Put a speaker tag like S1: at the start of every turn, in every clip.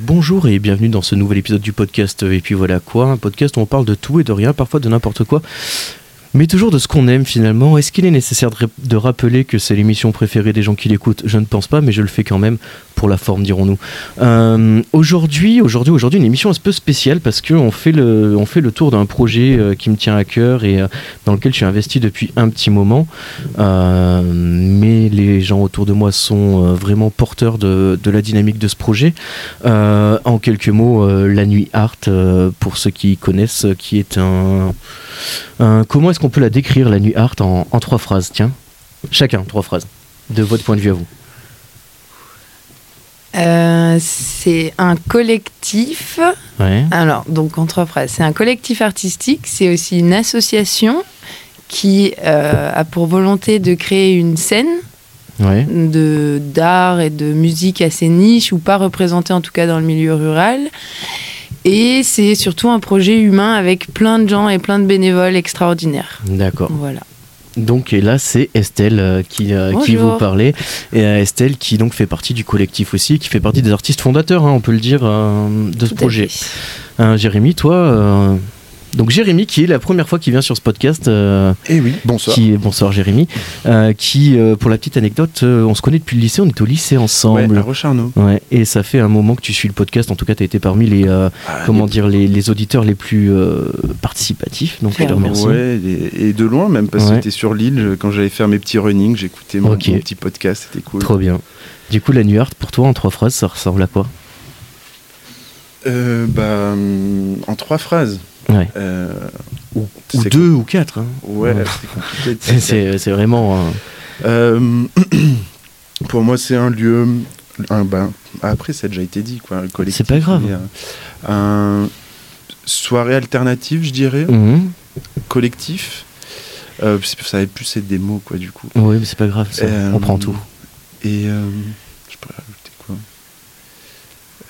S1: bonjour et bienvenue dans ce nouvel épisode du podcast Et puis voilà quoi, un podcast où on parle de tout et de rien, parfois de n'importe quoi, mais toujours de ce qu'on aime finalement. Est-ce qu'il est nécessaire de, ré- de rappeler que c'est l'émission préférée des gens qui l'écoutent Je ne pense pas, mais je le fais quand même pour la forme, dirons-nous. Euh, aujourd'hui, aujourd'hui, aujourd'hui, une émission un peu spéciale parce qu'on fait le, on fait le tour d'un projet euh, qui me tient à cœur et euh, dans lequel je suis investi depuis un petit moment. Euh, mais les gens autour de moi sont euh, vraiment porteurs de, de la dynamique de ce projet. Euh, en quelques mots, euh, La Nuit Art, euh, pour ceux qui connaissent, euh, qui est un, un- Comment est-ce qu'on peut la décrire, La Nuit Art, en, en trois phrases Tiens, chacun, trois phrases, de votre point de vue à vous.
S2: Euh, c'est un collectif.
S1: Ouais.
S2: Alors, donc en trois phrases, c'est un collectif artistique, c'est aussi une association qui euh, a pour volonté de créer une scène
S1: Ouais.
S2: de d'art et de musique assez niche ou pas représentée en tout cas dans le milieu rural. Et c'est surtout un projet humain avec plein de gens et plein de bénévoles extraordinaires.
S1: D'accord.
S2: Voilà.
S1: Donc et là c'est Estelle euh, qui, euh, qui
S2: Bonjour.
S1: vous parlait et euh, Estelle qui donc fait partie du collectif aussi, qui fait partie des artistes fondateurs, hein, on peut le dire, euh, de ce
S2: Tout à
S1: projet.
S2: fait.
S1: Hein, Jérémy, toi, euh, donc Jérémy qui est la première fois qu'il vient sur ce podcast, euh,
S3: Eh oui, bonsoir.
S1: qui bonsoir Jérémy, euh, qui euh, pour la petite anecdote, euh, on se connaît depuis le lycée, on est au lycée
S3: Ouais, à
S1: ensemble.
S3: Rocharno.
S1: Ouais, et ça fait un moment que tu suis le podcast. En tout cas, tu as été parmi les, euh,
S3: Ah,
S1: comment dire, les, les auditeurs les plus euh, participatifs. Donc, je te
S2: Clairement.
S1: remercie.
S3: Ouais, et, et de loin même, parce
S1: Ouais.
S3: que c'était sur l'île, je- quand j'allais faire mes petits running, j'écoutais mon,
S1: Ok.
S3: mon petit podcast, c'était cool.
S1: Trop bien. Du coup, la nuit art, pour toi, en trois phrases, ça ressemble à quoi
S3: Euh, bah, hum, en trois phrases.
S1: Ouais.
S3: Euh,
S1: Ou,
S3: C'est
S1: deux ou quatre. hein.
S3: ouais,
S1: Ouais.
S3: c'est compliqué. de
S1: C'est-
S3: dire.
S1: C'est c'est vraiment. euh,
S3: Euh, pour moi, c'est un lieu. Un, ben, après, ça a déjà été dit, quoi. un collectif,
S1: C'est pas grave.
S3: mais, euh, un soirée alternative, je dirais,
S1: mhm.
S3: collectif. Euh, c'est- ça avait plus être des mots, quoi, du coup.
S1: Oui, mais c'est pas grave. ça.
S3: Euh,
S1: On prend tout.
S3: Et euh, je pourrais rajouter quoi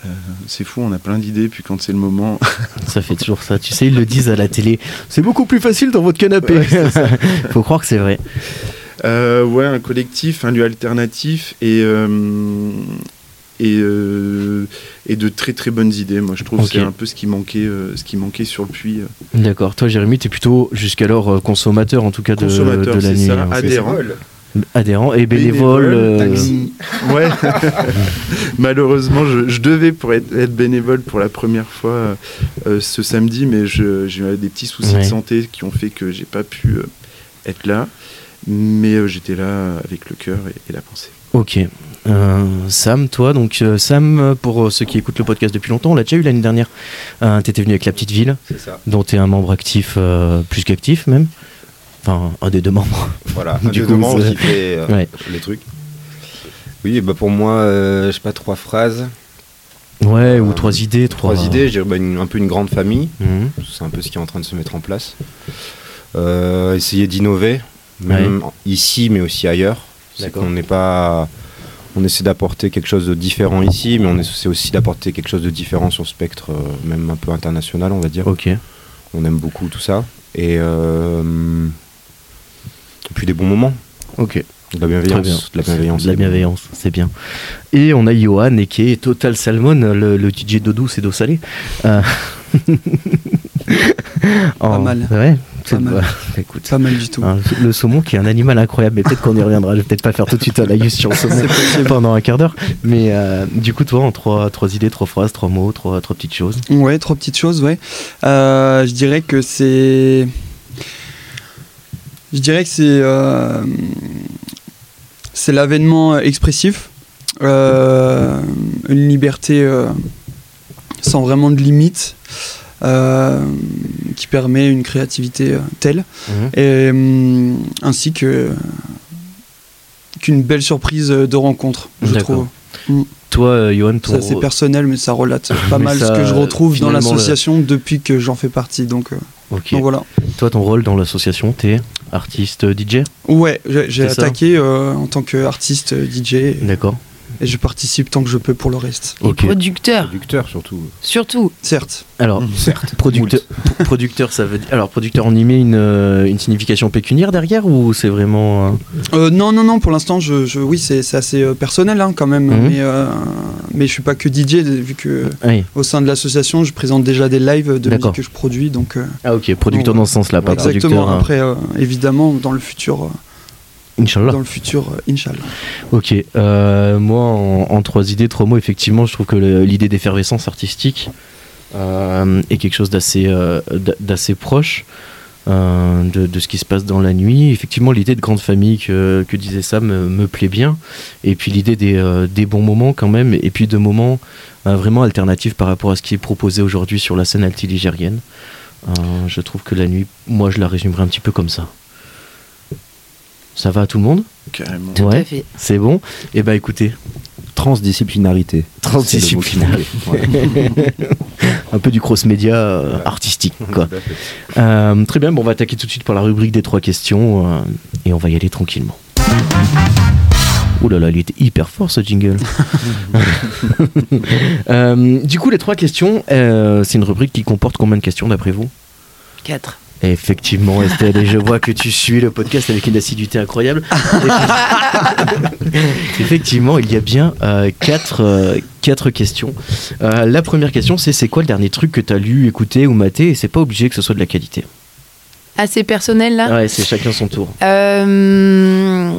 S3: Euh, C'est fou, on a plein d'idées, puis quand c'est le moment.
S1: Ça fait toujours ça. Tu sais, ils le disent à la télé. C'est beaucoup plus facile dans votre canapé. Faut croire que c'est vrai.
S3: Euh, ouais, un collectif, un lieu alternatif et. euh, et, euh, et de très très bonnes idées. Moi, je trouve
S1: Ok.
S3: que c'est un peu ce qui manquait, euh, ce qui manquait sur le puits. euh.
S1: D'accord. Toi, Jérémy, t'es plutôt jusqu'alors euh, consommateur, en tout cas, de,
S3: Consommateur,
S1: de la
S3: c'est
S1: nuit.
S3: ça,
S1: hein.
S3: adhérent.
S1: Adhérent et bénévole. euh,
S3: taxi. Ouais. Malheureusement, je, je devais pour être, être bénévole pour la première fois euh, ce samedi, mais je- j'ai eu des petits soucis
S1: Ouais.
S3: de santé qui ont fait que j'ai pas pu euh, être là. Mais euh, j'étais là avec le cœur et, et la pensée.
S1: Ok. Euh, Sam, toi, donc euh, Sam, euh, pour euh, ceux qui écoutent le podcast depuis longtemps, on l'a déjà eu l'année dernière. Euh, T'étais venu avec la petite ville,
S4: C'est ça.
S1: dont t'es un membre actif, euh, plus qu'actif même. Enfin, un des deux membres.
S4: Voilà.
S1: Du
S4: Du
S1: coup,
S4: coup,
S1: ça-
S4: qui fait euh,
S1: Ouais.
S4: les trucs. Oui, bah pour moi, euh, je sais pas, trois phrases,
S1: Ouais, ou
S4: Euh,
S1: trois idées,
S4: trois
S1: trois,
S4: idées. Je dirais bah, une- un peu une grande famille.
S1: Mhm.
S4: C'est un peu ce qui est en train de se mettre en place. Euh, essayer d'innover, même ici, mais aussi ailleurs. C'est
S1: D'accord.
S4: qu'on n'est pas. On essaie d'apporter quelque chose de différent ici, mais on essaie aussi d'apporter quelque chose de différent sur le spectre, euh, même un peu international, on va dire.
S1: Ok.
S4: On aime beaucoup tout ça. Et, euh, et puis des bons moments,
S1: Ok.
S4: de la
S1: Très
S4: bienveillance.
S1: bien.
S4: De la bienveillance.
S1: De la bienveillance, c'est bien. Et on a Johan, et qui est Total Salmon, le, le DJ d'eau douce et d'eau salée. Euh, en-
S5: mal.
S1: Ouais, c'est
S5: Pas mal.
S1: bah, écoute.
S5: Pas mal du tout.
S1: hein, le saumon qui est un animal incroyable, mais peut-être qu'on y reviendra. Je vais peut-être pas faire tout de suite un laïus sur le saumon pendant un quart d'heure. Mais euh, du coup, toi, en trois, trois idées, trois phrases, trois mots, trois, trois petites choses.
S5: Ouais, trois petites choses, ouais. Euh, je dirais que c'est. Je dirais que c'est. euh, C'est l'avènement expressif. euh, Une liberté euh, sans vraiment de limite. euh, qui permet une créativité euh, telle.
S1: Mhm.
S5: Et, hum, ainsi que. Qu'une belle surprise de rencontre, je
S1: D'accord.
S5: trouve.
S1: Toi, euh, Johan, ton,
S5: Ça, c'est personnel, mais ça relate pas
S1: Mais
S5: mal
S1: ça,
S5: ce que je retrouve dans
S1: finalement,
S5: l'association depuis que j'en fais partie. Donc, euh,
S1: ok.
S5: donc voilà.
S1: toi, ton rôle dans l'association, t'es artiste euh, DJ
S5: Ouais, j'ai j'ai
S1: C'est ça.
S5: attaqué euh, en tant qu'artiste euh, DJ.
S1: D'accord.
S5: et je participe tant que je peux pour le reste.
S1: Ok.
S2: Producteur,
S4: Producteur surtout.
S2: surtout.
S5: Mm, Certes.
S1: Alors, producteur, producteur, ça veut dire. Alors, producteur, on y met une, euh, une signification pécuniaire derrière ou c'est vraiment. euh,
S5: Euh, non, non, non, pour l'instant, je, je- oui, c'est c'est assez euh, personnel hein, quand même,
S1: Mhm.
S5: mais, euh, mais je suis pas que DJ, vu que euh,
S1: oui.
S5: au sein de l'association, je présente déjà des lives de
S1: D'accord.
S5: musique que je produis, donc euh,
S1: Ah, ok, producteur
S5: Ouais.
S1: dans ce sens-là, pas
S5: exactement,
S1: producteur. euh,
S5: après, euh, évidemment, dans le futur, euh,
S1: Inch'Allah.
S5: dans le futur, euh, Inch'Allah.
S1: Ok, euh, moi en, en trois idées, trois mots, effectivement, je trouve que le- l'idée d'effervescence artistique euh, est quelque chose d'assez euh, d'a- d'assez proche euh, de, de ce qui se passe dans la nuit. Effectivement, l'idée de grande famille que, que disait Sam me, me plaît bien. Et puis l'idée des, euh, des bons moments quand même, et puis de moments euh, vraiment alternatifs par rapport à ce qui est proposé aujourd'hui sur la scène altiligérienne. Euh, je trouve que la nuit, moi je la résumerai un petit peu comme ça. Ça va à tout le monde
S3: Carrément.
S2: Tout
S1: Ouais.
S2: à fait.
S1: C'est bon Eh ben écoutez,
S4: Transdisciplinarité.
S1: Transdisciplinarité.
S4: C'est le mot qui manquait.
S1: un peu du cross-média euh,
S4: Ouais.
S1: artistique. Quoi.
S4: Tout à fait.
S1: Euh, très bien, bon, on va attaquer tout de suite par la rubrique des trois questions euh, et on va y aller tranquillement. Ouh là là, il était hyper fort ce jingle. Euh, du coup, les trois questions, euh, c'est une rubrique qui comporte combien de questions d'après vous
S2: 4.
S1: Effectivement, Estelle, et je vois que tu suis le podcast avec une assiduité incroyable. Effectivement, il y a bien euh, quatre, euh, quatre questions. Euh, la première question, c'est c'est quoi le dernier truc que tu as lu, écouté ou maté Et c'est pas obligé que ce soit de la qualité.
S2: Assez personnel là.
S1: Ouais, c'est chacun son tour.
S2: Euh,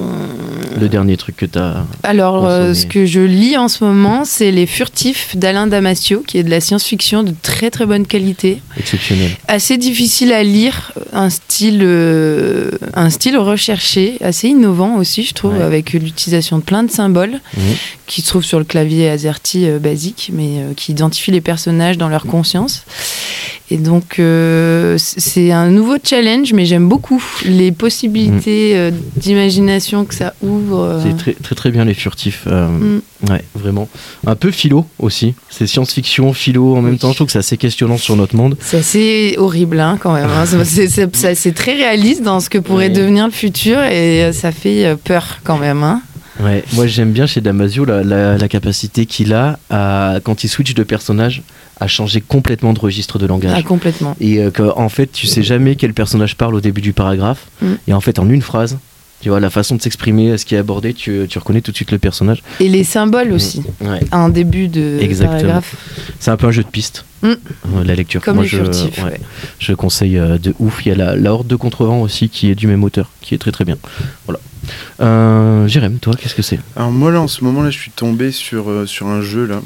S1: Le dernier truc que tu as.
S2: Alors, euh,
S1: consommer.
S2: ce que je lis en ce moment, c'est Les Furtifs d'Alain Damasio, qui est de la science-fiction de très très bonne qualité.
S1: Exceptionnel.
S2: Assez difficile à lire, un style, euh, un style recherché, assez innovant aussi, je trouve,
S1: Ouais.
S2: avec l'utilisation de plein de symboles
S1: Mhm.
S2: qui se trouvent sur le clavier AZERTY euh, basique, mais euh, qui identifient les personnages dans leur conscience. Et donc, euh, c- c'est un nouveau challenge, mais j'aime beaucoup les possibilités euh, d'imagination que ça ouvre. euh.
S1: Mm. C'est très, très très bien les furtifs. euh,
S2: Mm.
S1: Ouais, vraiment. Un peu philo aussi. C'est science-fiction, philo en même
S2: Oui.
S1: temps. Je trouve que c'est assez questionnant sur notre monde.
S2: C'est assez horrible hein, quand même. hein. C'est- c'est- C'est ça- c'est très réaliste dans ce que pourrait
S1: Ouais.
S2: devenir le futur et euh, ça fait euh, peur quand même. hein.
S1: Ouais, moi j'aime bien chez Damasio la, la- la capacité qu'il a, à, quand il switch de personnage, à changer complètement de registre de
S2: Ah,
S1: langage.
S2: complètement.
S1: Et euh, que, en fait, tu sais jamais quel personnage parle au début du paragraphe.
S2: Mm.
S1: Et en fait, en une phrase, tu vois, la façon de s'exprimer, ce qui est abordé, tu, tu reconnais tout de suite le personnage.
S2: Et les symboles aussi.
S1: Ouais.
S2: Un début de
S1: Mm. Exactement.
S2: paragraphe.
S1: C'est un peu un jeu de piste,
S2: Mm.
S1: euh, la lecture.
S2: Comme
S1: moi,
S2: les
S1: je,
S2: furtifs,
S1: ouais,
S2: ouais.
S1: je conseille euh, de ouf. Il y a la, la Horde de Contrevent aussi, qui est du même auteur, qui est très très bien. Voilà. Euh, Jérém, toi, qu'est-ce que c'est
S3: Alors moi là en ce moment là je suis tombé sur, euh, sur un jeu là,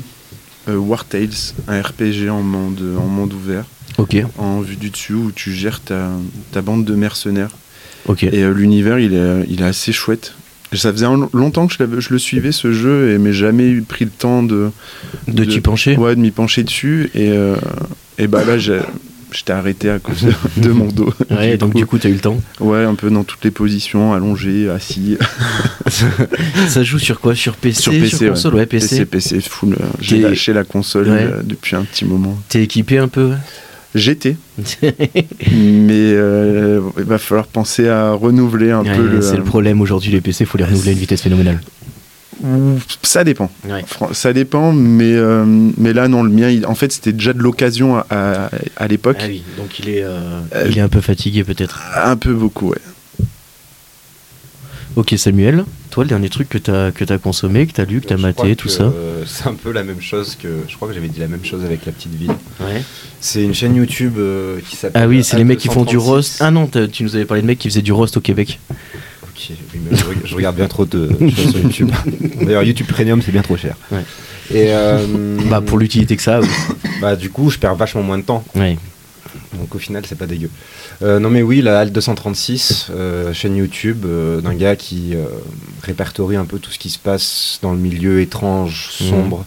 S3: euh, War Tales, un RPG en monde, en monde ouvert,
S1: Ok,
S3: en vue du dessus où tu gères ta, ta bande de mercenaires.
S1: ok.
S3: Et euh, l'univers il est, euh, il est assez chouette. Et Ça faisait un- longtemps que je, l'avais- je le suivais ce jeu, et, mais jamais eu pris le temps de,
S1: de t'y pencher
S3: ouais, de m'y pencher dessus. Et, euh, et bah là j'ai- j'étais arrêté à cause de- de mon dos.
S1: Ouais, donc du coup, t'as eu le temps.
S3: Ouais, un peu dans toutes les positions, allongé, assis,
S1: Ça joue sur quoi Sur PC
S3: Sur PC, ouais.
S1: console, ouais, PC.
S3: PC, PC, full. euh, J'ai
S1: T'es-
S3: lâché la console
S1: Ouais.
S3: euh, depuis un petit moment.
S1: T'es équipé un peu
S3: J'étais,
S1: ouais.
S3: mais euh, il va falloir penser à renouveler un
S1: Ouais,
S3: peu le.
S1: C'est le euh, problème aujourd'hui, les PC, faut les renouveler à une vitesse phénoménale.
S3: Ouh, Ça dépend.
S1: Ouais.
S3: Fran- Ça dépend, mais, euh, mais là, non, le mien, il- en fait, c'était déjà de l'occasion à, à, à l'époque.
S1: Ah oui, donc il est, euh,
S3: Euh,
S1: il est un peu fatigué peut-être.
S3: Un peu beaucoup, ouais.
S1: Ok Samuel, toi le dernier truc que t'as que t'as consommé, que t'as lu, que t'as
S4: Je crois
S1: maté, tout
S4: que,
S1: ça.
S4: euh, C'est un peu la même chose que. Je crois que j'avais dit la même chose avec la petite ville.
S1: Ouais.
S4: C'est une chaîne YouTube euh, qui s'appelle.
S1: Ah oui, c'est les mecs qui font du roast.
S4: roast
S1: Ah non, t'as- tu nous avais parlé de mecs qui faisaient du roast au Québec.
S4: Ok, oui, mais je, reg- je regarde bien trop de choses sur YouTube. D'ailleurs, YouTube Premium, c'est bien trop cher.
S1: Ouais.
S4: Et euh,
S1: Bah pour l'utilité que ça. oui.
S4: bah, du coup, je perds vachement moins de temps.
S1: Ouais.
S4: Donc au final, c'est pas dégueu. Euh, non, mais oui, la HAL 236, euh, chaîne YouTube euh, d'un gars qui euh, répertorie un peu tout ce qui se passe dans le milieu étrange,
S1: Mhm.
S4: sombre,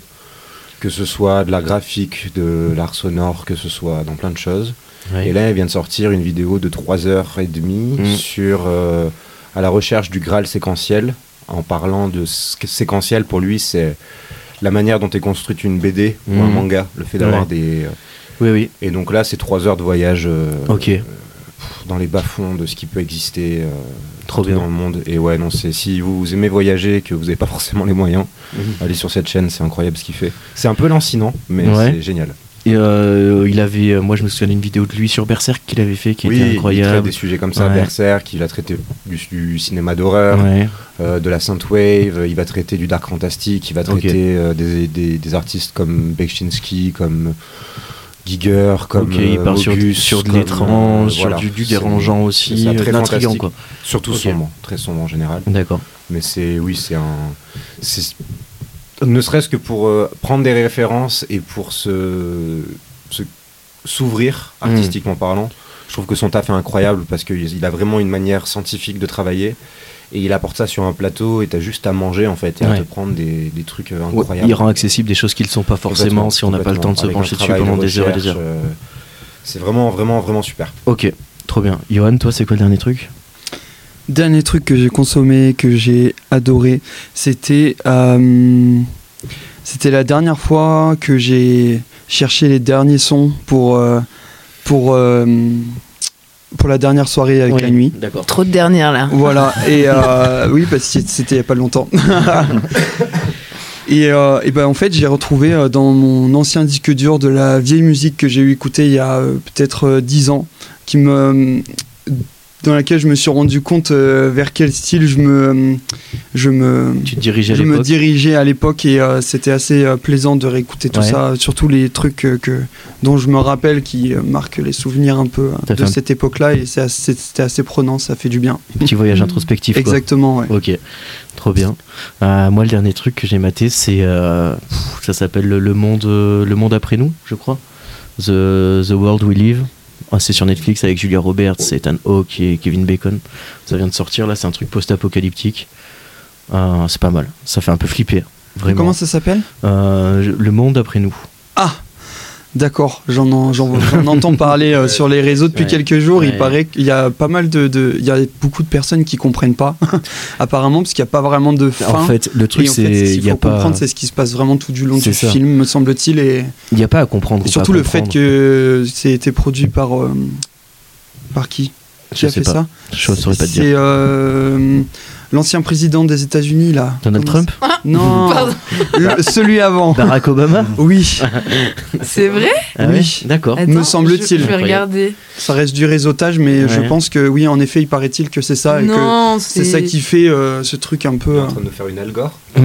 S4: que ce soit de la graphique, de l'art sonore, que ce soit dans plein de choses.
S1: Ouais.
S4: Et là, il vient de sortir une vidéo de 3h30
S1: Mm.
S4: sur euh, à la recherche du Graal séquentiel, en parlant de sé- séquentiel pour lui, c'est la manière dont est construite une BD ou un
S1: Mm.
S4: manga, le fait d'avoir
S1: Ouais.
S4: des euh,
S1: Oui oui.
S4: et donc là, c'est 3 heures de voyage euh,
S1: Ok.
S4: euh, dans les bas-fonds de ce qui peut exister euh,
S1: Trop
S4: tout
S1: bien.
S4: dans le monde. Et ouais, non, c'est si vous aimez voyager et que vous n'avez pas forcément les moyens,
S1: Mhm.
S4: allez sur cette chaîne, c'est incroyable ce qu'il fait. C'est un peu lancinant, mais
S1: Ouais.
S4: c'est génial.
S1: Et euh, il avait, euh, moi je me souviens d'une vidéo de lui sur Berserk qu'il avait fait qui
S4: oui,
S1: était
S4: Il traite
S1: incroyable.
S4: des sujets comme ça,
S1: Ouais.
S4: Berserk, il a traité du, du cinéma d'horreur,
S1: Ouais.
S4: euh, de la synthwave, euh, il va traiter du dark fantastique, il va traiter
S1: Ok.
S4: euh, des, des- des artistes comme Bekchinski, comme Giger, comme
S1: ok, il
S4: euh,
S1: part sur,
S4: Mogus,
S1: sur de
S4: comme,
S1: l'étrange,
S4: euh,
S1: sur
S4: voilà.
S1: du, du
S4: C'est-
S1: dérangeant
S4: c'est
S1: aussi,
S4: ça,
S1: euh,
S4: très
S1: de l'intriguant
S4: fantastique.
S1: quoi.
S4: Surtout
S1: Ok.
S4: sombre, très sombre en général.
S1: D'accord.
S4: Mais c'est, oui, c'est un. c'est- Ne serait-ce que pour euh, prendre des références et pour se. se- s'ouvrir,
S1: Mm.
S4: artistiquement parlant. Je trouve que son taf est incroyable parce qu'il il a vraiment une manière scientifique de travailler. Et il apporte ça sur un plateau et t'as juste à manger en fait et
S1: Ouais.
S4: à te prendre des, des trucs euh,
S1: Ouais,
S4: incroyables.
S1: il rend accessible des choses qui ne le sont pas forcément
S4: Complètement,
S1: si on n'a pas le temps de se
S4: complètement.
S1: pencher
S4: Avec un
S1: dessus
S4: travail
S1: pendant
S4: de
S1: des heures et des
S4: recherche,
S1: heures.
S4: euh, c'est vraiment, vraiment, vraiment super.
S1: Ok, trop bien. Johan, toi c'est quoi le dernier truc
S5: Dernier truc que j'ai consommé, que j'ai adoré, c'était euh, c'était la dernière fois que j'ai cherché les derniers sons pour, euh, pour, euh, pour la dernière soirée avec Euh, la nuit.
S1: D'accord.
S2: Trop de dernières là.
S5: Voilà, et euh, oui, parce que c'était il n'y a pas longtemps. et, euh, et ben, en fait, j'ai retrouvé euh, dans mon ancien disque dur de la vieille musique que j'ai eu écoutée il y a euh, peut-être euh, 10 ans, qui me, euh, dans laquelle je me suis rendu compte euh, vers quel style je me, euh, je me,
S1: Tu te diriges à
S5: je me
S1: l'époque
S5: dirigeais à l'époque et euh, c'était assez euh, plaisant de réécouter tout
S1: Ouais.
S5: ça, surtout les trucs euh, que, dont je me rappelle qui euh, marquent les souvenirs un peu euh,
S1: T'as fait
S5: de
S1: un-
S5: cette époque-là et c'est assez- c'était assez prenant, ça fait du bien.
S1: Petit voyage introspectif. quoi.
S5: Exactement, ouais.
S1: Ok, trop bien. Euh, moi, le dernier truc que j'ai maté, c'est euh, pff, ça s'appelle le, Le monde, euh, le monde après nous, je crois. The, The World We Live. Ah, c'est sur Netflix avec Julia Roberts, c'est Ethan Hawke et Kevin Bacon. Ça vient de sortir là, c'est un truc post-apocalyptique. Euh, c'est pas mal. Ça fait un peu flipper, vraiment.
S5: Comment ça s'appelle
S1: Euh, je- le monde après nous.
S5: Ah D'accord, j'en en- j'en- j'en entends parler euh, sur les réseaux depuis
S1: Ouais.
S5: quelques jours.
S1: Ouais.
S5: Il paraît qu'il y a pas mal de, de- il y a beaucoup de personnes qui comprennent pas, apparemment, parce qu'il n'y a pas vraiment de fin.
S1: en fait, le truc
S5: Et en fait, ce
S1: c'est
S5: qu'il
S1: il y
S5: faut
S1: a pas
S5: comprendre, c'est ce qui se passe vraiment tout du long
S1: C'est
S5: du
S1: ça.
S5: film, me semble-t-il, et,
S1: il y a pas à comprendre.
S5: et
S1: ou pas à
S5: surtout le fait
S1: comprendre.
S5: que c'est été produit par euh, par qui Qui
S1: Je
S5: a
S1: sais
S5: fait
S1: pas.
S5: ça
S1: je saurais pas te dire.
S5: C'est euh, l'ancien président des États-Unis là.
S1: Donald
S5: Comment
S1: Trump,
S5: ça- Non,
S2: Pardon.
S5: le- celui avant.
S1: Barack Obama.
S5: Oui,
S2: C'est vrai
S1: Ah ouais,
S5: Oui.
S1: D'accord.
S5: Me
S2: Attends,
S5: semble-t-il.
S2: Je, je vais regarder.
S5: ça reste du réseautage, mais
S1: Ouais.
S5: je pense que oui, en effet, il paraît-il que c'est ça et que
S2: non,
S5: c'est ça qui fait euh, ce truc un
S4: Il est
S5: peu.
S4: en train de nous faire une algore.
S5: hein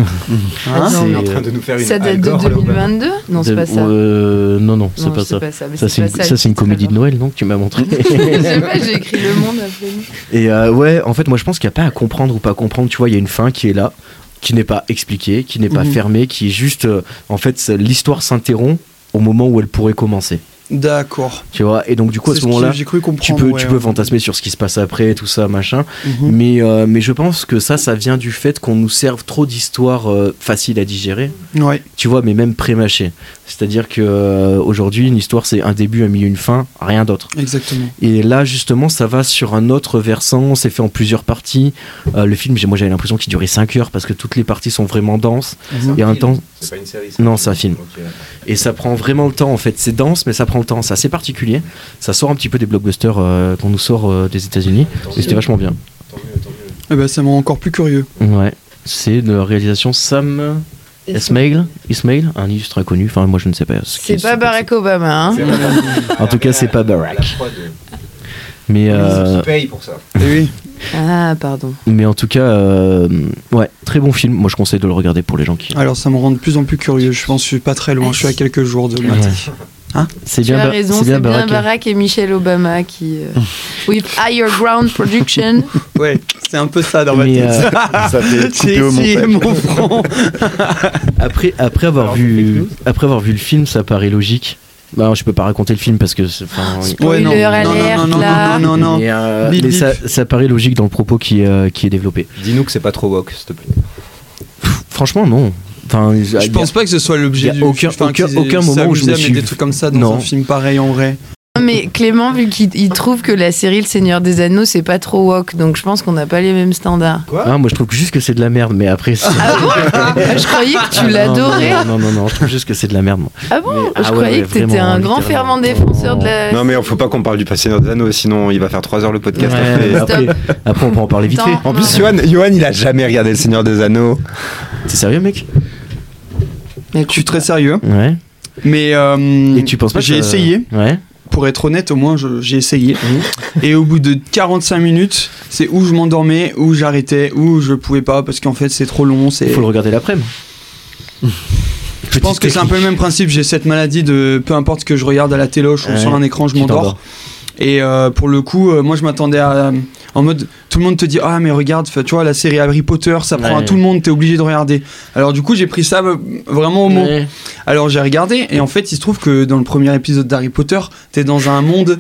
S2: Attends,
S4: Il est
S1: C'est-
S4: en train de nous faire une
S2: Ça date de
S4: Al Gore, le Obama.
S2: 2022 Non, c'est
S1: De-
S2: pas ça.
S1: euh, non, non, c'est
S2: Non,
S1: pas ça.
S2: mais
S1: Ça, c'est une,
S2: pas
S1: ça, c'est une
S2: le titre,
S1: comédie de
S2: alors.
S1: Noël, non, que tu m'as montré.
S2: Je sais pas, j'ai écrit Le Monde après nous.
S1: et euh, ouais, en fait, moi, je pense qu'il n'y a pas à comprendre ou pas comprendre. Tu vois, il y a une fin qui est là, qui n'est pas expliquée, qui n'est pas
S5: Mhm.
S1: fermée, qui est juste. euh, en fait, ça- l'histoire s'interrompt au moment où elle pourrait commencer.
S5: D'accord.
S1: Tu vois, et donc, du coup, à
S5: C'est
S1: ce
S5: que
S1: moment-là.
S5: J'ai cru comprendre.
S1: Tu peux,
S5: ouais.
S1: tu peux fantasmer sur ce qui se passe après, tout ça, machin.
S5: Mhm.
S1: Mais, euh, mais je pense que ça, ça vient du fait qu'on nous serve trop d'histoires euh, faciles à digérer.
S5: Ouais.
S1: tu vois, mais même prémâché. C'est-à-dire que euh, aujourd'hui, une histoire, c'est un début, un milieu, une fin, rien d'autre.
S5: Exactement.
S1: Et là, justement, ça va sur un autre versant. C'est fait en plusieurs parties. Euh, le film, j'ai- moi, j'avais l'impression qu'il durait 5 heures parce que toutes les parties sont vraiment denses.
S5: Mhm.
S1: Et en même temps,
S4: C'est pas une série.
S1: Non, c'est un film.
S4: Ok.
S1: et ça prend vraiment le temps. En fait, c'est dense, mais ça prend le temps. C'est assez particulier. Ça sort un petit peu des blockbusters euh, qu'on nous sort euh, des États-Unis. Et c'était vachement bien.
S4: Tant mieux, tant mieux.
S5: Eh ben, ça me rend encore plus curieux.
S1: Ouais. C'est de la réalisation Sam Esmail, Ismail, un illustre inconnu. Enfin, moi, je ne sais pas. ce qui
S2: C'est
S1: se
S2: pas
S1: passe.
S2: Barack Obama, hein
S4: C'est Barack.
S1: En tout cas, c'est pas
S4: À la- à la
S1: Barack.
S4: prod, euh,
S1: Mais
S4: ils-
S1: euh,
S4: ils payent pour ça.
S5: Eh oui.
S2: Ah, pardon.
S1: Mais en tout cas, euh, ouais, très bon film. Moi, je conseille de le regarder pour les gens qui.
S5: Alors ça me rend de plus en plus curieux. Je pense que je suis pas très loin. Je suis à quelques jours de.
S1: Ouais.
S5: Hein
S1: c'est
S2: Tu
S1: bien,
S2: as
S1: Ba-
S2: raison,
S1: c'est bien Barack.
S2: Barack et Michelle Obama qui. euh, with Higher Ground Production.
S5: Ouais. C'est un peu ça dans ma
S1: Mais, euh,
S5: tête.
S1: Ah,
S3: Ça fait
S5: J'ai
S3: couper au
S5: essayé
S3: montage.
S5: mon front.
S1: Après, après avoir
S4: Alors, fake
S1: vu,
S4: news
S1: après avoir vu le film, ça paraît logique. Bah, non, je peux pas raconter le film parce que. c'est- enfin, oui.
S5: Ouais,
S2: Spoiler
S5: non. Non, non,
S2: alert,
S5: non,
S2: là.
S5: non, non, non, non.
S1: Mais, euh,
S5: Bip,
S1: mais
S5: bip.
S1: ça, ça paraît logique dans le propos qui, euh, qui est développé.
S4: Dis-nous que c'est pas trop woke, s'il te plaît.
S1: Franchement, non. Enfin, il y a-
S5: Je pense pas que ce soit
S1: euh,
S5: l'objet
S1: y a
S5: du.
S1: aucun-
S5: enfin,
S1: aucun-
S5: qu'ils aient-
S1: aucun moment où je
S5: s'amusé à
S1: me
S5: mettre
S1: suis-
S5: des trucs comme ça dans
S1: Non.
S5: un film pareil en vrai.
S2: Non, mais Clément, vu qu'il il trouve que la série Le Seigneur des Anneaux, c'est pas trop woke, donc je pense qu'on n'a pas les mêmes standards.
S1: Ah, moi je trouve juste que c'est de la merde, mais après. c'est-
S2: Ah bon Je croyais que tu l'adorais.
S1: Ah, Non, non, non, non, je trouve juste que c'est de la merde. moi.
S2: Ah bon
S1: Mais- ah
S2: Je
S1: ouais,
S2: croyais
S1: ouais,
S2: que t'étais
S1: vraiment,
S2: un grand
S1: littéralement.
S2: fervent défenseur de la.
S4: Non mais faut pas qu'on parle du Seigneur des Anneaux, sinon il va faire 3 heures le podcast.
S1: Ouais, Ah.
S4: après.
S1: mais après, après, on peut en parler vite fait.
S2: Attends.
S4: En plus, Johan, Johan, il a jamais regardé le Seigneur des Anneaux.
S1: T'es sérieux, mec
S2: Mais
S5: Je suis très sérieux,
S1: Ouais.
S5: mais euh,
S1: Et tu penses pas que
S5: j'ai
S1: ça-
S5: essayé.
S1: Ouais.
S5: Pour être honnête, au moins je- j'ai essayé.
S1: Mmh.
S5: Et au bout de 45 minutes, c'est où je m'endormais, où j'arrêtais, où je pouvais pas parce qu'en fait c'est trop long. C'est.
S1: Faut le regarder l'après-midi.
S5: Je pense que c'est un peu le même principe. J'ai cette maladie de peu importe ce que je regarde à la téloche ou
S1: Ouais.
S5: sur un écran, je m'endors. Et euh, pour le coup, euh, moi je m'attendais à. en mode, tout le monde te dit Ah, mais regarde, tu vois, la série Harry Potter, ça prend à
S1: Ouais.
S5: tout le monde, t'es obligé de regarder. Alors du coup, j'ai pris ça euh, vraiment au mot. Alors j'ai regardé, et en fait, il se trouve que dans le premier épisode d'Harry Potter, t'es dans un monde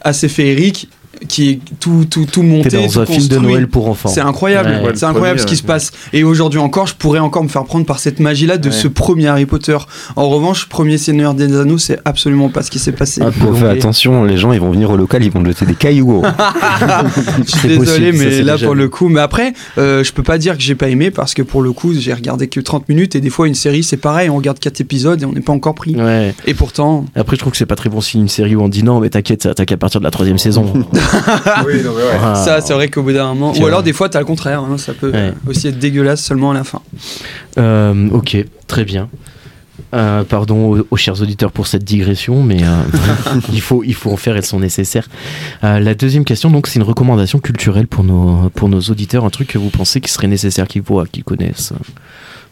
S5: assez féerique qui est tout, tout, tout monté.
S1: T'es dans
S5: tout
S1: un film de
S5: construit.
S1: Noël pour enfants.
S5: C'est incroyable,
S1: Ouais.
S5: c'est incroyable ce qui se passe. Et aujourd'hui encore, je pourrais encore me faire prendre par cette magie-là de
S1: Ouais.
S5: ce premier Harry Potter. En revanche, premier Seigneur des Anneaux, c'est absolument pas ce qui s'est passé.
S1: Ah,
S4: Faut faire
S1: Colombie.
S4: attention, les gens ils vont venir au local, ils vont te jeter des cailloux. oh.
S5: je suis
S1: c'est
S5: désolé,
S1: possible, ça,
S5: mais
S1: c'est
S5: là
S1: déjà
S5: pour
S1: vu.
S5: le coup, mais après, euh, je peux pas dire que j'ai pas aimé parce que pour le coup, j'ai regardé que 30 minutes et des fois une série, c'est pareil, on regarde 4 épisodes et on n'est pas encore pris.
S1: Ouais.
S5: Et pourtant,
S1: Après, je trouve que c'est pas très bon signe une série où on dit non, mais t'inquiète, ça attaque à partir de la troisième saison. Ah.
S5: ça, c'est vrai qu'au bout d'un moment,
S1: C'est
S5: ou alors
S1: vrai.
S5: des fois, t'as le contraire, hein, ça peut
S1: Ouais.
S5: aussi être dégueulasse seulement à la fin.
S1: Euh, ok, très bien. Euh, pardon aux, aux chers auditeurs pour cette digression, mais euh, il, faut, il faut en faire, elles sont nécessaires. Euh, la deuxième question, donc, c'est une recommandation culturelle pour nos, pour nos auditeurs, un truc que vous pensez qui serait nécessaire qu'ils voient, qu'ils connaissent.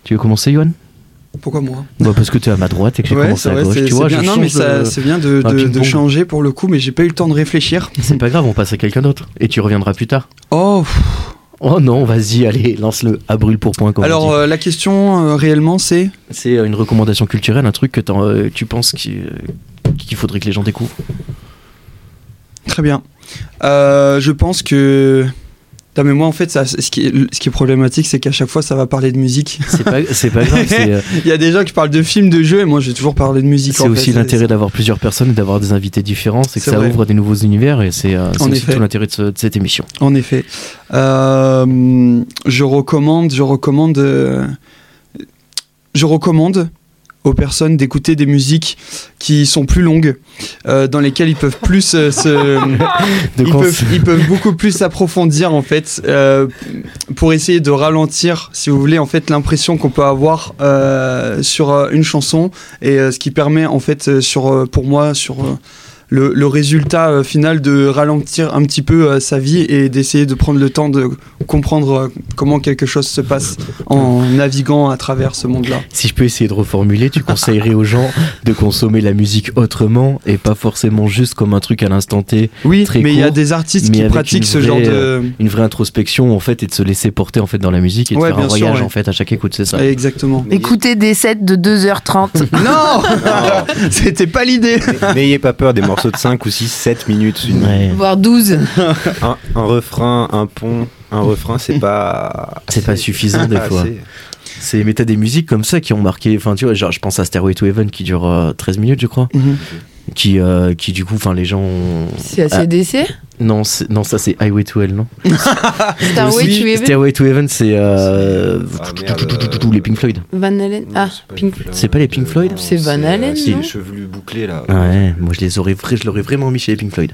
S1: Tu veux commencer, Johan
S5: Pourquoi moi
S1: bah, Parce que tu es à ma droite et que j'ai
S5: Ouais,
S1: commencé
S5: c'est
S1: à
S5: vrai,
S1: gauche,
S5: c'est
S1: tu
S5: c'est
S1: vois.
S5: bien.
S1: je
S5: Non,
S1: change
S5: mais ça,
S1: de-
S5: c'est bien de,
S1: un
S5: de- de
S1: ping-pong.
S5: changer pour le coup, mais j'ai pas eu le temps de réfléchir.
S1: C'est pas grave, on passe à quelqu'un d'autre et tu reviendras plus tard.
S5: Oh,
S1: Oh non, vas-y, allez, lance-le à brûle pour point. Comme on
S5: alors
S1: dit.
S5: euh, la question euh, réellement, c'est
S1: c'est euh, une recommandation culturelle, un truc que t'en- euh, tu penses qui, euh, qu'il faudrait que les gens découvrent.
S5: Très bien. Euh, je pense que. Non, mais moi, en fait, ça, ce, qui est, ce qui est problématique, c'est qu'à chaque fois, ça va parler de musique.
S1: C'est pas, c'est pas grave, c'est. euh,
S5: Il y a des gens qui parlent de films, de jeux, et moi, j'ai toujours parlé de musique.
S1: C'est
S5: en
S1: aussi
S5: fait.
S1: l'intérêt d'avoir plusieurs personnes et d'avoir des invités différents, c'est que
S5: C'est
S1: ça
S5: vrai.
S1: ouvre à des nouveaux univers et c'est euh, c'est
S5: En
S1: aussi
S5: effet.
S1: tout l'intérêt de, ce- de cette émission.
S5: En effet. Euh, je recommande, je recommande, euh, je recommande aux personnes d'écouter des musiques qui sont plus longues, euh, dans lesquelles ils peuvent plus euh, se.
S1: De
S5: ils,
S1: quoi-
S5: peuvent, ils peuvent beaucoup plus s'approfondir en fait euh, pour essayer de ralentir, si vous voulez, en fait l'impression qu'on peut avoir euh, sur euh, une chanson et euh, ce qui permet en fait euh, sur euh, pour moi sur euh, le, le résultat euh, final de ralentir un petit peu euh, sa vie et d'essayer de prendre le temps de comprendre euh, comment quelque chose se passe en naviguant à travers ce monde-là.
S1: Si je peux essayer de reformuler, tu conseillerais aux gens de consommer la musique autrement et pas forcément juste comme un truc à l'instant T,
S5: Oui,
S1: Très
S5: mais il y a
S1: court,
S5: des artistes
S1: mais
S5: qui
S1: avec
S5: pratiquent
S1: une
S5: ce genre
S1: vraie,
S5: de
S1: une vraie introspection en fait et de se laisser porter en fait dans la musique et de
S5: Ouais,
S1: faire un
S5: bien sûr,
S1: voyage
S5: ouais.
S1: en fait à chaque écoute, c'est ça.
S5: exactement.
S2: Écoutez des sets de 2h30.
S5: Non, c'était pas l'idée.
S4: N'ayez pas peur des morceaux de 5 ou 6, 7 minutes. une-
S1: Ouais.
S2: voire 12.
S4: Un, un refrain, un pont, un refrain, c'est pas.
S1: C'est pas suffisant des
S4: Ah,
S1: fois.
S4: c'est-
S1: C'est mais t'as des musiques comme ça qui ont marqué. Enfin tu vois, genre je pense à Stairway to Heaven qui dure euh, 13 minutes je crois,
S5: Mhm.
S1: qui euh, qui du coup, enfin les gens. ont-
S2: C'est
S1: Ah.
S2: ACDC
S1: Non c'est- non ça c'est Highway to Hell non.
S2: Starway,
S1: Aussi,
S2: tu es
S1: Stairway to Heaven, c'est euh,
S4: Ah, merde.
S1: les Pink Floyd.
S2: Van Halen
S4: Non,
S2: Ah,
S4: c'est pas
S2: Pink
S4: les Floyd.
S1: C'est pas les Pink Floyd
S4: Non,
S2: C'est Van
S4: euh,
S2: Halen,
S4: C'est
S2: non
S4: les chevelus bouclés là.
S1: Ouais, moi je les aurais, vra- je l'aurais vraiment mis chez les Pink Floyd.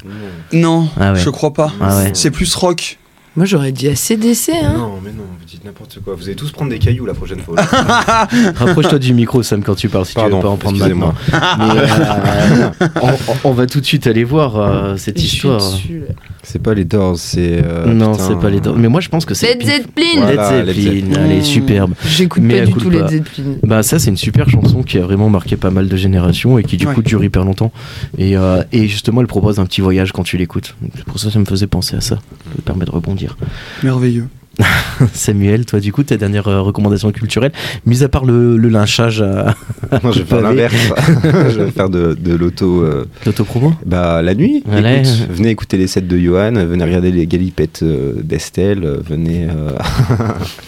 S4: Non,
S5: Non,
S1: Ah ouais.
S5: je crois pas.
S1: Ah ouais.
S5: C'est plus rock.
S2: Moi j'aurais dit ACDC, hein.
S4: Non, mais non, vous dites n'importe quoi. Vous allez tous prendre des cailloux la prochaine fois.
S1: Rapproche-toi du micro, Sam, quand tu parles, si tu
S4: Pardon,
S1: veux pas en prendre maintenant.
S4: excusez-moi.
S1: Mais, euh, on, on- on va tout de suite aller voir euh, cette
S2: Je suis
S1: histoire.
S2: dessus, là.
S4: C'est pas les Doors, c'est. euh,
S1: non,
S4: putain,
S1: c'est pas les. Mais moi je pense que c'est.
S2: Led
S1: Pink-
S2: Zeppelin Mmh.
S1: Led
S4: Voilà, Led
S1: Zeppelin,
S2: Zeppelin.
S1: allez, superbe.
S2: J'écoute
S1: Mais
S2: pas
S1: elle
S2: du
S1: coule
S2: tout
S1: pas.
S2: les Zeppelin.
S1: Bah ça c'est une super chanson qui a vraiment marqué pas mal de générations et qui du
S5: Ouais.
S1: coup dure hyper longtemps. Et, euh, et justement elle propose un petit voyage quand tu l'écoutes. C'est Pour ça ça me faisait penser à ça. Ça me permet de rebondir.
S5: Merveilleux.
S1: Samuel, toi, du coup, ta dernière euh, recommandation culturelle, mis à part le, le lynchage à
S4: Moi, je vais faire
S1: Pavé.
S4: l'inverse. je vais faire de, de l'auto. euh,
S1: l'autopromo
S4: bah, la nuit,
S1: Voilà.
S4: écoute, venez écouter les sets de Johan, venez regarder les galipettes euh, d'Estelle, euh, venez. euh,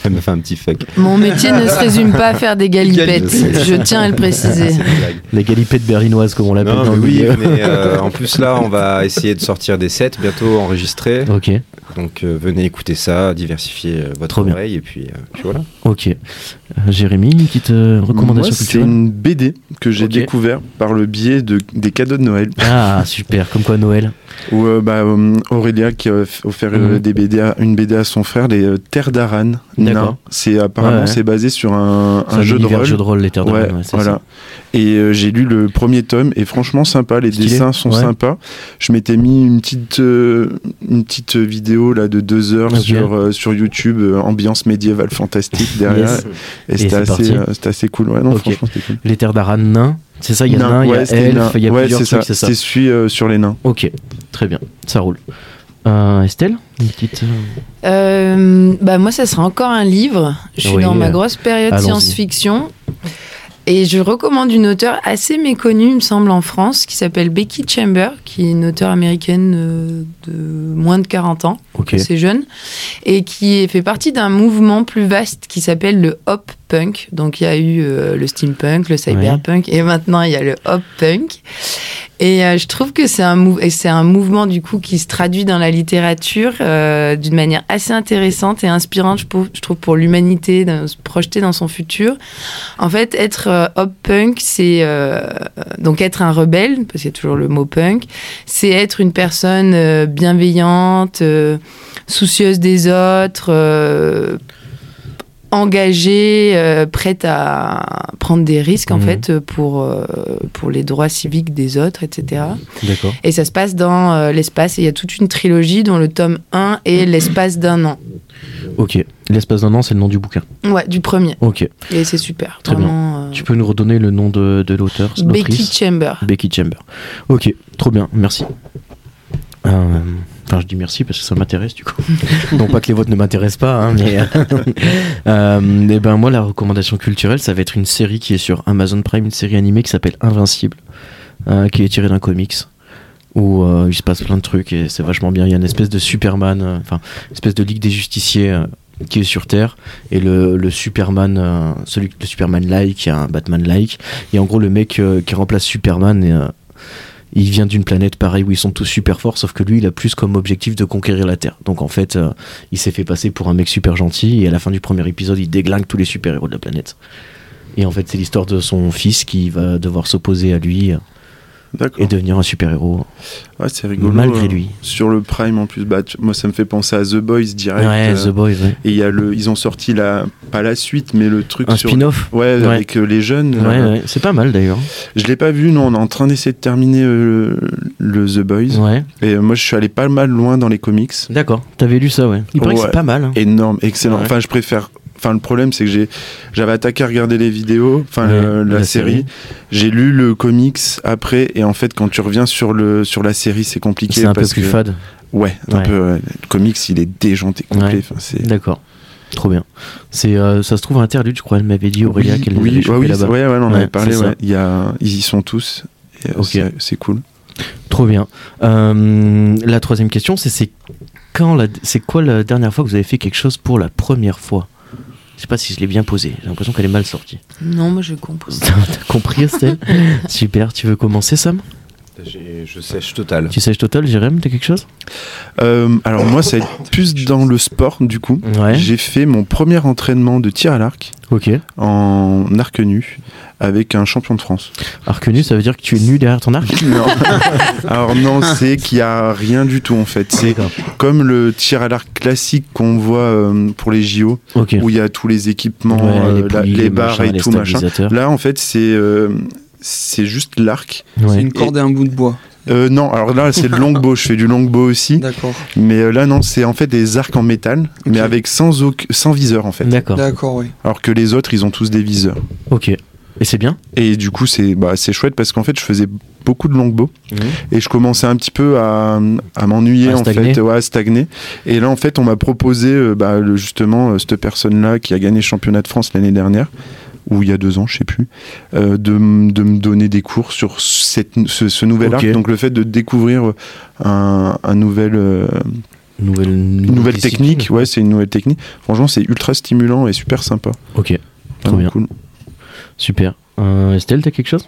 S4: Elle me fait un petit fuck.
S2: Mon métier ne se résume pas à faire des galipettes,
S4: Galipettes.
S2: je tiens à le
S1: Ah,
S2: préciser.
S4: C'est une blague.
S1: La galipette berlinoise, comme on l'appelle
S4: Non,
S1: dans
S4: mais
S1: le
S4: oui,
S1: milieu.
S4: venez, euh, en plus là, on va essayer de sortir des sets bientôt enregistrés.
S1: Ok,
S4: Donc euh, venez écouter ça, diversifier euh, votre
S1: Trop bien.
S4: oreille et puis, euh, puis voilà.
S1: ok. Euh, Jérémy, une petite euh, recommandation
S3: Moi, C'est
S1: culturelle
S3: une BD que j'ai
S1: Ok.
S3: découvert par le biais de, des cadeaux de Noël.
S1: Ah, super, comme quoi Noël.
S3: Où euh, bah, euh, Aurélia qui a f- offert euh,
S1: Mhm.
S3: des BD à- une BD à son frère, les euh, Terres d'Aran.
S1: D'accord.
S3: Nain. C'est apparemment
S1: Ouais, ouais.
S3: c'est basé sur un,
S1: C'est
S3: un jeu de
S1: univers
S3: rôle.
S1: jeu de rôle, les terres de
S3: Ouais,
S1: Rome, ouais, c'est
S3: voilà. Et euh, j'ai lu le premier tome et franchement sympa, les
S1: Stylé,
S3: dessins sont
S1: ouais.
S3: sympas. Je m'étais mis une petite euh, une petite vidéo là de deux heures
S1: Ok.
S3: sur euh, sur YouTube, euh, ambiance médiévale fantastique derrière.
S1: Yes.
S3: Et,
S1: c'est
S3: c'était
S1: parti.
S3: assez euh, c'était assez cool. Ouais, non,
S1: Ok.
S3: franchement c'était cool.
S1: ça. Les terres d'Aran, nain. C'est ça, il y a
S3: Nain,
S1: nain, il
S3: ouais,
S1: y a
S3: c'était nain.
S1: elfe, il y a
S3: Ouais,
S1: plusieurs
S3: c'est
S1: trucs,
S3: ça.
S1: c'est ça.
S3: C'est celui euh, sur les nains.
S1: Ok, très bien, ça roule. Euh, Estelle, une petite. euh,
S2: Euh, bah moi, ça sera encore un livre. Je suis
S1: Oui,
S2: dans
S1: euh,
S2: ma grosse période
S1: allons-y.
S2: science-fiction. Et je recommande une auteure assez méconnue, il me semble, en France, qui s'appelle Becky Chamber, qui est une auteure américaine euh, de moins de 40 ans,
S1: Ok.
S2: assez jeune, et qui fait partie d'un mouvement plus vaste qui s'appelle le hop punk. Donc il y a eu euh, le steampunk, le cyberpunk, et maintenant il y a le hop punk. Et euh, je trouve que c'est un, mou- et c'est un mouvement du coup qui se traduit dans la littérature euh, d'une manière assez intéressante et inspirante, je, pou- je trouve, pour l'humanité, de se projeter dans son futur. En fait, être euh, hop punk, c'est euh, donc être un rebelle, parce qu'il y a toujours le mot punk, c'est être une personne euh, bienveillante, euh, soucieuse des autres, euh, engagée, euh, prête à prendre des risques en
S1: Mhm.
S2: fait euh, pour, euh, pour les droits civiques des autres, etc.
S1: D'accord.
S2: Et ça se passe dans euh, l'espace. Et il y a toute une trilogie dont le tome 1 est l'espace d'un an.
S1: Ok, l'espace d'un an, c'est le nom du bouquin.
S2: Ouais, du premier.
S1: Ok,
S2: Et c'est super.
S1: Très bien.
S2: Vraiment, euh,
S1: tu peux nous redonner le nom de, de l'auteur de
S2: Becky
S1: l'autrice
S2: Chamber.
S1: Becky Chamber. Ok, trop bien, merci. Euh, Enfin, je dis merci parce que ça m'intéresse du coup. non pas que les vôtres ne m'intéressent pas, hein, mais. euh, eh ben moi, la recommandation culturelle, ça va être une série qui est sur Amazon Prime, une série animée qui s'appelle Invincible, euh, qui est tirée d'un comics où euh, il se passe plein de trucs et c'est vachement bien. Il y a une espèce de Superman, euh, enfin, une espèce de Ligue des Justiciers. euh, qui est sur Terre et le, le Superman euh, celui le Superman like il y a un Batman like et en gros, le mec euh, qui remplace Superman, et, euh, il vient d'une planète pareille où ils sont tous super forts, sauf que lui, il a plus comme objectif de conquérir la Terre. Donc en fait, euh, il s'est fait passer pour un mec super gentil, et à la fin du premier épisode, il déglingue tous les super-héros de la planète. Et en fait, c'est l'histoire de son fils qui va devoir s'opposer à lui euh,
S3: D'accord.
S1: et devenir un super-héros.
S3: Ouais, c'est rigolo.
S1: Malgré
S3: euh,
S1: lui.
S3: Sur le Prime en plus, bah, tu- moi ça me fait penser à The Boys direct.
S1: Ouais,
S3: euh,
S1: The Boys, ouais.
S3: Et il y a le, ils ont sorti la, pas la suite, mais le truc
S1: Un
S3: sur.
S1: spin-off
S3: Ouais,
S1: Ouais.
S3: avec euh, les jeunes.
S1: Ouais,
S3: euh,
S1: ouais, c'est pas mal d'ailleurs.
S3: Je l'ai pas vu, non. On est en train d'essayer de terminer euh, le, le The Boys.
S1: Ouais,
S3: Et euh, moi, je suis allé pas mal loin dans les comics.
S1: d'accord. T'avais lu ça, ouais. Il paraît que
S3: Ouais.
S1: c'est pas mal. hein.
S3: Énorme, excellent.
S1: Ouais.
S3: Enfin, je préfère. Enfin, le problème, c'est que j'ai, j'avais attaqué à regarder les vidéos, enfin
S1: Ouais,
S3: euh, la,
S1: la
S3: série.
S1: série.
S3: J'ai lu le comics après, et en fait, quand tu reviens sur le sur la série, c'est compliqué.
S1: C'est un peu
S3: parce
S1: plus
S3: que-
S1: fade.
S3: Ouais, un
S1: Ouais.
S3: peu. ouais. Le comics, il est déjanté complet.
S1: Ouais.
S3: Enfin, c'est.
S1: D'accord. Trop bien. C'est euh, ça se trouve interlude, je crois. Elle m'avait dit Aurélia
S3: oui,
S1: qu'elle les
S3: oui,
S1: avait
S3: ouais,
S1: chopés
S3: oui,
S1: là-bas.
S3: c'est- ouais, ouais, on en
S1: Ouais,
S3: avait parlé.
S1: c'est ça.
S3: ouais. Il y a, ils y sont tous. et, euh,
S1: Ok.
S3: c'est, c'est cool.
S1: Trop bien. Euh, la troisième question, c'est c'est quand la c'est quoi la dernière fois que vous avez fait quelque chose pour la première fois Je sais pas si je l'ai bien posée. J'ai l'impression qu'elle est mal sortie.
S2: Non, moi je compose.
S1: T'as compris, Estelle Super. Tu veux commencer, Sam
S4: J'ai- Je sèche total.
S1: Tu sèches total, Jérém T'as quelque chose
S3: Euh, alors moi, ça va être plus dans le sport du coup.
S1: Ouais.
S3: Mm. J'ai fait mon premier entraînement de tir à l'arc
S1: Ok.
S3: en arc nu avec un champion de France.
S1: Arc nu, ça veut dire que tu es nu derrière ton arc
S3: Non. Alors non, c'est qu'il y a rien du tout en fait. C'est
S1: D'accord.
S3: comme le tir à l'arc classique qu'on voit euh, pour les JO,
S1: Ok.
S3: où il y a tous les équipements,
S1: Ouais,
S3: euh, la-
S1: poulies,
S3: les, barres
S1: machins,
S3: et
S1: les
S3: tout machin.
S1: stabilisateurs.
S3: Là en fait c'est euh, c'est juste l'arc.
S5: C'est
S1: Ouais.
S5: une corde et un bout de bois.
S3: Euh, non, alors là c'est le longbow, je fais du longbow aussi,
S5: D'accord.
S3: mais euh, là non, c'est en fait des arcs en métal, mais
S5: Ok.
S3: avec sans, auc- sans viseur en fait.
S1: D'accord.
S5: D'accord, oui.
S3: Alors que les autres ils ont tous des viseurs.
S1: Ok. Et c'est bien
S3: Et du coup, c'est bah, c'est chouette parce qu'en fait, je faisais beaucoup de longbow et je commençais un petit peu à, à m'ennuyer
S1: Mhm. À
S3: en
S1: stagner.
S3: fait, ouais, à stagner. Et là, en fait, on m'a proposé euh, bah, le- justement euh, cette personne-là qui a gagné le championnat de France l'année dernière ou il y a deux ans, je sais plus, euh, de, m- de me donner des cours sur cette, ce, ce nouvel
S1: Ok.
S3: art. Donc le fait de découvrir euh, un, un nouvel, euh,
S1: Nouvelle,
S3: une nouvelle technique, ouais, c'est une nouvelle technique. Franchement, c'est ultra stimulant et super sympa.
S1: Ok, Trop
S3: Vraiment
S1: bien.
S3: cool.
S1: super. Euh, Estelle, t'as quelque chose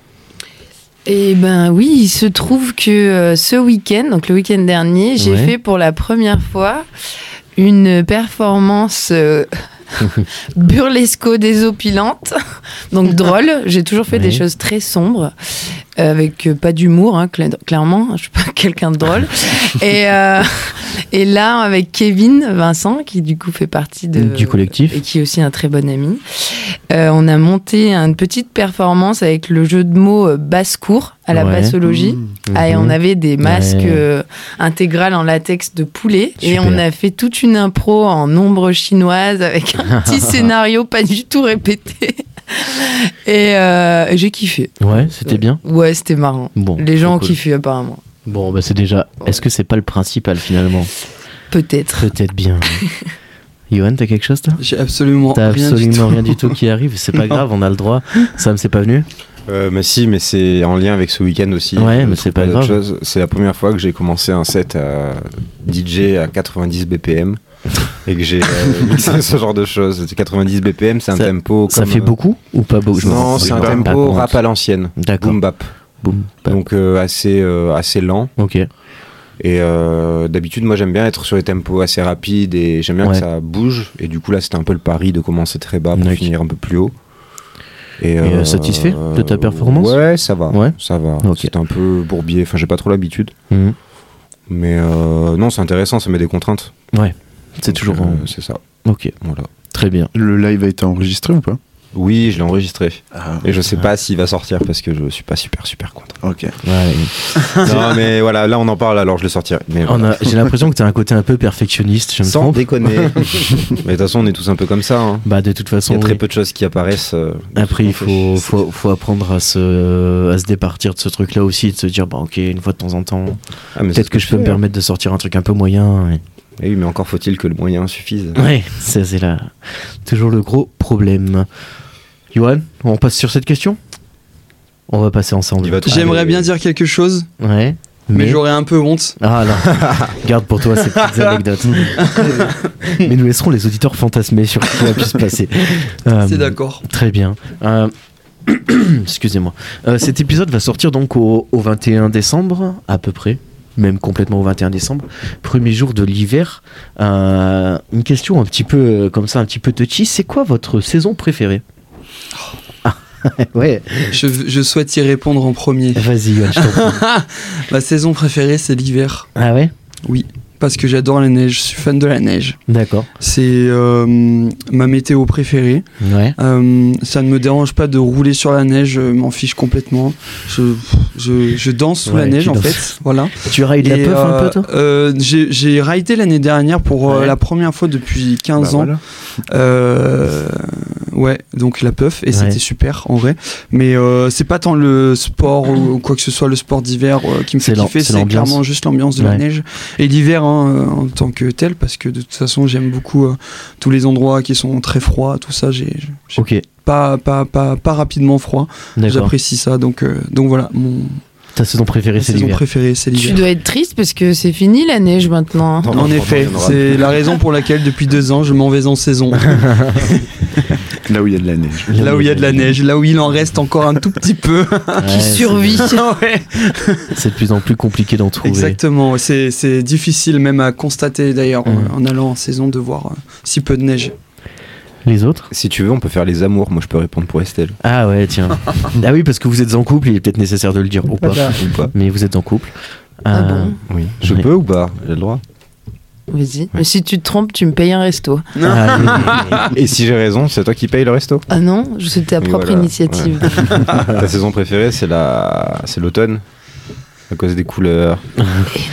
S2: Eh ben oui, il se trouve que euh, ce week-end, donc le week-end dernier, j'ai
S1: Ouais.
S2: fait pour la première fois une performance euh, burlesco-désopilante. Donc drôle, j'ai toujours fait des
S1: Ouais.
S2: choses très sombres, euh, avec euh, pas d'humour, hein, cla- clairement, je suis pas quelqu'un de drôle. et, euh, et là, avec Kevin Vincent, qui du coup fait partie de,
S1: Du collectif.
S2: et qui est aussi un très bon ami. Euh, on a monté une petite performance avec le jeu de mots euh, basse-cour à la
S1: Ouais. Mhm.
S2: bassologie.
S3: Mmh.
S2: Ah, et on avait des masques
S1: Ouais.
S2: euh, intégrales en latex de poulet. Et
S1: Super.
S2: on a fait toute une impro en ombre chinoise avec un petit scénario pas du tout répété. et euh, j'ai kiffé.
S1: Ouais, c'était bien.
S2: Ouais, c'était marrant.
S1: Bon,
S2: Les gens ont
S1: trop cool.
S2: kiffé apparemment.
S1: Bon, bah c'est déjà. Est-ce que c'est pas le principal finalement
S2: Peut-être.
S1: Peut-être bien. Johan, t'as quelque chose toi
S5: J'ai absolument
S1: T'as
S5: Oh, rien du
S1: absolument
S5: tout.
S1: rien du tout qui arrive, c'est pas grave, on a le droit. Sam, c'est pas venu
S4: Euh, mais si, mais c'est en lien avec ce week-end aussi.
S1: Ouais,
S4: Je
S1: mais
S4: trouve
S1: c'est pas
S4: d'autre
S1: grave.
S4: chose. C'est la première fois que j'ai commencé un set à DJ à 90 BPM et que j'ai euh, mixé ce genre de choses. 90 BPM, c'est un
S1: Ça-
S4: tempo.
S1: Ça
S4: comme-
S1: fait beaucoup ou pas beaucoup Je me
S4: Non,
S1: rends-
S4: c'est
S1: je
S4: un
S1: me rends pas
S4: tempo
S1: compte.
S4: rap à l'ancienne.
S1: D'accord.
S4: Boom bap.
S1: Boum.
S4: Donc euh, assez, euh, assez lent.
S1: Ok.
S4: Et euh, d'habitude, moi j'aime bien être sur les tempos assez rapides et j'aime bien
S1: Ouais.
S4: que ça bouge. Et du coup, là c'était un peu le pari de commencer très bas pour
S1: Ok.
S4: finir un peu plus haut. Et,
S1: euh, satisfait de ta performance
S4: Ouais, ça va.
S1: Ouais.
S4: Ça va.
S1: Ok.
S4: C'était un peu bourbier. Enfin, j'ai pas trop l'habitude.
S1: Mhm.
S4: Mais euh, non, c'est intéressant, ça met des contraintes.
S1: C'est
S4: Donc,
S1: toujours.
S4: euh,
S1: en-
S4: c'est ça.
S1: Ok,
S4: Voilà.
S1: très bien.
S3: Le live a été enregistré ou pas
S4: Oui, je l'ai enregistré.
S3: Ah,
S4: Et je sais pas s'il va sortir parce que je suis pas super super content.
S3: ok.
S1: Ouais.
S4: non, mais voilà, là on en parle alors je le sortirai. Mais
S1: On
S4: voilà.
S1: a- J'ai l'impression que t'as un côté un peu perfectionniste, Oh, je me
S4: Sans
S1: trompe.
S4: déconner. mais de toute façon, on est tous un peu comme ça. hein.
S1: Bah, de toute
S4: Il y
S1: façon,
S4: a très
S1: oui.
S4: peu de choses qui apparaissent. euh, de
S1: Après,
S4: ce
S1: il
S4: qu'on fait.
S1: faut, faut, faut apprendre à se, à se départir de ce truc-là aussi, de se dire, bah ok, une fois de temps en temps,
S4: Ah, mais c'est
S1: peut-être
S4: ce
S1: que je peux me
S4: fais, hein.
S1: permettre de sortir un truc un peu moyen.
S4: Eh oui, mais encore faut-il que le moyen suffise.
S1: et- Ouais, ça, c'est là toujours le gros problème. Johan, on passe sur cette question On va passer ensemble.
S4: Il va te-
S5: J'aimerais
S4: Allez.
S5: bien dire quelque chose,
S1: Ouais.
S5: mais, j'aurais un peu honte.
S1: Ah non, garde pour toi ces petites anecdotes. mais nous laisserons les auditeurs fantasmer sur ce qui a pu se passer. Euh,
S5: C'est d'accord.
S1: Très bien. Euh, Excusez-moi. Euh, cet épisode va sortir donc au, au 21 décembre, à peu près, même complètement au 21 décembre, premier jour de l'hiver. Euh, une question un petit peu euh, comme ça, un petit peu touchy. C'est quoi votre saison préférée Ah, Ouais,
S5: Je, je souhaite y répondre en premier.
S1: vas-y, Yoann, je t'en prie.
S5: Ma saison préférée, c'est l'hiver.
S1: Ah ouais
S5: Parce que j'adore la neige, je suis fan de la neige.
S1: D'accord.
S5: C'est euh, ma météo préférée.
S1: Ouais.
S5: Euh, ça ne me dérange pas de rouler sur la neige, je m'en fiche complètement. Je, je, je danse sous
S1: Ouais,
S5: la
S1: tu
S5: neige en
S1: danses.
S5: fait. Voilà.
S1: Tu rides la
S5: Et,
S1: puff un
S5: euh,
S1: peu, toi
S5: euh, J'ai j'ai ridé l'année dernière pour euh,
S1: Ouais.
S5: la première fois depuis 15
S3: Bah
S5: ans.
S3: voilà.
S5: Euh, ouais, donc la puff, et
S1: Ouais.
S5: c'était super en vrai. Mais euh, c'est pas tant le sport ou, ou quoi que ce soit, le sport d'hiver euh, qui me
S1: C'est
S5: fait
S1: l'am-
S5: kiffer,
S1: c'est
S5: c'est
S1: l'ambiance.
S5: clairement juste l'ambiance de
S1: Ouais.
S5: la neige. Et l'hiver hein, euh, en tant que tel, parce que de toute façon j'aime beaucoup euh, tous les endroits qui sont très froids, tout ça, j'ai j'ai
S1: Ok,
S5: pas, pas, pas, pas rapidement froid.
S1: d'accord.
S5: J'apprécie ça, donc, euh, donc voilà, mon
S1: Ta saison préférée,
S5: ma
S1: c'est
S5: saison
S1: l'hiver.
S5: préférée, c'est
S2: Tu
S5: l'hiver.
S2: dois être triste parce que c'est fini la neige maintenant. hein.
S4: Non, non,
S5: En
S4: je
S5: effet,
S4: comprends, il y en
S5: c'est la raison pour laquelle depuis deux ans je m'en vais en saison.
S3: Là où il y a de la neige.
S5: Là où il y a de la neige, là où il en reste encore un tout petit peu.
S1: Ouais,
S2: Qui
S1: c'est-
S2: survit.
S5: Ouais.
S1: C'est de plus en plus compliqué d'en trouver.
S5: Exactement, c'est c'est difficile même à constater d'ailleurs
S1: Ouais.
S5: en, en allant en saison de voir euh, si peu de neige.
S1: Les autres
S4: Si tu veux, on peut faire les amours. Moi, je peux répondre pour Estelle.
S1: Ah ouais, tiens. ah oui, parce que vous êtes en couple, il est peut-être nécessaire de le dire ou pas.
S4: Ou pas
S1: Mais vous êtes en couple.
S2: Ah
S1: Euh,
S2: bon
S4: Oui. Je
S1: Ouais.
S4: peux ou pas J'ai le droit.
S2: Vas-y. Mais si tu te trompes, tu me payes un resto.
S1: ah oui.
S4: Et si j'ai raison, c'est toi qui paye le resto.
S2: Ah non, je- c'est ta
S4: Oui,
S2: propre
S1: Ah.
S4: voilà.
S2: initiative.
S4: Ta saison préférée, c'est la, c'est l'automne. à cause des couleurs.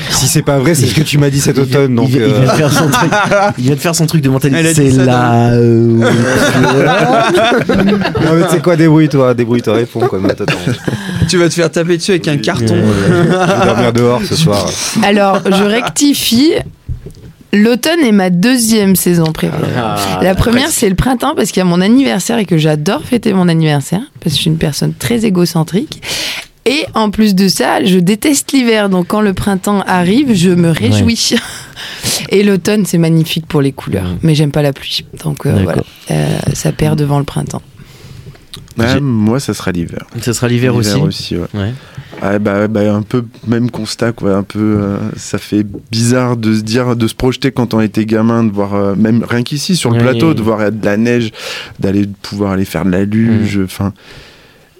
S4: si c'est pas vrai, c'est ce que tu m'as dit cet
S1: Il vient-
S4: automne. Donc,
S1: il, vient, il
S4: euh,
S1: vient de faire son truc, il vient de faire son truc de
S5: Elle
S1: mentalité.
S5: a dit
S1: C'est euh,
S5: ça
S1: là.
S5: dans-
S4: non, mais tu sais quoi, débrouille-toi, débrouille-toi, réponds quoi. mais t'attends.
S5: Tu vas te faire taper dessus avec un carton.
S4: Je vais dormir dehors ce soir.
S2: Alors, je rectifie. L'automne est ma deuxième saison préférée.
S5: Ah,
S1: Ah.
S2: La première, c'est le printemps parce qu'il y a mon anniversaire et que j'adore fêter mon anniversaire parce que je suis une personne très égocentrique. Et en plus de ça, je déteste l'hiver. Donc quand le printemps arrive, je me réjouis. Et l'automne, c'est magnifique pour les couleurs.
S1: Mhm.
S2: Mais j'aime pas la pluie. Donc euh,
S1: D'accord.
S2: voilà, Euh, ça perd devant le printemps.
S3: Ah,
S1: J'ai-
S3: moi, ça sera l'hiver.
S1: Ça sera l'hiver aussi.
S3: ouais.
S1: Ouais.
S3: Ah, bah, bah, un peu même constat quoi. Un peu, euh, ça fait bizarre de se dire, de se projeter quand on était gamin, de voir euh, même rien qu'ici sur le
S1: Ouais.
S3: plateau, de voir euh, de la neige, d'aller pouvoir aller faire de la
S1: Mm.
S3: luge, enfin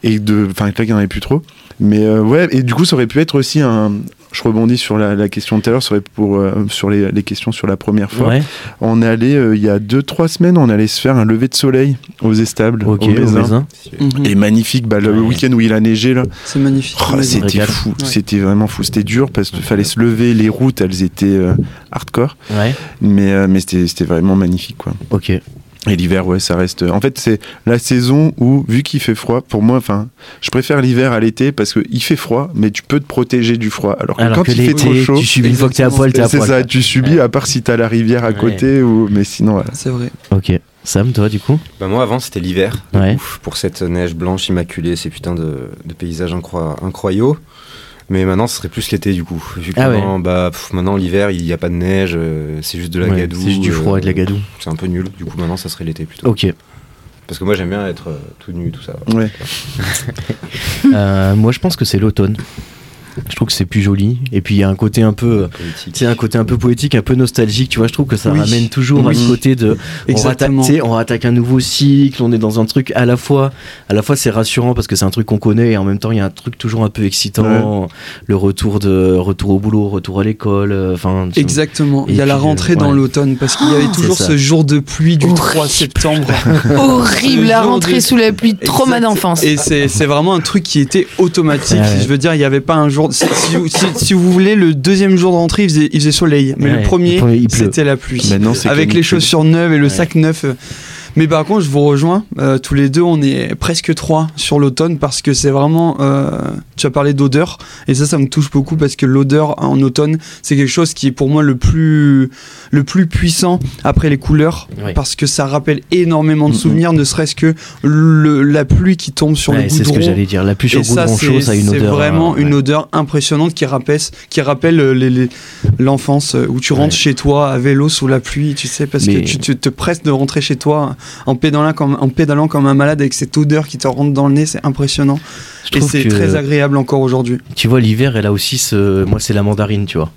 S3: et de, enfin là il n'y en avait plus trop. Mais euh, ouais, et du coup ça aurait pu être aussi un. Je rebondis sur la, la question de tout à l'heure, ça aurait pour euh, sur les, les questions sur la première fois.
S1: Ouais.
S3: On allait euh, il y a deux trois semaines, on allait se faire un lever de soleil aux Estables,
S1: Ok.
S3: au Mézin.
S1: au Mézin.
S5: Mhm.
S3: Et magnifique, bah, le
S1: Ouais.
S3: week-end où il a neigé là.
S5: C'est magnifique.
S3: Oh,
S5: Mais-
S1: c'est-
S3: c'était
S1: Régal.
S3: fou,
S5: Ouais.
S3: c'était vraiment fou, c'était dur parce qu'il fallait se lever, les routes elles étaient euh, hardcore,
S1: Ouais.
S3: mais, euh, mais c'était c'était vraiment magnifique quoi.
S1: Ok.
S3: Et l'hiver ouais ça reste, euh, en fait c'est la saison où vu qu'il fait froid, pour moi enfin je préfère l'hiver à l'été parce qu'il fait froid mais tu peux te protéger du froid alors que
S1: Alors
S3: quand
S1: que
S3: il fait trop
S1: l'été,
S3: chaud...
S1: tu subis une fois que t'es à poil, t'es à
S3: C'est
S1: poil.
S3: ça, tu subis à part si t'as la rivière à
S1: Ouais.
S3: côté ou mais sinon voilà.
S5: C'est vrai.
S1: Ok. Sam, toi, du coup
S4: Bah moi avant c'était l'hiver, de
S1: Ouais.
S4: ouf, pour cette neige blanche immaculée, ces putains de, de paysages incroyables, incroyaux. Mais maintenant ce serait plus l'été du coup. Vu que
S1: Ah ouais.
S4: maintenant, bah, pff, maintenant l'hiver il n'y a pas de neige, euh, c'est juste de la
S1: Ouais,
S4: gadoue.
S1: C'est juste du froid et de la
S4: euh,
S1: gadoue.
S4: C'est un peu nul, du coup maintenant ça serait l'été plutôt.
S1: Ok.
S4: Parce que moi j'aime bien être euh, tout nu, tout ça.
S3: Ouais.
S1: Euh, moi, je pense que c'est l'automne. Je trouve que c'est plus joli. Et puis, il y a un côté un peu.
S4: Politique.
S1: C'est un côté un peu poétique, un peu nostalgique, tu vois. Je trouve que ça
S5: Oui.
S1: ramène toujours à
S5: Oui.
S1: ce côté de. On rattaque,
S5: Exactement.
S1: tu sais, on rattaque un nouveau cycle, on est dans un truc à la fois. À la fois, c'est rassurant parce que c'est un truc qu'on connaît et en même temps, il y a un truc toujours un peu excitant. Le retour, de, retour au boulot, retour à l'école. euh, Enfin, tu-
S5: Exactement.
S1: Et
S5: Il y a la
S1: puis, euh,
S5: rentrée dans
S1: ouais. Ah,
S5: l'automne parce qu'il y avait toujours
S1: ça.
S5: ce jour de pluie du
S2: Horrible.
S5: 3 septembre.
S2: Horrible la
S5: Le jour
S2: rentrée
S5: de-
S2: sous la pluie, trauma
S5: Exact.
S2: d'enfance.
S5: Et c'est c'est vraiment un truc qui était automatique.
S1: Ah Ouais, ouais.
S5: Je veux dire, il n'y avait pas un jour. Si, si vous- si- si vous voulez, le deuxième jour de rentrée, il faisait, il faisait soleil. Mais
S1: Ouais,
S5: le premier,
S1: il pleut. Bah,
S5: c'était la pluie.
S3: Maintenant, c'est
S5: Avec les
S3: canicule.
S5: chaussures neuves et le
S1: Ouais.
S5: sac neuf. euh. Mais par contre, je vous rejoins. euh, tous les deux, on est presque trois sur l'automne parce que c'est vraiment. euh, tu as parlé d'odeur. Et ça, ça me touche beaucoup parce que l'odeur en automne, c'est quelque chose qui est pour moi le plus, le plus puissant après les couleurs.
S1: Ouais. Mm,
S5: Parce que ça rappelle énormément de
S3: Mhm.
S5: souvenirs, ne serait-ce que le- la pluie qui tombe sur
S1: Ouais,
S5: les
S1: c'est ce que
S5: goudrons.
S1: j'allais dire. La pluie sur
S5: Et ça,
S1: goudron chaud,
S5: c'est
S1: ça a une
S5: c'est
S1: odeur.
S5: vraiment
S1: euh,
S5: une
S1: ouais.
S5: odeur impressionnante qui rappelle, qui rappelle euh, les- les- l'enfance euh, où tu rentres
S1: Ouais.
S5: chez toi à vélo sous la pluie, tu sais, parce
S1: Mais-
S5: que tu, tu te presses de rentrer chez toi en pédalant comme, en pédalant comme un malade avec cette odeur qui te rentre dans le nez, c'est impressionnant.
S1: Je
S5: Et
S1: trouve
S5: c'est
S1: que,
S5: très agréable encore aujourd'hui.
S1: Tu vois, l'hiver, elle a aussi ce. Moi, c'est la mandarine, tu vois.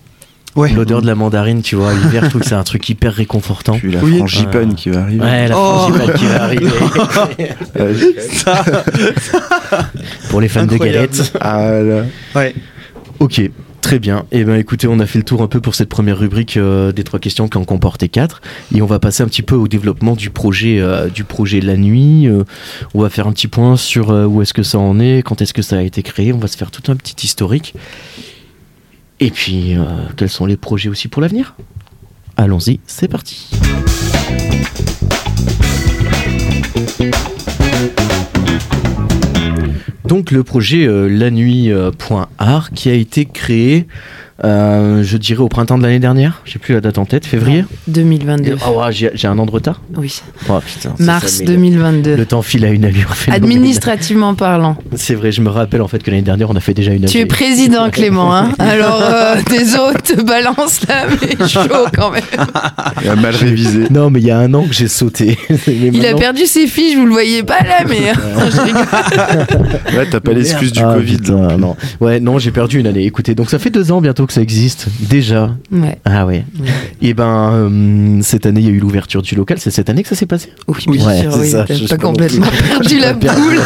S5: Ouais. Mm.
S1: L'odeur de la mandarine, tu vois. L'hiver, je trouve que c'est un truc hyper réconfortant.
S3: Puis la
S5: Oui.
S3: frangipane
S1: Euh,
S3: qui va arriver.
S1: Ouais, la
S5: Oh.
S1: frangipane qui va arriver.
S3: Euh,
S5: Ça,
S1: Pour les fans
S5: Incroyable.
S1: de galettes.
S3: ah là.
S5: ouais.
S1: Ok, très bien. Eh ben, écoutez, on a fait le tour un peu pour cette première rubrique euh, des trois questions qui en comportait quatre. Et on va passer un petit peu au développement du projet, euh, du projet La Nuit. Euh, on va faire un petit point sur euh, où est-ce que ça en est, quand est-ce que ça a été créé. On va se faire tout un petit historique. Et puis, euh, quels sont les projets aussi pour l'avenir Allons-y, c'est parti. Donc le projet euh, la nuit.art qui a été créé, euh, je dirais au printemps de l'année dernière, j'ai plus la date en tête, février.
S2: 2022.
S1: Ah ouais, j'ai j'ai un an de retard.
S2: Oui.
S1: Oh, putain, c'est
S2: Mars
S1: ça, mais le-
S2: 2022.
S1: Le temps file à une allure. phénoménale.
S2: Administrativement parlant.
S1: C'est vrai, je me rappelle en fait que l'année dernière on a fait déjà une.
S2: Tu es président, Clément. Hein Alors, euh, tes autres te balancent là, mais chaud quand même.
S3: Il a mal révisé.
S1: Non, mais il y a un an que j'ai sauté. Mais
S2: Il a
S1: maintenant-
S2: perdu ses fiches, vous le voyez pas là, mais. hein.
S3: Là, t'as pas l'excuse du
S1: Ah,
S3: Covid.
S1: putain,
S3: là.
S1: non. Ouais, non, j'ai perdu une année. Écoutez, donc ça fait deux ans bientôt que ça existe. Déjà.
S2: Ouais.
S1: Ah ouais.
S2: Ouais.
S1: Et ben, euh, cette année, il y a eu l'ouverture du local. C'est cette année que ça s'est passé
S2: Oui,
S1: Oui,
S2: bien
S1: ouais,
S2: sûr,
S1: c'est
S2: oui.
S1: ça,
S2: T'as
S1: je sais
S2: pas
S1: pas non
S2: complètement perdu la
S1: J'ai pas perdu.
S2: boule.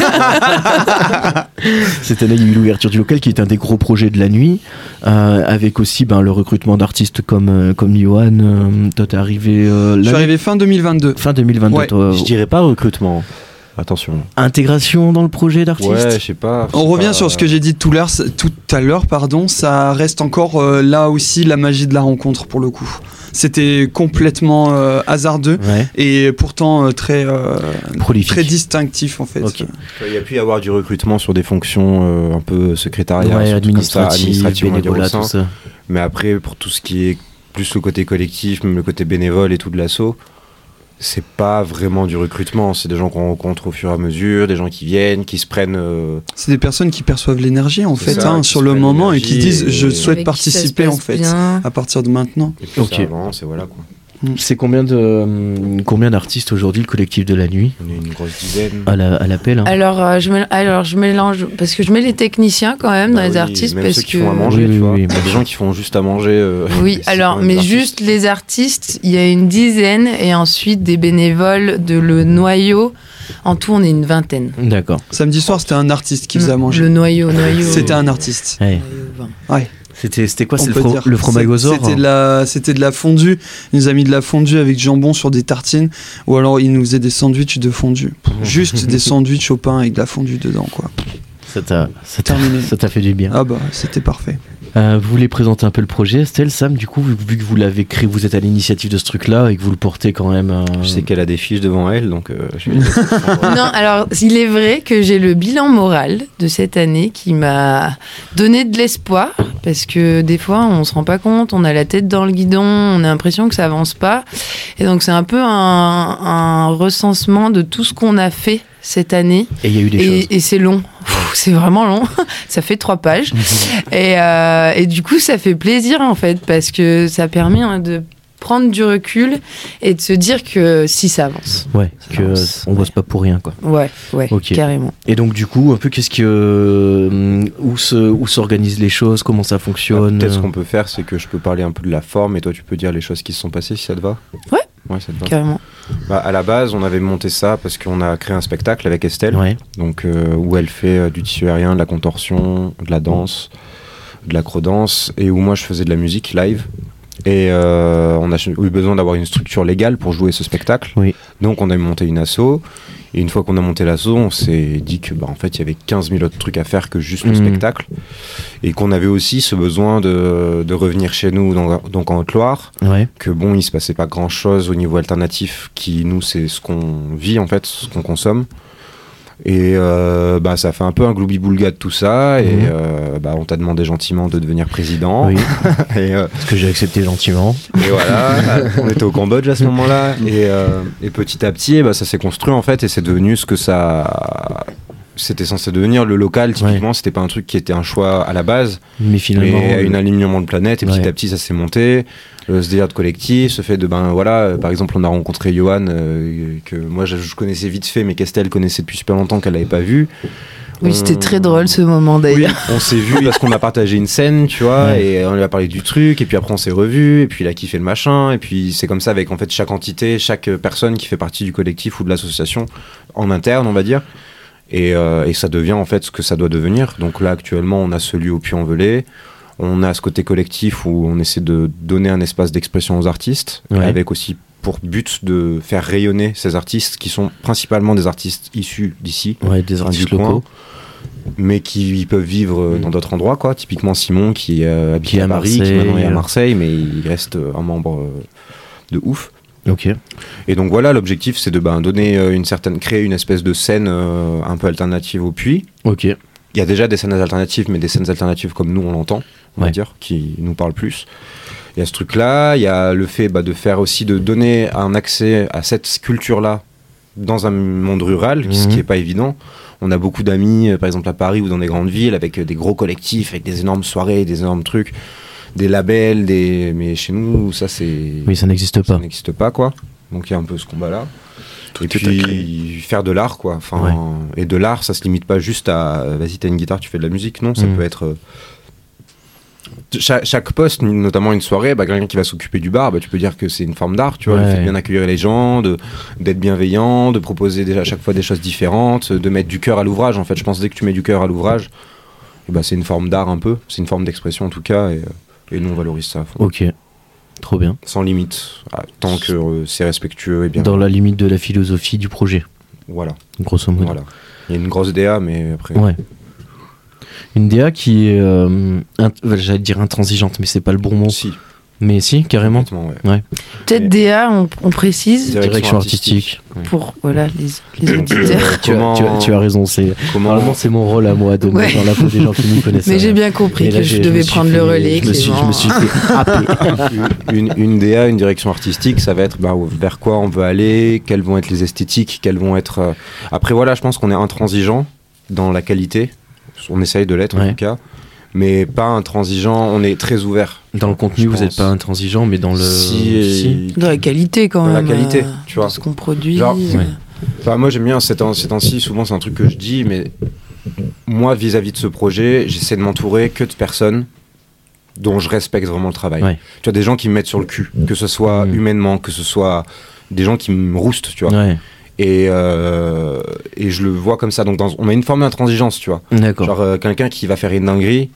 S1: Cette année, il y a eu l'ouverture du local qui est un des gros projets de la nuit, euh, avec aussi ben, le recrutement d'artistes comme, euh, comme Johan. Euh, toi, t'es arrivé euh,
S5: Je suis
S1: là-
S5: arrivé fin 2022.
S1: fin 2022.
S5: Ouais,
S1: toi,
S6: Je dirais pas recrutement.
S4: Attention.
S1: Intégration dans le projet d'artiste
S4: Ouais, je sais pas.
S5: On
S4: c'est
S5: revient
S4: pas-
S5: sur ce que j'ai dit tout à l'heure, c'est- tout à l'heure, pardon, ça reste encore euh, là aussi la magie de la rencontre pour le coup. C'était complètement euh, hasardeux
S1: Ouais,
S5: et pourtant euh, très euh,
S1: prolifique.
S5: très distinctif en fait.
S1: Ok.
S4: Il y a pu y avoir du recrutement sur des fonctions euh, un peu secrétariat,
S1: Ouais,
S4: surtout comme ça,
S1: administratif,
S4: administrative, on va dire, au
S1: bénévolat,
S4: sein.
S1: tout ça.
S4: Mais après, pour tout ce qui est plus le côté collectif, même le côté bénévole et tout de l'assaut, c'est pas vraiment du recrutement. C'est des gens qu'on rencontre au fur et à mesure, des gens qui viennent, qui se prennent. euh,
S5: C'est des personnes qui perçoivent l'énergie en
S4: C'est
S5: fait
S4: ça,
S5: hein,
S4: qui
S5: sur
S4: se
S5: le
S4: prennent
S5: moment et qui
S4: l'énergie
S5: disent
S4: et-
S5: je souhaite
S2: Avec qui ça se
S5: participer en
S2: passe
S5: fait
S2: bien.
S5: à partir de maintenant.
S4: et puis
S1: Ok.
S4: ça avance, et voilà quoi.
S1: C'est combien de euh, combien d'artistes aujourd'hui le collectif de la nuit
S4: On est une grosse dizaine.
S1: à la- à l'appel hein.
S2: Alors, euh, je mél- alors, je mélange, parce que je mets les techniciens quand même
S4: Bah
S2: dans les
S4: oui,
S2: artistes,
S4: même
S2: parce
S4: ceux
S2: que.
S4: qui font à manger,
S1: Oui,
S4: tu
S1: oui,
S4: vois.
S1: oui,
S4: Il y a des gens qui font juste à manger. euh,
S2: Oui,
S4: c'est quand
S2: alors,
S4: même
S2: mais
S4: des
S2: juste
S4: artistes.
S2: les artistes, il y a une dizaine et ensuite des bénévoles de le noyau. En tout, on est une vingtaine.
S1: D'accord.
S5: Samedi soir, c'était un artiste qui faisait à manger.
S2: Le noyau, noyau.
S5: C'était un artiste.
S1: Ouais.
S2: noyau vingt.
S1: C'était c'était quoi
S5: On
S1: Ah, C'est le,
S5: peut
S1: fro-
S5: dire.
S1: le
S5: C'est-
S1: fromagosaure
S5: C'était de la, c'était de la fondue. Il nous a mis de la fondue avec du jambon sur des tartines, ou alors il nous faisait des sandwichs de fondue. Juste des sandwichs au pain avec de la fondue dedans, quoi.
S1: Ça t'a ça t'a-
S5: Terminé.
S1: ça t'a fait du bien.
S5: Ah bah, c'était parfait.
S1: Euh, vous voulez présenter un peu le projet, Estelle, Sam Du coup, vu, vu que vous l'avez créé, vous êtes à l'initiative de ce truc-là et que vous le portez quand même. euh,
S4: Je sais qu'elle a des fiches devant elle, donc euh, je vais laisser prendre.
S2: Non, alors il est vrai que j'ai le bilan moral de cette année qui m'a donné de l'espoir parce que des fois on se rend pas compte, on a la tête dans le guidon, on a l'impression que ça avance pas et donc c'est un peu un, un recensement de tout ce qu'on a fait cette année
S1: Et il y a eu des choses.
S2: et, et c'est long, Pff, c'est vraiment long, ça fait trois pages et, euh, et du coup ça fait plaisir en fait parce que ça permet hein, de prendre du recul et de se dire que si ça avance.
S1: Ouais, que euh,
S2: avance,
S1: on bosse pas pour rien, quoi.
S2: Ouais, ouais,
S1: Ok.
S2: carrément.
S1: Et donc, du coup, un peu, qu'est-ce que euh, où se où s'organisent les choses, comment ça fonctionne
S4: Ah, Peut-être ce qu'on peut faire, c'est que je peux parler un peu de la forme et toi tu peux dire les choses qui se sont passées si ça te va.
S2: Ouais.
S4: Ouais, ça te va.
S2: Carrément.
S4: Bah, à la base, on avait monté ça parce qu'on a créé un spectacle avec Estelle,
S1: Ouais.
S4: donc euh, où elle fait euh, du tissu aérien, de la contorsion, de la danse, de l'acrodance, et où moi je faisais de la musique live. Et euh, on a ch- eu besoin d'avoir une structure légale pour jouer ce spectacle.
S1: Oui.
S4: Donc on a monté une asso. Et une fois qu'on a monté l'asso, on s'est dit que bah, en fait il y avait 15 000 autres trucs à faire que juste le
S1: Mhm.
S4: spectacle. Et qu'on avait aussi ce besoin de, de revenir chez nous, donc, donc en Haute-Loire
S1: Ouais.
S4: que bon, il se passait pas grand chose au niveau alternatif, qui nous, c'est ce qu'on vit en fait, ce qu'on consomme. Et euh, bah, ça fait un peu un gloubi-boulga de tout ça. Et
S1: Mhm.
S4: euh, bah, on t'a demandé gentiment de devenir président.
S1: Oui.
S4: Et, euh,
S1: Parce que j'ai accepté gentiment.
S4: et voilà, on était au Cambodge à ce moment-là. Et, euh, et petit à petit, bah, ça s'est construit en fait. Et c'est devenu ce que ça. C'était censé devenir. Le local, typiquement, c'était pas un truc qui était un choix à la base.
S1: Mais finalement.
S4: Mais à une
S1: euh,
S4: alignement de planète, et petit
S1: Ouais.
S4: à petit ça s'est monté. Euh, ce délire de collectif, ce fait de ben voilà, euh, par exemple on a rencontré Johan euh, que moi je, je connaissais vite fait, mais qu'Estelle connaissait depuis super longtemps qu'elle n'avait pas vu.
S2: Oui,
S1: Euh,
S4: On-
S2: c'était très drôle ce moment d'ailleurs.
S4: On s'est vu parce qu'on a partagé une scène, tu vois,
S1: Ouais.
S4: et on lui a parlé du truc, et puis après on s'est revus, et puis il a kiffé le machin, et puis c'est comme ça avec en fait chaque entité, chaque euh, personne qui fait partie du collectif ou de l'association en interne, on va dire. Et, euh, et ça devient en fait ce que ça doit devenir. Donc là, actuellement, on a ce lieu au Puy-en-Velay. On a ce côté collectif où on essaie de donner un espace d'expression aux artistes,
S1: Ouais.
S4: avec aussi pour but de faire rayonner ces artistes qui sont principalement des artistes issus d'ici,
S1: euh, Ouais, des artistes
S4: du coin,
S1: locaux.
S4: mais qui peuvent vivre euh,
S1: Mm.
S4: dans d'autres endroits, quoi. Typiquement Simon qui euh, habite
S1: Qui est
S4: à
S1: à
S4: Paris, qui
S1: Marseille,
S4: maintenant est à
S1: euh.
S4: Marseille, mais il reste euh, un membre euh, de ouf.
S1: Ok.
S4: Et donc voilà, l'objectif c'est de ben, donner euh, une certaine, créer une espèce de scène euh, un peu alternative au puits.
S1: Ok.
S4: Il y a déjà des scènes alternatives, mais des scènes alternatives comme nous on l'entend, on
S1: Ouais.
S4: va dire, qui nous parlent plus. Il y a ce truc-là, il y a le fait bah, de faire aussi, de donner un accès à cette culture-là dans un monde rural, qui- ce
S1: Mhm.
S4: qui n'est pas évident. On a beaucoup d'amis, euh, par exemple à Paris ou dans des grandes villes, avec euh, des gros collectifs, avec des énormes soirées, des énormes trucs, des labels, des... mais chez nous, ça c'est
S1: Oui, ça n'existe
S4: ça
S1: pas.
S4: n'existe pas quoi donc il y a un peu ce combat là et
S3: est à
S4: puis faire de l'art quoi enfin et de l'art ça se limite pas juste à euh, vas-y t'as une guitare tu fais de la musique non ça
S1: Mm.
S4: peut être euh, cha- chaque poste notamment une soirée bah, quelqu'un qui va s'occuper du bar bah, tu peux dire que c'est une forme d'art tu vois le
S1: Ouais.
S4: fait de bien accueillir les gens de d'être bienveillant de proposer déjà à chaque fois des choses différentes de mettre du cœur à l'ouvrage en fait je pense dès que tu mets du cœur à l'ouvrage bah, c'est une forme d'art un peu c'est une forme d'expression en tout cas et, euh, et nous on valorise ça à fond
S1: Ok. Trop bien.
S4: sans limite, ah, tant que euh, c'est respectueux et bien.
S1: Dans la limite de la philosophie du projet.
S4: Voilà.
S1: grosso modo.
S4: voilà. Il y a une grosse DA, mais après.
S1: Ouais. Une DA qui est, euh, int- enfin, j'allais dire intransigeante, mais c'est pas le bon mot.
S4: Si,
S1: Mais si, carrément.
S4: complètement, ouais.
S2: Peut-être DA, on, on précise
S4: Direction
S1: Direction artistique.
S4: artistique.
S2: pour voilà, les, les
S4: Donc, euh,
S2: auditeurs.
S1: Tu,
S4: comment-
S1: as, tu as- tu as raison, c'est
S4: Comment
S1: normalement c'est mon rôle à moi de me
S2: Ouais.
S1: mettre dans la peau des gens qui nous connaissent.
S2: Mais j'ai bien
S1: Et
S2: compris
S1: là,
S2: que je
S1: j'ai-
S2: devais
S1: me suis
S2: prendre le
S1: fait-
S2: relais.
S1: Je me suis, je me
S2: Clément.
S1: suis fait happer.
S4: une, une DA, une direction artistique, ça va être bah, vers quoi on veut aller, quelles vont être les esthétiques, quelles vont être. euh, Après voilà, je pense qu'on est intransigeant dans la qualité. On essaye de l'être en
S1: Ouais.
S4: tout cas, mais pas intransigeant. On est très ouvert.
S1: Dans le contenu,
S4: Je
S1: vous
S4: pense.
S1: n'êtes pas intransigeant, mais dans le. Si.
S4: Si,
S2: Dans la qualité quand
S4: Dans la
S2: même.
S4: qualité,
S2: euh,
S4: tu vois.
S2: de ce qu'on produit.
S4: Genre,
S2: euh,
S1: ouais.
S4: Enfin, moi j'aime bien ces temps- ces temps-ci, souvent c'est un truc que je dis, mais moi vis-à-vis de ce projet, j'essaie de m'entourer que de personnes dont je respecte vraiment le travail.
S1: Ouais.
S4: Tu as des gens qui me mettent sur le cul, que ce soit
S1: Mm.
S4: humainement, que ce soit des gens qui me roustent, tu vois.
S1: Ouais,
S4: Et, euh, et je le vois comme ça. Donc dans- on a une forme d'intransigeance, tu vois.
S1: d'accord.
S4: Genre euh, quelqu'un qui va faire une dinguerie,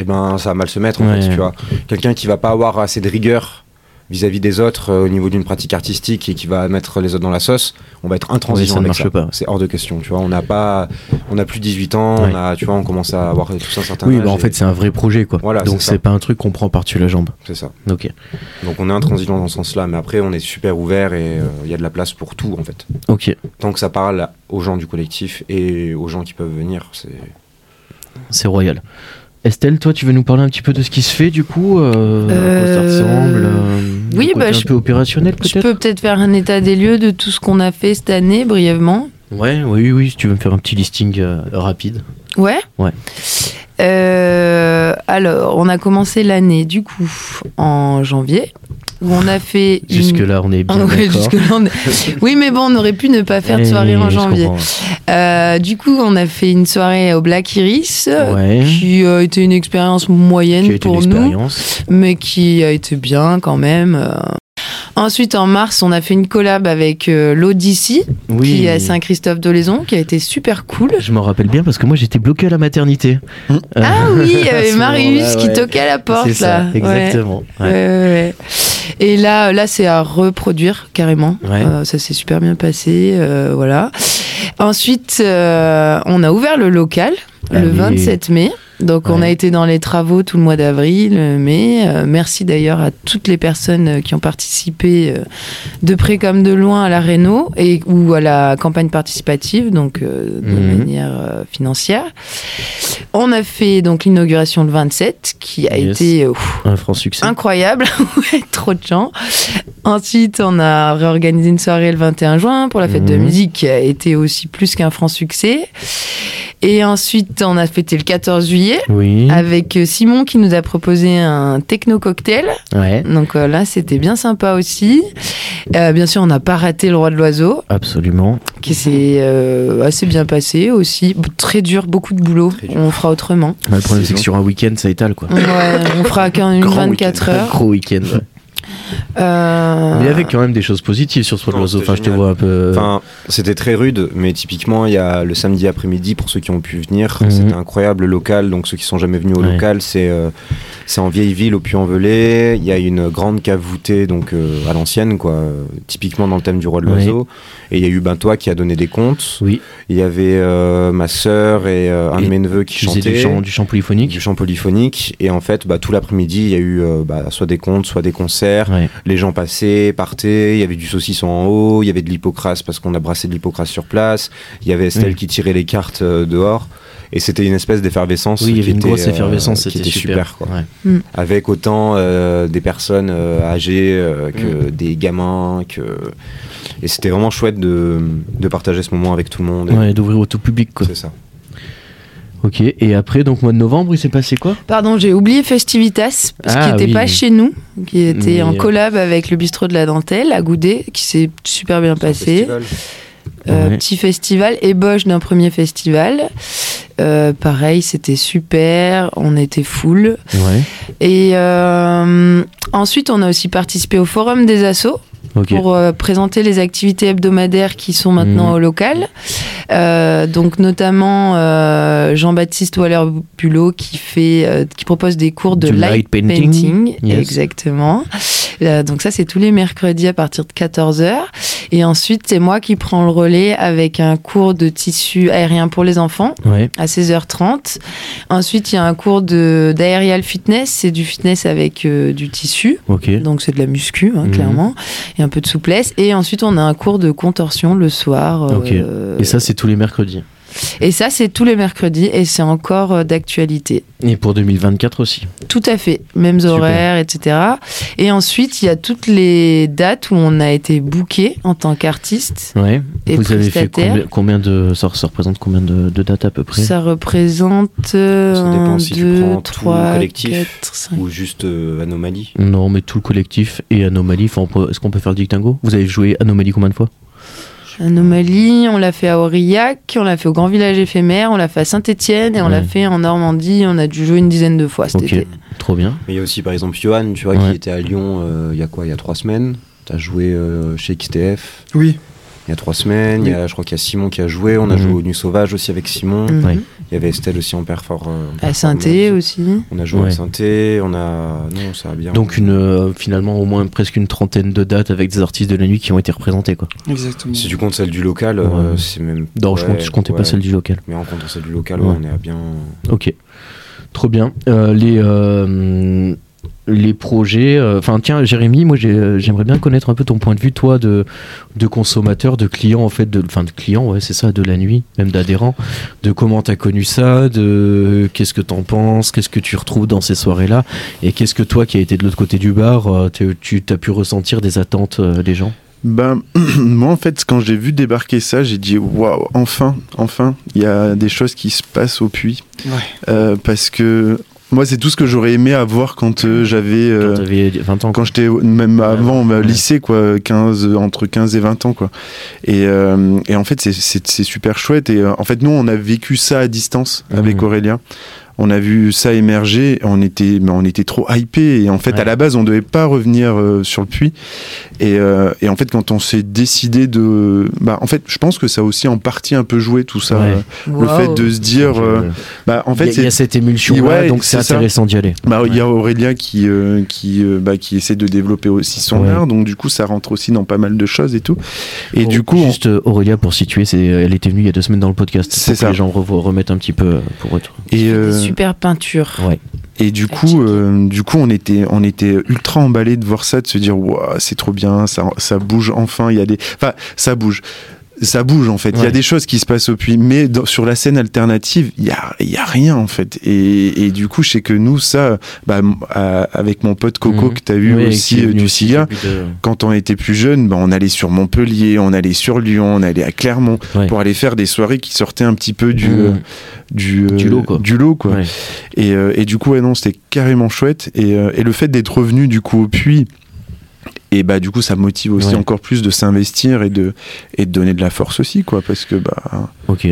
S4: eh ben ça va mal se mettre en
S1: Ouais,
S4: fait,
S1: ouais.
S4: tu vois. Quelqu'un qui va pas avoir assez de rigueur vis-à-vis des autres euh, au niveau d'une pratique artistique et qui va mettre les autres dans la sauce, on va être intransigeant
S1: Oui, ça ne
S4: avec
S1: marche pas, ouais.
S4: C'est hors de question, tu vois. On n'a pas, on a plus 18 ans,
S1: Ouais.
S4: on a, tu vois, on commence à avoir tous un certain
S1: Oui,
S4: âge
S1: bah en
S4: et-
S1: fait, c'est un vrai projet, quoi.
S4: Voilà,
S1: Donc,
S4: c'est ça.
S1: c'est pas un truc qu'on prend par-dessus la jambe.
S4: c'est ça.
S1: Ok.
S4: Donc on est intransigeant dans ce sens-là, mais après on est super ouvert et euh, il y a de la place pour tout en fait.
S1: Ok.
S4: Tant que ça parle aux gens du collectif et aux gens qui peuvent venir, c'est
S1: C'est royal. Estelle, toi, tu veux nous parler un petit peu de ce qui se fait, du coup euh, À quoi ça
S2: Euh,
S1: ressemble euh,
S2: oui,
S1: le côté
S2: bah,
S1: Un
S2: je-
S1: peu opérationnel,
S2: Je
S1: peut-être
S2: peux peut-être faire un état des lieux de tout ce qu'on a fait cette année brièvement.
S1: Ouais, oui, oui, si tu veux me faire un petit listing euh, rapide.
S2: Ouais.
S1: Ouais.
S2: Euh, alors, on a commencé l'année du coup en janvier où on a fait une-
S1: Jusque-là, on est bien
S2: Ah ouais,
S1: d'accord.
S2: jusque-là, on est- Oui, mais bon, on aurait pu ne pas faire de soirée
S1: Eh,
S2: en
S1: je
S2: janvier.
S1: comprends.
S2: Euh, du coup, on a fait une soirée au Black Iris, euh,
S1: Ouais.
S2: qui a été une expérience
S1: Qui a
S2: moyenne
S1: été
S2: pour
S1: une
S2: nous,
S1: expérience.
S2: mais qui a été bien quand même. euh. Ensuite, en mars, on a fait une collab avec euh, l'Odyssée,
S1: Oui.
S2: qui est à Saint-Christophe de Lézon, qui a été super cool.
S1: Je m'en rappelle bien parce que moi j'étais bloqué à la maternité.
S3: Hmm.
S1: Euh,
S2: Ah oui, il y
S1: à
S2: avait
S1: ce
S2: Marius
S1: moment-là,
S2: qui
S1: ouais.
S2: toquait à la porte
S1: C'est ça,
S2: là. Ouais.
S1: exactement. Ouais.
S2: Ouais, ouais, ouais. Et là, là c'est à reproduire carrément.
S1: Ouais.
S2: Euh, ça s'est super bien passé, euh, voilà. Ensuite, euh, on a ouvert le local
S1: Allez.
S2: le 27 mai. Donc
S1: Ah
S2: on
S1: Ouais.
S2: a été dans les travaux tout le mois d'avril, euh, mai. Euh, merci d'ailleurs à toutes les personnes euh, qui ont participé euh, de près comme de loin à la réno et ou à la campagne participative, donc euh, de
S1: Mhm.
S2: manière euh, financière. On a fait donc l'inauguration le 27, qui a
S1: Yes.
S2: été euh, ouf,
S1: Un franc succès.
S2: incroyable, Ouais, trop de gens. Ensuite, on a réorganisé une soirée le 21 juin pour la fête de
S1: Mhm.
S2: musique, qui a été aussi plus qu'un franc succès. Et ensuite, on a fêté le 14 juillet
S1: Oui.
S2: avec euh, Simon qui nous a proposé un techno cocktail.
S1: Ouais.
S2: Donc euh, là, c'était bien sympa aussi. Euh, bien sûr, on n'a pas raté le roi de l'oiseau,
S1: Absolument.
S2: qui s'est euh, assez bien passé aussi. B- Très dur, beaucoup de boulot.
S4: Très dur.
S2: On fera autrement.
S1: Ouais, le problème
S4: C'est
S1: c'est que
S4: long.
S1: sur un week-end ça étale quoi.
S2: Ouais, on fera qu'en une
S3: Grand
S2: 24
S1: Un
S2: heures.
S1: gros week-end. ouais.
S2: Euh,
S1: Mais avec quand même des choses positives sur ce point de
S4: Non,
S1: l'oiseau.
S4: c'était
S1: Enfin, je te
S4: génial.
S1: vois un peu. euh,
S4: Enfin, c'était très rude, mais typiquement, il y a le samedi après-midi, pour ceux qui ont pu venir,
S1: Mhm.
S4: c'était incroyable, le local, donc ceux qui sont jamais venus au
S1: Ouais.
S4: local, c'est euh, c'est en vieille ville, au Puy-en-Velay, il y a une grande cave voûtée, donc euh, à l'ancienne, quoi, euh, typiquement dans le thème du roi de
S1: Ouais.
S4: l'oiseau, et il y a eu ben toi qui a donné des comptes,
S1: oui.
S4: il y avait euh, ma sœur et euh, un
S1: Et
S4: de mes neveux qui
S1: Tu faisais
S4: chantaient,
S1: du chant, du chant polyphonique.
S4: du chant polyphonique, et en fait, bah, tout l'après-midi, il y a eu euh, bah, soit des comptes, soit des concerts,
S1: Ouais.
S4: les gens passaient, partaient, il y avait du saucisson en haut, il y avait de l'hypocrase parce qu'on a brassé de l'hypocrase sur place, il y avait Estelle
S1: Oui.
S4: qui tirait les cartes euh, dehors, et c'était une espèce d'effervescence.
S1: Oui, il y
S4: qui
S1: avait une
S4: était,
S1: grosse
S4: euh,
S1: effervescence,
S4: qui
S1: c'était
S4: était
S1: super.
S4: super. quoi.
S1: Ouais.
S4: Avec autant euh, des personnes euh, âgées euh, que
S1: Mm.
S4: des gamins, que... et c'était vraiment chouette de, de partager ce moment avec tout le monde.
S1: Ouais, d'ouvrir au tout public quoi.
S4: C'est ça.
S1: Ok, et après, donc mois de novembre, il s'est passé quoi
S2: Pardon, j'ai oublié Festivitas, parce
S1: Ah,
S2: qu'il n'était
S1: oui.
S2: pas chez nous, qui était
S1: Mais,
S2: en
S1: euh,
S2: collab avec le bistrot de la dentelle à Goudet, qui s'est super bien passé.
S4: Festival.
S2: Euh,
S1: Ouais.
S2: Petit festival, ébauche d'un premier festival. Euh, pareil, c'était super, on était full.
S1: Ouais.
S2: Et euh, ensuite, on a aussi participé au forum des assos
S1: Ok.
S2: pour euh, présenter les activités hebdomadaires qui sont maintenant
S1: Mhm.
S2: au local. Euh, donc notamment euh, Jean-Baptiste Waller-Bulot qui fait, euh, qui propose des cours de
S1: Du
S2: light,
S1: light
S2: painting,
S1: painting. Yes.
S2: exactement. Euh, donc ça, c'est tous les mercredis à partir de 14h. Et ensuite, c'est moi qui prends le relais avec un cours de tissu aérien pour les enfants
S1: Ouais.
S2: à 16h30. Ensuite, il y a un cours de- d'aerial fitness. C'est du fitness avec euh, du tissu.
S1: Ok.
S2: Donc c'est de la muscu, hein,
S1: Mhm.
S2: clairement, et un peu de souplesse. Et ensuite, on a un cours de contorsion le soir.
S1: Ok.
S2: euh,
S1: Et ça, c'est tous les mercredis.
S2: et ça, c'est tous les mercredis et c'est encore euh, d'actualité.
S1: Et pour 2024 aussi.
S2: Tout à fait, mêmes
S1: Super.
S2: horaires, etc. Et ensuite, il y a toutes les dates où on a été booké en tant qu'artiste.
S1: Ouais.
S2: Et
S1: Vous avez fait
S2: prestataire.
S1: combien, combien de. Ça, ça représente combien de, de dates à peu près
S2: Ça représente euh,
S4: Ça dépend
S2: 1,
S4: si tu
S2: 2,
S4: prends tout
S2: 3,
S4: collectif
S2: 4, 5.
S4: Ou juste euh, Anomalie
S1: Non, mais tout le collectif et Anomalie. Enfin, on peut- Est-ce qu'on peut faire le dictingo Vous avez joué Anomalie combien de fois
S2: Anomalie, on l'a fait à Aurillac, on l'a fait au Grand Village Éphémère, on l'a fait à Saint-Étienne et on
S1: Ouais.
S2: l'a fait en Normandie. On a dû jouer une dizaine de fois cet
S1: Ok.
S2: été.
S1: Trop bien.
S4: Mais il y a aussi par exemple Johan, tu vois,
S1: Ouais.
S4: qui était à Lyon euh, il y a quoi Il y a trois semaines. T'as joué euh, chez XTF
S5: Oui,
S4: il y a trois semaines. Il y a- je crois qu'il y a Simon qui a joué. On
S1: Mhm.
S4: a
S1: Mm.
S4: joué au Nu Sauvage aussi avec Simon.
S2: Mhm.
S1: Ouais.
S4: Il y avait Estelle aussi en perfor. euh, en
S2: À
S4: performance.
S2: Saint-Étienne aussi.
S4: On a joué
S1: Ouais.
S4: à Saint-Étienne. On a. Non, ça a bien.
S1: Donc, une, euh, finalement, au moins presque une trentaine de dates avec des artistes de la nuit qui ont été représentés, quoi.
S5: exactement.
S4: Si tu comptes celle du local, euh,
S1: Ouais.
S4: c'est même.
S1: Non, je,
S4: ouais,
S1: compte- je comptais
S4: ouais.
S1: pas celle du local.
S4: Mais en comptant celle du local,
S1: Ouais.
S4: ouais, on est à bien.
S1: Ok. Trop bien. Euh, les. euh, les projets. euh, Enfin, tiens, Jérémy, moi, j'ai, euh, j'aimerais bien connaître un peu ton point de vue, toi, de, de consommateur, de client, en fait, de, enfin, de client, ouais, c'est ça, de la nuit, même d'adhérent, de comment t'as connu ça, de qu'est-ce que t'en penses, qu'est-ce que tu retrouves dans ces soirées-là, et qu'est-ce que toi, qui as été de l'autre côté du bar, euh, t'es- tu as pu ressentir des attentes euh, des gens
S3: Ben, moi, en fait, quand j'ai vu débarquer ça, j'ai dit waouh, enfin, enfin, il y a des choses qui se passent au puits.
S5: Ouais.
S3: Euh, parce que moi, c'est tout ce que j'aurais aimé avoir quand euh, j'avais.
S1: quand
S3: euh,
S1: t'avais 20 ans.
S3: quand j'étais au- même avant bah,
S1: ouais.
S3: lycée quoi 15 entre 15 et 20 ans quoi et, euh, et en fait c'est- c'est c'est super chouette et euh, en fait nous on a vécu ça à distance
S1: Mhm.
S3: avec Aurélien on a vu ça émerger on était mais on était trop hypé et en fait
S1: Ouais.
S3: à la base on devait pas revenir euh, sur le puits et, euh, et en fait quand on s'est décidé de bah en fait je pense que ça a aussi en partie un peu joué tout ça euh,
S1: Ouais.
S3: le fait de se dire euh, bah en
S1: en fait,
S3: fait
S1: il y, a
S3: c'est
S1: cette émulsion
S3: Ouais,
S1: donc c'est
S3: c'est ça.
S1: intéressant d'y aller.
S3: bah, il y a Aurélien qui, euh, qui, euh, bah, qui essaie de développer aussi son
S1: Ouais.
S3: art, donc du coup ça rentre aussi dans pas mal de choses et tout. Et
S1: Bon,
S3: du coup, on-
S1: juste euh, Aurélia pour situer, c'est euh, elle était venue il y a deux semaines dans le podcast.
S3: C'est
S1: Pour que
S3: ça.
S1: Les gens revo- remettent un petit peu euh, pour retour.
S3: et, euh,
S2: Des super peintures.
S3: et du coup, euh, du coup, on était, on était ultra emballé de voir ça, de se dire Ouah, c'est trop bien, ça, ça bouge enfin. Il y a des, enfin, ça bouge. Ça bouge en fait. Il y
S1: Ouais.
S3: a des choses qui se passent au puits, mais dans- sur la scène alternative, il y a, il y a rien en fait. Et, et du coup, je sais que nous, ça, bah, m- à- avec mon pote Coco
S1: Mhm.
S3: que t'as eu
S1: Oui, qui
S3: aussi
S1: est
S3: euh,
S1: venue
S3: du
S1: aussi,
S3: Silla,
S1: qui est venue de-
S3: quand on était plus jeune, ben, on allait sur Montpellier, on allait sur Lyon, on allait à Clermont
S1: Ouais.
S3: pour aller faire des soirées qui sortaient un petit peu du
S1: Mmh.
S3: euh, du, euh,
S1: Du lot, quoi.
S3: lot, quoi.
S1: Ouais.
S3: Et, euh, et du coup, ouais, non, c'était carrément chouette. Et, euh, et le fait d'être revenu du coup au puits. Et bah du coup ça motive aussi
S1: Ouais.
S3: encore plus de s'investir et de et de donner de la force aussi quoi parce que bah
S1: Ok.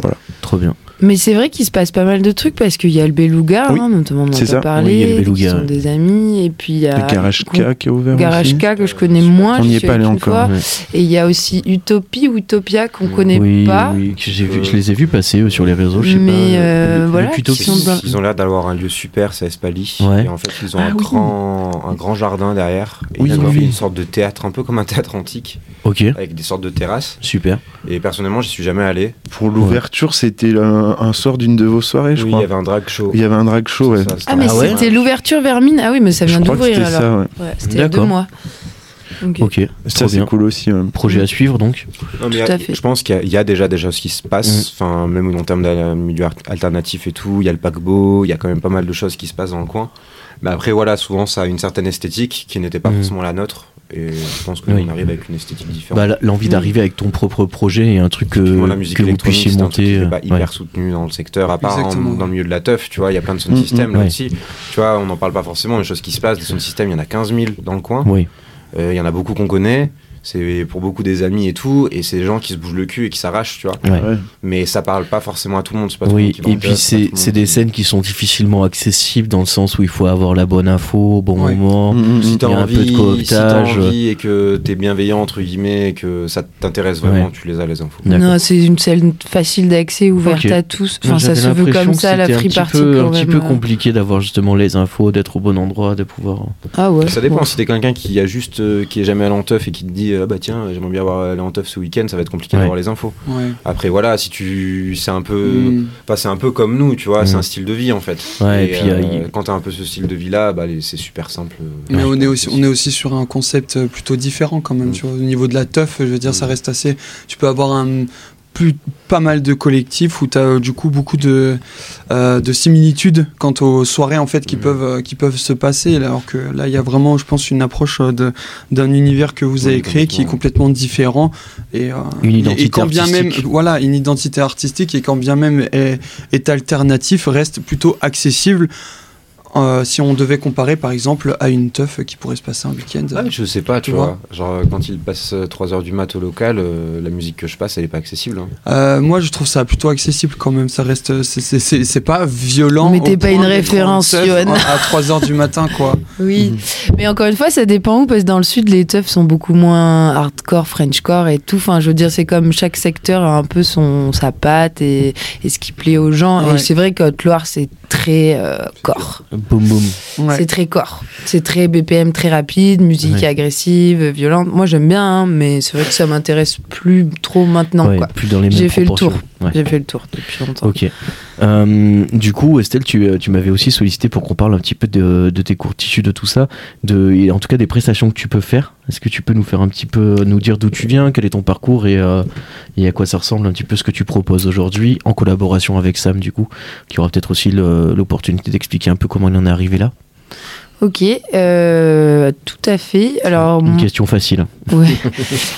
S3: Voilà.
S1: Trop bien.
S2: Mais c'est vrai qu'il se passe pas mal de trucs parce qu'il y a le Beluga,
S3: Oui,
S2: hein, dont tout le monde
S3: c'est
S2: entend
S3: ça.
S2: parler,
S1: Oui, il y a le
S2: qui
S1: Beluga,
S2: sont
S1: ouais.
S2: des amis, et puis il y a
S3: le garage K qui est ouvert
S2: Bah, Garage
S3: aussi. Euh,
S2: K que je connais moins,
S3: On
S2: j'y
S3: n'y est
S2: suis
S3: pas
S2: allée
S3: allé
S2: une
S3: encore,
S2: fois.
S1: ouais.
S2: Et il y a aussi Utopie ou Utopia qu'on
S4: Oui,
S2: connaît
S1: oui,
S2: pas.
S1: oui, que j'ai vu- je les ai vus passer euh, sur les réseaux, je sais
S2: Mais,
S1: pas.
S2: euh,
S1: depuis-
S2: voilà,
S1: depuis
S2: qui
S1: Tokyo.
S2: sont dans-
S4: Ils ont l'air d'avoir un lieu super, c'est Espali.
S1: Ouais.
S4: Et en fait, ils ont
S5: Ah
S4: un,
S5: oui.
S4: grand, un grand jardin derrière. Et
S1: Oui,
S4: ils ont
S1: oui.
S4: fait une sorte de théâtre, un peu comme un théâtre antique,
S1: Ok.
S4: avec des sortes de terrasses.
S1: Super.
S4: Et personnellement, j'y suis jamais allé.
S3: Pour l'ouverture c'était un, un soir d'une de vos soirées je
S4: oui, il
S3: crois.
S4: y avait un drag show.
S3: Il y avait un drag show. Ouais.
S4: C'est ça, c'était
S2: Ah, mais
S4: un-
S1: ouais
S2: c'était l'ouverture Vermine. Ah oui, mais ça
S3: je
S2: vient
S3: crois que
S2: d'ouvrir
S3: c'était
S2: alors.
S3: ça. Ouais.
S2: Ouais, c'était il y a deux
S1: D'accord.
S2: mois. Ok. Mm.
S1: Ok. Trop
S3: Ça c'est
S1: bien.
S3: cool aussi. ouais.
S1: Projet à suivre donc.
S4: Non, mais
S2: Tout
S4: il y a-
S2: à fait.
S4: Je pense qu'il y a- il y, a déjà des choses qui se
S1: Mm.
S4: passent, enfin, même en termes de milieu art- alternatif et tout. Il y a le paquebot, il y a quand même pas mal de choses qui se passent dans le coin. Mais après, voilà, souvent ça a une certaine esthétique qui n'était pas
S1: Mm.
S4: forcément la nôtre. Et je pense que
S1: Oui.
S4: on arrive avec une esthétique différente.
S1: Bah, l- L'envie
S2: Mm.
S1: d'arriver avec ton propre projet et un truc que,
S4: Typiquement, la musique
S1: que vous
S4: électronique,
S1: puissiez
S4: c'est un truc qui
S1: monter.
S4: était
S1: euh,
S4: pas
S1: ouais.
S4: hyper soutenu dans le secteur, à part en-
S5: Exactement.
S4: dans le milieu de la teuf, tu vois, il y a plein de sound
S3: Mm, mm,
S4: systems là
S1: ouais.
S4: aussi. Tu vois, on n'en parle pas forcément, les choses qui se passent, des sound systems, il y en a 15 000 dans le coin,
S1: Oui.
S4: Euh, il y en a beaucoup qu'on connaît, C'est pour beaucoup des amis et tout, et c'est des gens qui se bougent le cul et qui s'arrachent, tu vois.
S1: Ouais.
S3: Ouais.
S4: Mais ça parle pas forcément à tout le monde. c'est Pas tout le monde
S1: Oui,
S4: qui
S1: et
S4: l'intéresse,
S1: puis
S4: c'est pas
S1: c'est
S4: tout le
S1: c'est
S4: monde
S1: des
S4: qui-
S1: scènes qui sont difficilement accessibles dans le sens où il faut avoir la bonne info au bon
S4: Ouais.
S1: moment.
S3: Mm, mm,
S4: si
S3: mm.
S4: t'as
S1: Il y a un
S4: envie,
S1: peu de
S4: si t'as
S1: cooptage.
S4: envie et que t'es bienveillant entre guillemets et que ça t'intéresse vraiment,
S1: Ouais.
S4: tu les as les infos.
S1: D'accord.
S2: Non, c'est une scène facile d'accès, ouverte
S1: Ok.
S2: à tous. Enfin, ça
S1: J'avais
S2: se veut
S1: l'impression
S2: comme
S1: que
S2: ça, la
S1: c'était
S2: free
S1: un petit
S2: party
S1: Peu,
S2: quand
S1: un petit
S2: même. hein.
S1: peu compliqué d'avoir justement les infos, d'être au bon endroit, de pouvoir.
S2: Ah ouais.
S4: Ça dépend.
S2: Bon.
S4: Si t'es quelqu'un qui a juste, euh, qui est jamais allé en teuf et qui te dit, ah bah tiens, j'aimerais bien avoir aller en teuf ce week-end, ça va être compliqué
S1: Ouais.
S4: d'avoir les infos.
S5: Ouais.
S4: Après voilà, si tu, c'est un peu,
S5: Mm.
S4: enfin, c'est un peu comme nous, tu vois,
S1: Mm.
S4: c'est un style de vie en fait.
S1: Ouais, et puis,
S4: euh,
S1: euh, il-
S4: quand t'as un peu ce style de vie là, bah les- c'est super simple. euh,
S5: Mais
S4: je
S5: on
S4: pense
S5: est, aussi, on est aussi sur un concept euh, plutôt différent quand même.
S4: Mm.
S5: tu vois. au niveau de la teuf, je veux dire, ça
S4: Mm.
S5: reste assez. Tu peux avoir un, plus, pas mal de collectifs où tu as du coup beaucoup de, euh, de similitudes quant aux soirées en fait qui,
S4: Mm.
S5: peuvent, euh, qui peuvent se passer. Alors que là, il y a vraiment, je pense, une approche euh, de- d'un univers que vous
S4: Oui,
S5: avez créé qui est complètement différent. Et, euh,
S1: Une
S5: et-
S1: identité
S5: et quand bien même,
S1: artistique.
S5: voilà, une identité artistique et quand bien même est, est alternatif, reste plutôt accessible euh, si on devait comparer par exemple à une teuf qui pourrait se passer un week-end.
S4: Ah, je sais pas, tu
S5: Tu
S4: vois.
S5: vois.
S4: Genre, euh, quand il passe 3 heures du mat au local, euh, la musique que je passe, elle est pas accessible. hein.
S5: Euh, moi je trouve ça plutôt accessible quand même, ça reste. c'est- c'est- C'est c'est pas violent.
S2: Mais t'es
S5: au
S2: pas
S5: point
S2: une
S5: d'être
S2: référence,
S5: en teuf
S2: Johan.
S5: À 3h du matin quoi.
S2: Oui,
S1: Mhm.
S2: mais encore une fois, ça dépend où, parce que dans le sud, les teufs sont beaucoup moins hardcore, Frenchcore et tout. Enfin, je veux dire, c'est comme chaque secteur a un peu son, sa patte et, et ce qui plaît aux gens. Et
S5: Ouais.
S2: c'est vrai que Haute-Loire, c'est très euh, corps.
S1: Boum boum.
S5: Ouais.
S2: C'est très corps. C'est très BPM, très rapide, musique
S1: Ouais.
S2: agressive, violente. Moi, j'aime bien, hein, mais c'est vrai que ça m'intéresse plus trop maintenant.
S1: Ouais,
S2: quoi.
S1: plus dans les mêmes
S2: J'ai fait le
S1: proportions. Ouais.
S2: J'ai fait le tour depuis longtemps.
S1: Ok. Euh, du coup, Estelle, tu, euh, tu m'avais aussi sollicité pour qu'on parle un petit peu de, de tes cours tissus, de tout ça, de, et en tout cas des prestations que tu peux faire. Est-ce que tu peux nous faire un petit peu, nous dire d'où tu viens, quel est ton parcours et, euh, et à quoi ça ressemble un petit peu ce que tu proposes aujourd'hui en collaboration avec Sam, du coup, qui aura peut-être aussi le- l'opportunité d'expliquer un peu comment il en est arrivé là.
S2: Ok, euh, tout à fait. Alors,
S1: Une question facile.
S2: Ouais.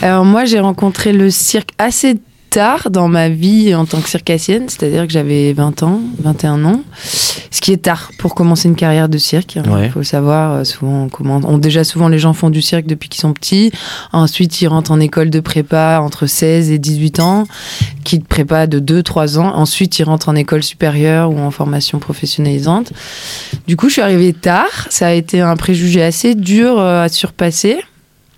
S2: Alors moi, j'ai rencontré le cirque assez tard dans ma vie en tant que circassienne, c'est-à-dire que j'avais 20 ans, 21 ans, ce qui est tard pour commencer une carrière de cirque. hein. Il
S1: Ouais.
S2: faut le savoir, euh, souvent on commence, on, déjà souvent les gens font du cirque depuis qu'ils sont petits, ensuite ils rentrent en école de prépa entre 16 et 18 ans, qui te prépa de 2-3 ans, ensuite ils rentrent en école supérieure ou en formation professionnalisante. Du coup, je suis arrivée tard, ça a été un préjugé assez dur euh, à surpasser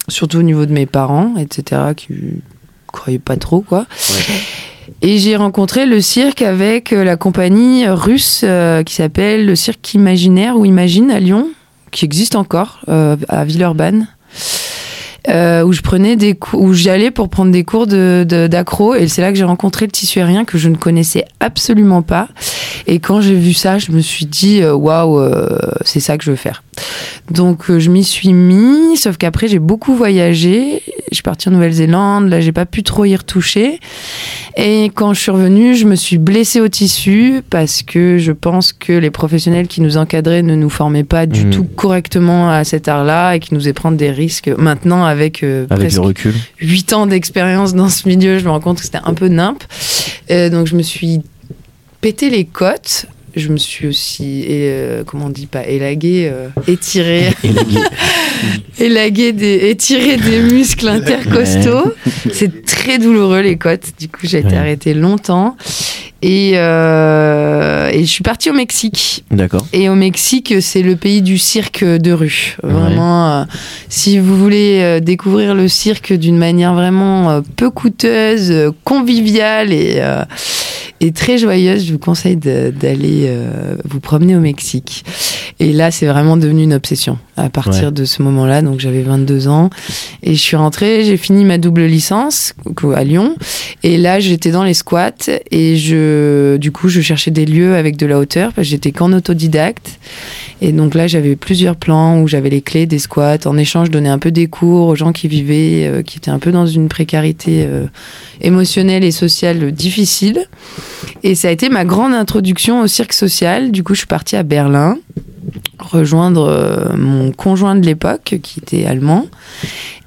S2: surtout au niveau de mes parents, etc., qui croyaient pas trop, quoi. Et j'ai rencontré le cirque avec euh, la compagnie russe euh, qui s'appelle le Cirque Imaginaire ou Imagine à Lyon, qui existe encore euh, à Villeurbanne. euh, où je prenais des cou- où j'allais pour prendre des cours de de- d'accro et c'est là que j'ai rencontré le tissu aérien que je ne connaissais absolument pas et quand j'ai vu ça je me suis dit euh, waouh euh, c'est ça que je veux faire donc euh, je m'y suis mis, sauf qu'après j'ai beaucoup voyagé. Je suis partie en Nouvelle-Zélande, là j'ai pas pu trop y retoucher. Et quand je suis revenue, je me suis blessée au tissu parce que je pense que les professionnels qui nous encadraient ne nous formaient pas du
S1: Mhm.
S2: tout correctement à cet art-là et qui nous faisaient prendre des risques. Maintenant avec, euh,
S1: Avec
S2: presque
S1: le recul.
S2: 8 ans d'expérience dans ce milieu, je me rends compte que c'était un peu nimp. Euh, donc je me suis pété les côtes. Je me suis aussi, euh, comment on dit pas, élaguée, euh, étirée,
S1: Et la gue-
S2: élaguer des, étirer des muscles intercostaux. C'est très douloureux les côtes. Du coup, j'ai été
S1: Ouais.
S2: arrêtée longtemps. Et, euh, et je suis partie au Mexique.
S1: D'accord.
S2: Et au Mexique, c'est le pays du cirque de rue. Vraiment, euh, si vous voulez euh, découvrir le cirque d'une manière vraiment euh, peu coûteuse, euh, conviviale et, euh, et très joyeuse, je vous conseille de- d'aller euh, vous promener au Mexique. Et là, c'est vraiment devenu une obsession à partir
S1: Ouais.
S2: de ce moment-là. Donc, j'avais 22 ans et je suis rentrée, j'ai fini ma double licence co- à Lyon. Et là, j'étais dans les squats et je, du coup, je cherchais des lieux avec de la hauteur parce que j'étais qu'en autodidacte. Et donc là, j'avais plusieurs plans où j'avais les clés des squats. En échange, je donnais un peu des cours aux gens qui vivaient, euh, qui étaient un peu dans une précarité euh, émotionnelle et sociale euh, difficile. Et ça a été ma grande introduction au cirque social. Du coup, je suis partie à Berlin rejoindre euh, mon conjoint de l'époque qui était allemand.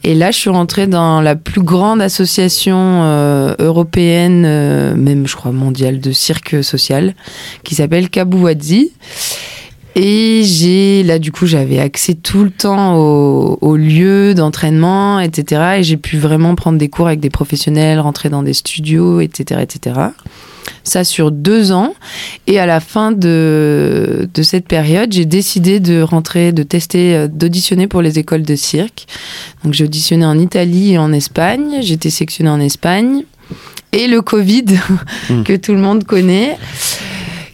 S2: Et là, je suis rentrée dans la plus grande association euh, européenne, euh, même je crois mondiale, de cirque social, qui s'appelle Kabuwadzi. Et j'ai, là, du coup, j'avais accès tout le temps au, au lieu d'entraînement, etc. Et j'ai pu vraiment prendre des cours avec des professionnels, rentrer dans des studios, etc., etc. Ça sur deux ans. Et à la fin de, de cette période, j'ai décidé de rentrer, de tester, euh, d'auditionner pour les écoles de cirque. Donc j'ai auditionné en Italie et en Espagne. J'étais sélectionnée en Espagne. Et le Covid,
S1: Hmm.
S3: Mm.
S2: que tout le monde connaît,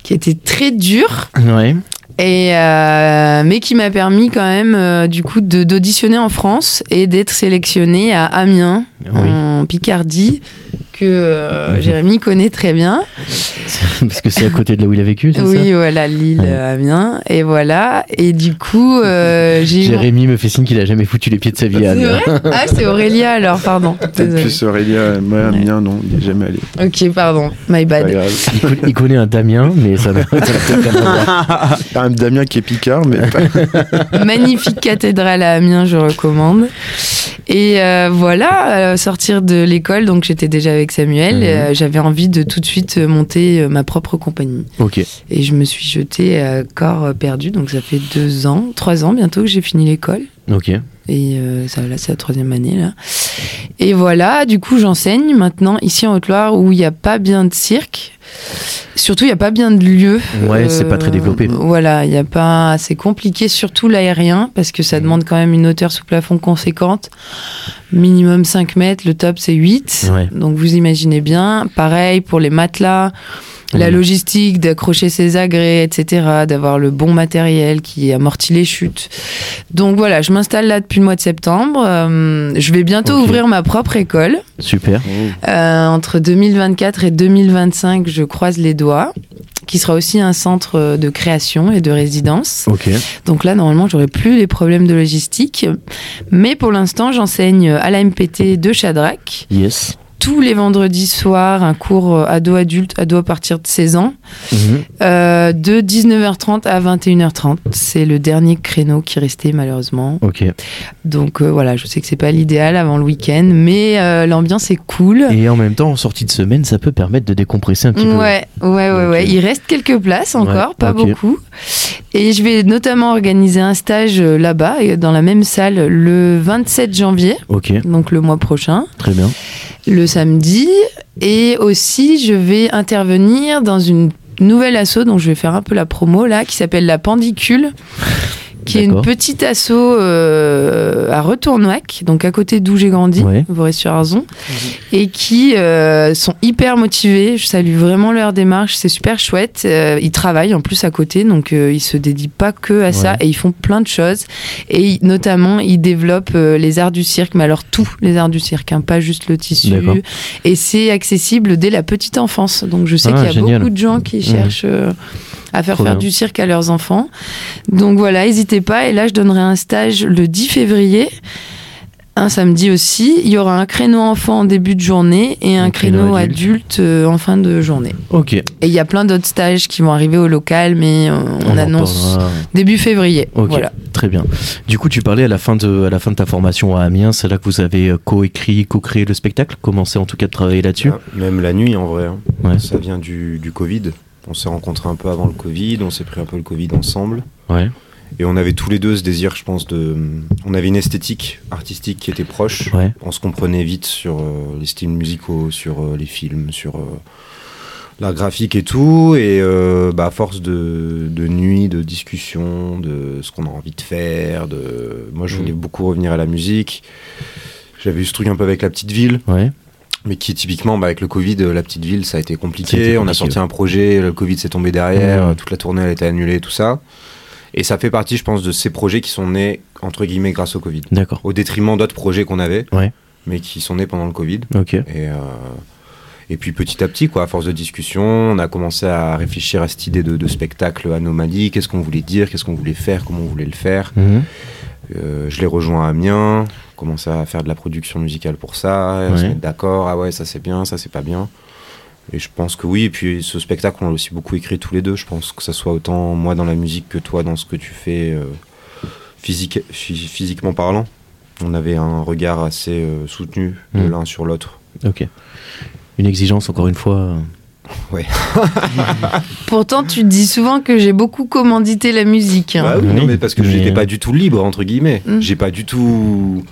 S2: qui était très dur,
S1: Ouais.
S2: et, euh, mais qui m'a permis quand même, euh, du coup, de- d'auditionner en France et d'être sélectionnée à Amiens,
S1: Oui.
S2: en Picardie, que euh, Jérémy connaît très bien.
S1: Parce que c'est à côté de là où il a vécu, c'est ça
S2: Oui, voilà, Lille,
S1: Ouais.
S2: euh, Amiens. Et voilà. Et du coup, euh, j'ai eu-
S1: Jérémy me fait signe qu'il a jamais foutu les pieds de sa vie à
S2: C'est
S1: Anne. hein.
S2: vrai Ah, c'est Aurélia alors, pardon.
S3: Peut-être
S2: Désolée.
S3: plus Aurélia, moi,
S2: Ouais.
S3: Amiens, non, il n'y est jamais allé.
S2: Ok, pardon. My
S3: Pas
S2: bad.
S3: grave.
S1: Il, co- il connaît un Damien, mais ça n'a ça n'a peut-être rien à voir.
S3: Ah, Damien qui est picard, mais pas-
S2: Magnifique cathédrale à Amiens, je recommande. Et euh, voilà, euh, sortir de l'école, donc j'étais déjà avec Samuel,
S1: Mhm.
S2: euh, j'avais envie de tout de suite euh, monter euh, ma propre compagnie.
S1: Ok.
S2: Et je me suis jetée euh, corps perdu, donc ça fait deux ans, trois ans bientôt que j'ai fini l'école.
S1: Ok.
S2: Et euh, ça, là, c'est la troisième année. Là. Et voilà, du coup, j'enseigne maintenant ici en Haute-Loire où il n'y a pas bien de cirque. Surtout, il n'y a pas bien de lieu.
S1: Ouais, c'est pas très développé.
S2: Voilà, il n'y a pas. C'est compliqué, surtout l'aérien, parce que ça
S1: Mhm.
S2: demande quand même une hauteur sous plafond conséquente. Minimum 5 mètres, le top c'est 8.
S1: Ouais.
S2: Donc vous imaginez bien. Pareil pour les matelas. La
S1: Oui.
S2: logistique d'accrocher ses agrès, etc., d'avoir le bon matériel qui amortit les chutes. Donc voilà, je m'installe là depuis le mois de septembre. Euh, je vais bientôt
S1: Ok.
S2: ouvrir ma propre école.
S1: Super.
S2: Euh, entre 2024 et 2025, je croise les doigts, qui sera aussi un centre euh, de création et de résidence.
S1: Ok.
S2: Donc là, normalement, j'aurai plus les problèmes de logistique. Mais pour l'instant, j'enseigne à la MPT de Chadrac
S1: Yes.
S2: tous les vendredis soirs un cours euh, ado-adulte, ado à partir de 16 ans,
S1: Mhm.
S2: euh, de 19h30 à 21h30. C'est le dernier créneau qui restait malheureusement.
S1: Ok.
S2: Donc euh, voilà, je sais que c'est pas l'idéal avant le week-end, mais euh, l'ambiance est cool.
S1: Et en même temps, en sortie de semaine, ça peut permettre de décompresser un petit peu.
S2: Ouais, ouais, ouais,
S1: Donc,
S2: ouais.
S1: euh,
S2: Il reste quelques places encore,
S1: Ouais,
S2: pas
S1: ok.
S2: beaucoup. Et je vais notamment organiser un stage euh, là-bas, et dans la même salle, le 27 janvier,
S1: Ok.
S2: donc le mois prochain.
S1: Très bien.
S2: le samedi. Et aussi, je vais intervenir dans une nouvelle asso dont je vais faire un peu la promo là, qui s'appelle La Pendicule, qui est une
S1: D'accord.
S2: petite asso euh, à Retournoac, donc à côté d'où j'ai grandi,
S1: Ouais.
S2: Voré-sur-Arzon, et qui euh, sont hyper motivés. Je salue vraiment leur démarche, c'est super chouette. Euh, ils travaillent en plus à côté, donc euh, ils se dédient pas que à ça
S1: Ouais.
S2: et ils font plein de choses. Et ils- notamment, ils développent euh, les arts du cirque, mais alors tous les arts du cirque, hein, pas juste le tissu.
S1: D'accord.
S2: Et c'est accessible dès la petite enfance. Donc je sais
S1: Ah,
S2: qu'il y a
S1: génial. Mmh.
S2: beaucoup de gens qui cherchent euh, à faire
S1: Trop
S2: faire
S1: bien.
S2: du cirque à leurs enfants. Donc voilà, n'hésitez pas. Et là, je donnerai un stage le 10 février. Un samedi aussi, il y aura un créneau enfant en début de journée et un,
S1: Un créneau
S2: créneau, adulte, euh, en fin de journée.
S1: Ok.
S2: Et il y a plein d'autres stages qui vont arriver au local, mais euh, on,
S1: en
S2: annonce
S1: parlera.
S2: début février.
S1: Ok,
S2: Voilà.
S1: très bien. Du coup, tu parlais à la fin de, à la fin de ta formation à Amiens, c'est là que vous avez euh, co-écrit, co-créé le spectacle, commencé en tout cas de travailler là-dessus.
S4: Ah, Même la nuit en vrai. hein.
S1: Ouais.
S4: Ça vient du, du Covid. On s'est rencontrés un peu avant le Covid, on s'est pris un peu le Covid ensemble.
S2: Ah.
S1: Ouais.
S4: Et on avait tous les deux ce désir, je pense, de. hum, On avait une esthétique artistique qui était proche.
S1: Ouais.
S4: On se comprenait vite sur euh, les styles musicaux, sur euh, les films, sur euh, la graphique et tout. Et euh, bah, à force de, de nuits, de discussions, de ce qu'on a envie de faire, de... moi
S1: Mm.
S4: je voulais beaucoup revenir à la musique. J'avais eu ce truc un peu avec la petite ville.
S1: Ouais.
S4: Mais qui typiquement, bah, avec le Covid, euh, la petite ville, ça a été compliqué.
S1: Ça a été
S4: On a
S1: compliqué,
S4: sorti un projet, le Covid s'est tombé derrière,
S1: Mhm.
S4: euh, toute la tournée elle a été annulée, tout ça. Et ça fait partie, je pense, de ces projets qui sont nés entre guillemets grâce au Covid,
S1: D'accord.
S4: au détriment d'autres projets qu'on avait,
S1: Ouais.
S4: mais qui sont nés pendant le Covid.
S1: Ok.
S4: Et, euh, et puis petit à petit, quoi, à force de discussion, on a commencé à réfléchir à cette idée de, de spectacle anomalie. Qu'est-ce qu'on voulait dire Qu'est-ce qu'on voulait faire Comment on voulait le faire
S1: Mhm.
S4: euh, je l'ai rejoint à Amiens, commencé à faire de la production musicale pour ça, à se
S1: Ouais.
S4: mettre d'accord, ah ouais, ça c'est bien, ça c'est pas bien. Et je pense que oui, et puis ce spectacle, on l'a aussi beaucoup écrit tous les deux, je pense que ça soit autant moi dans la musique que toi dans ce que tu fais euh, physique, phy- physiquement parlant. On avait un regard assez euh, soutenu de
S1: Mm.
S4: l'un sur l'autre.
S1: Ok. Une exigence encore une fois. euh,
S4: ouais.
S2: Pourtant, tu dis souvent que j'ai beaucoup commandité la musique. hein.
S4: Bah oui,
S1: Oui,
S4: non, mais parce que
S1: mais-
S4: j'étais pas du tout libre, entre guillemets.
S2: Mm.
S4: J'ai pas du tout.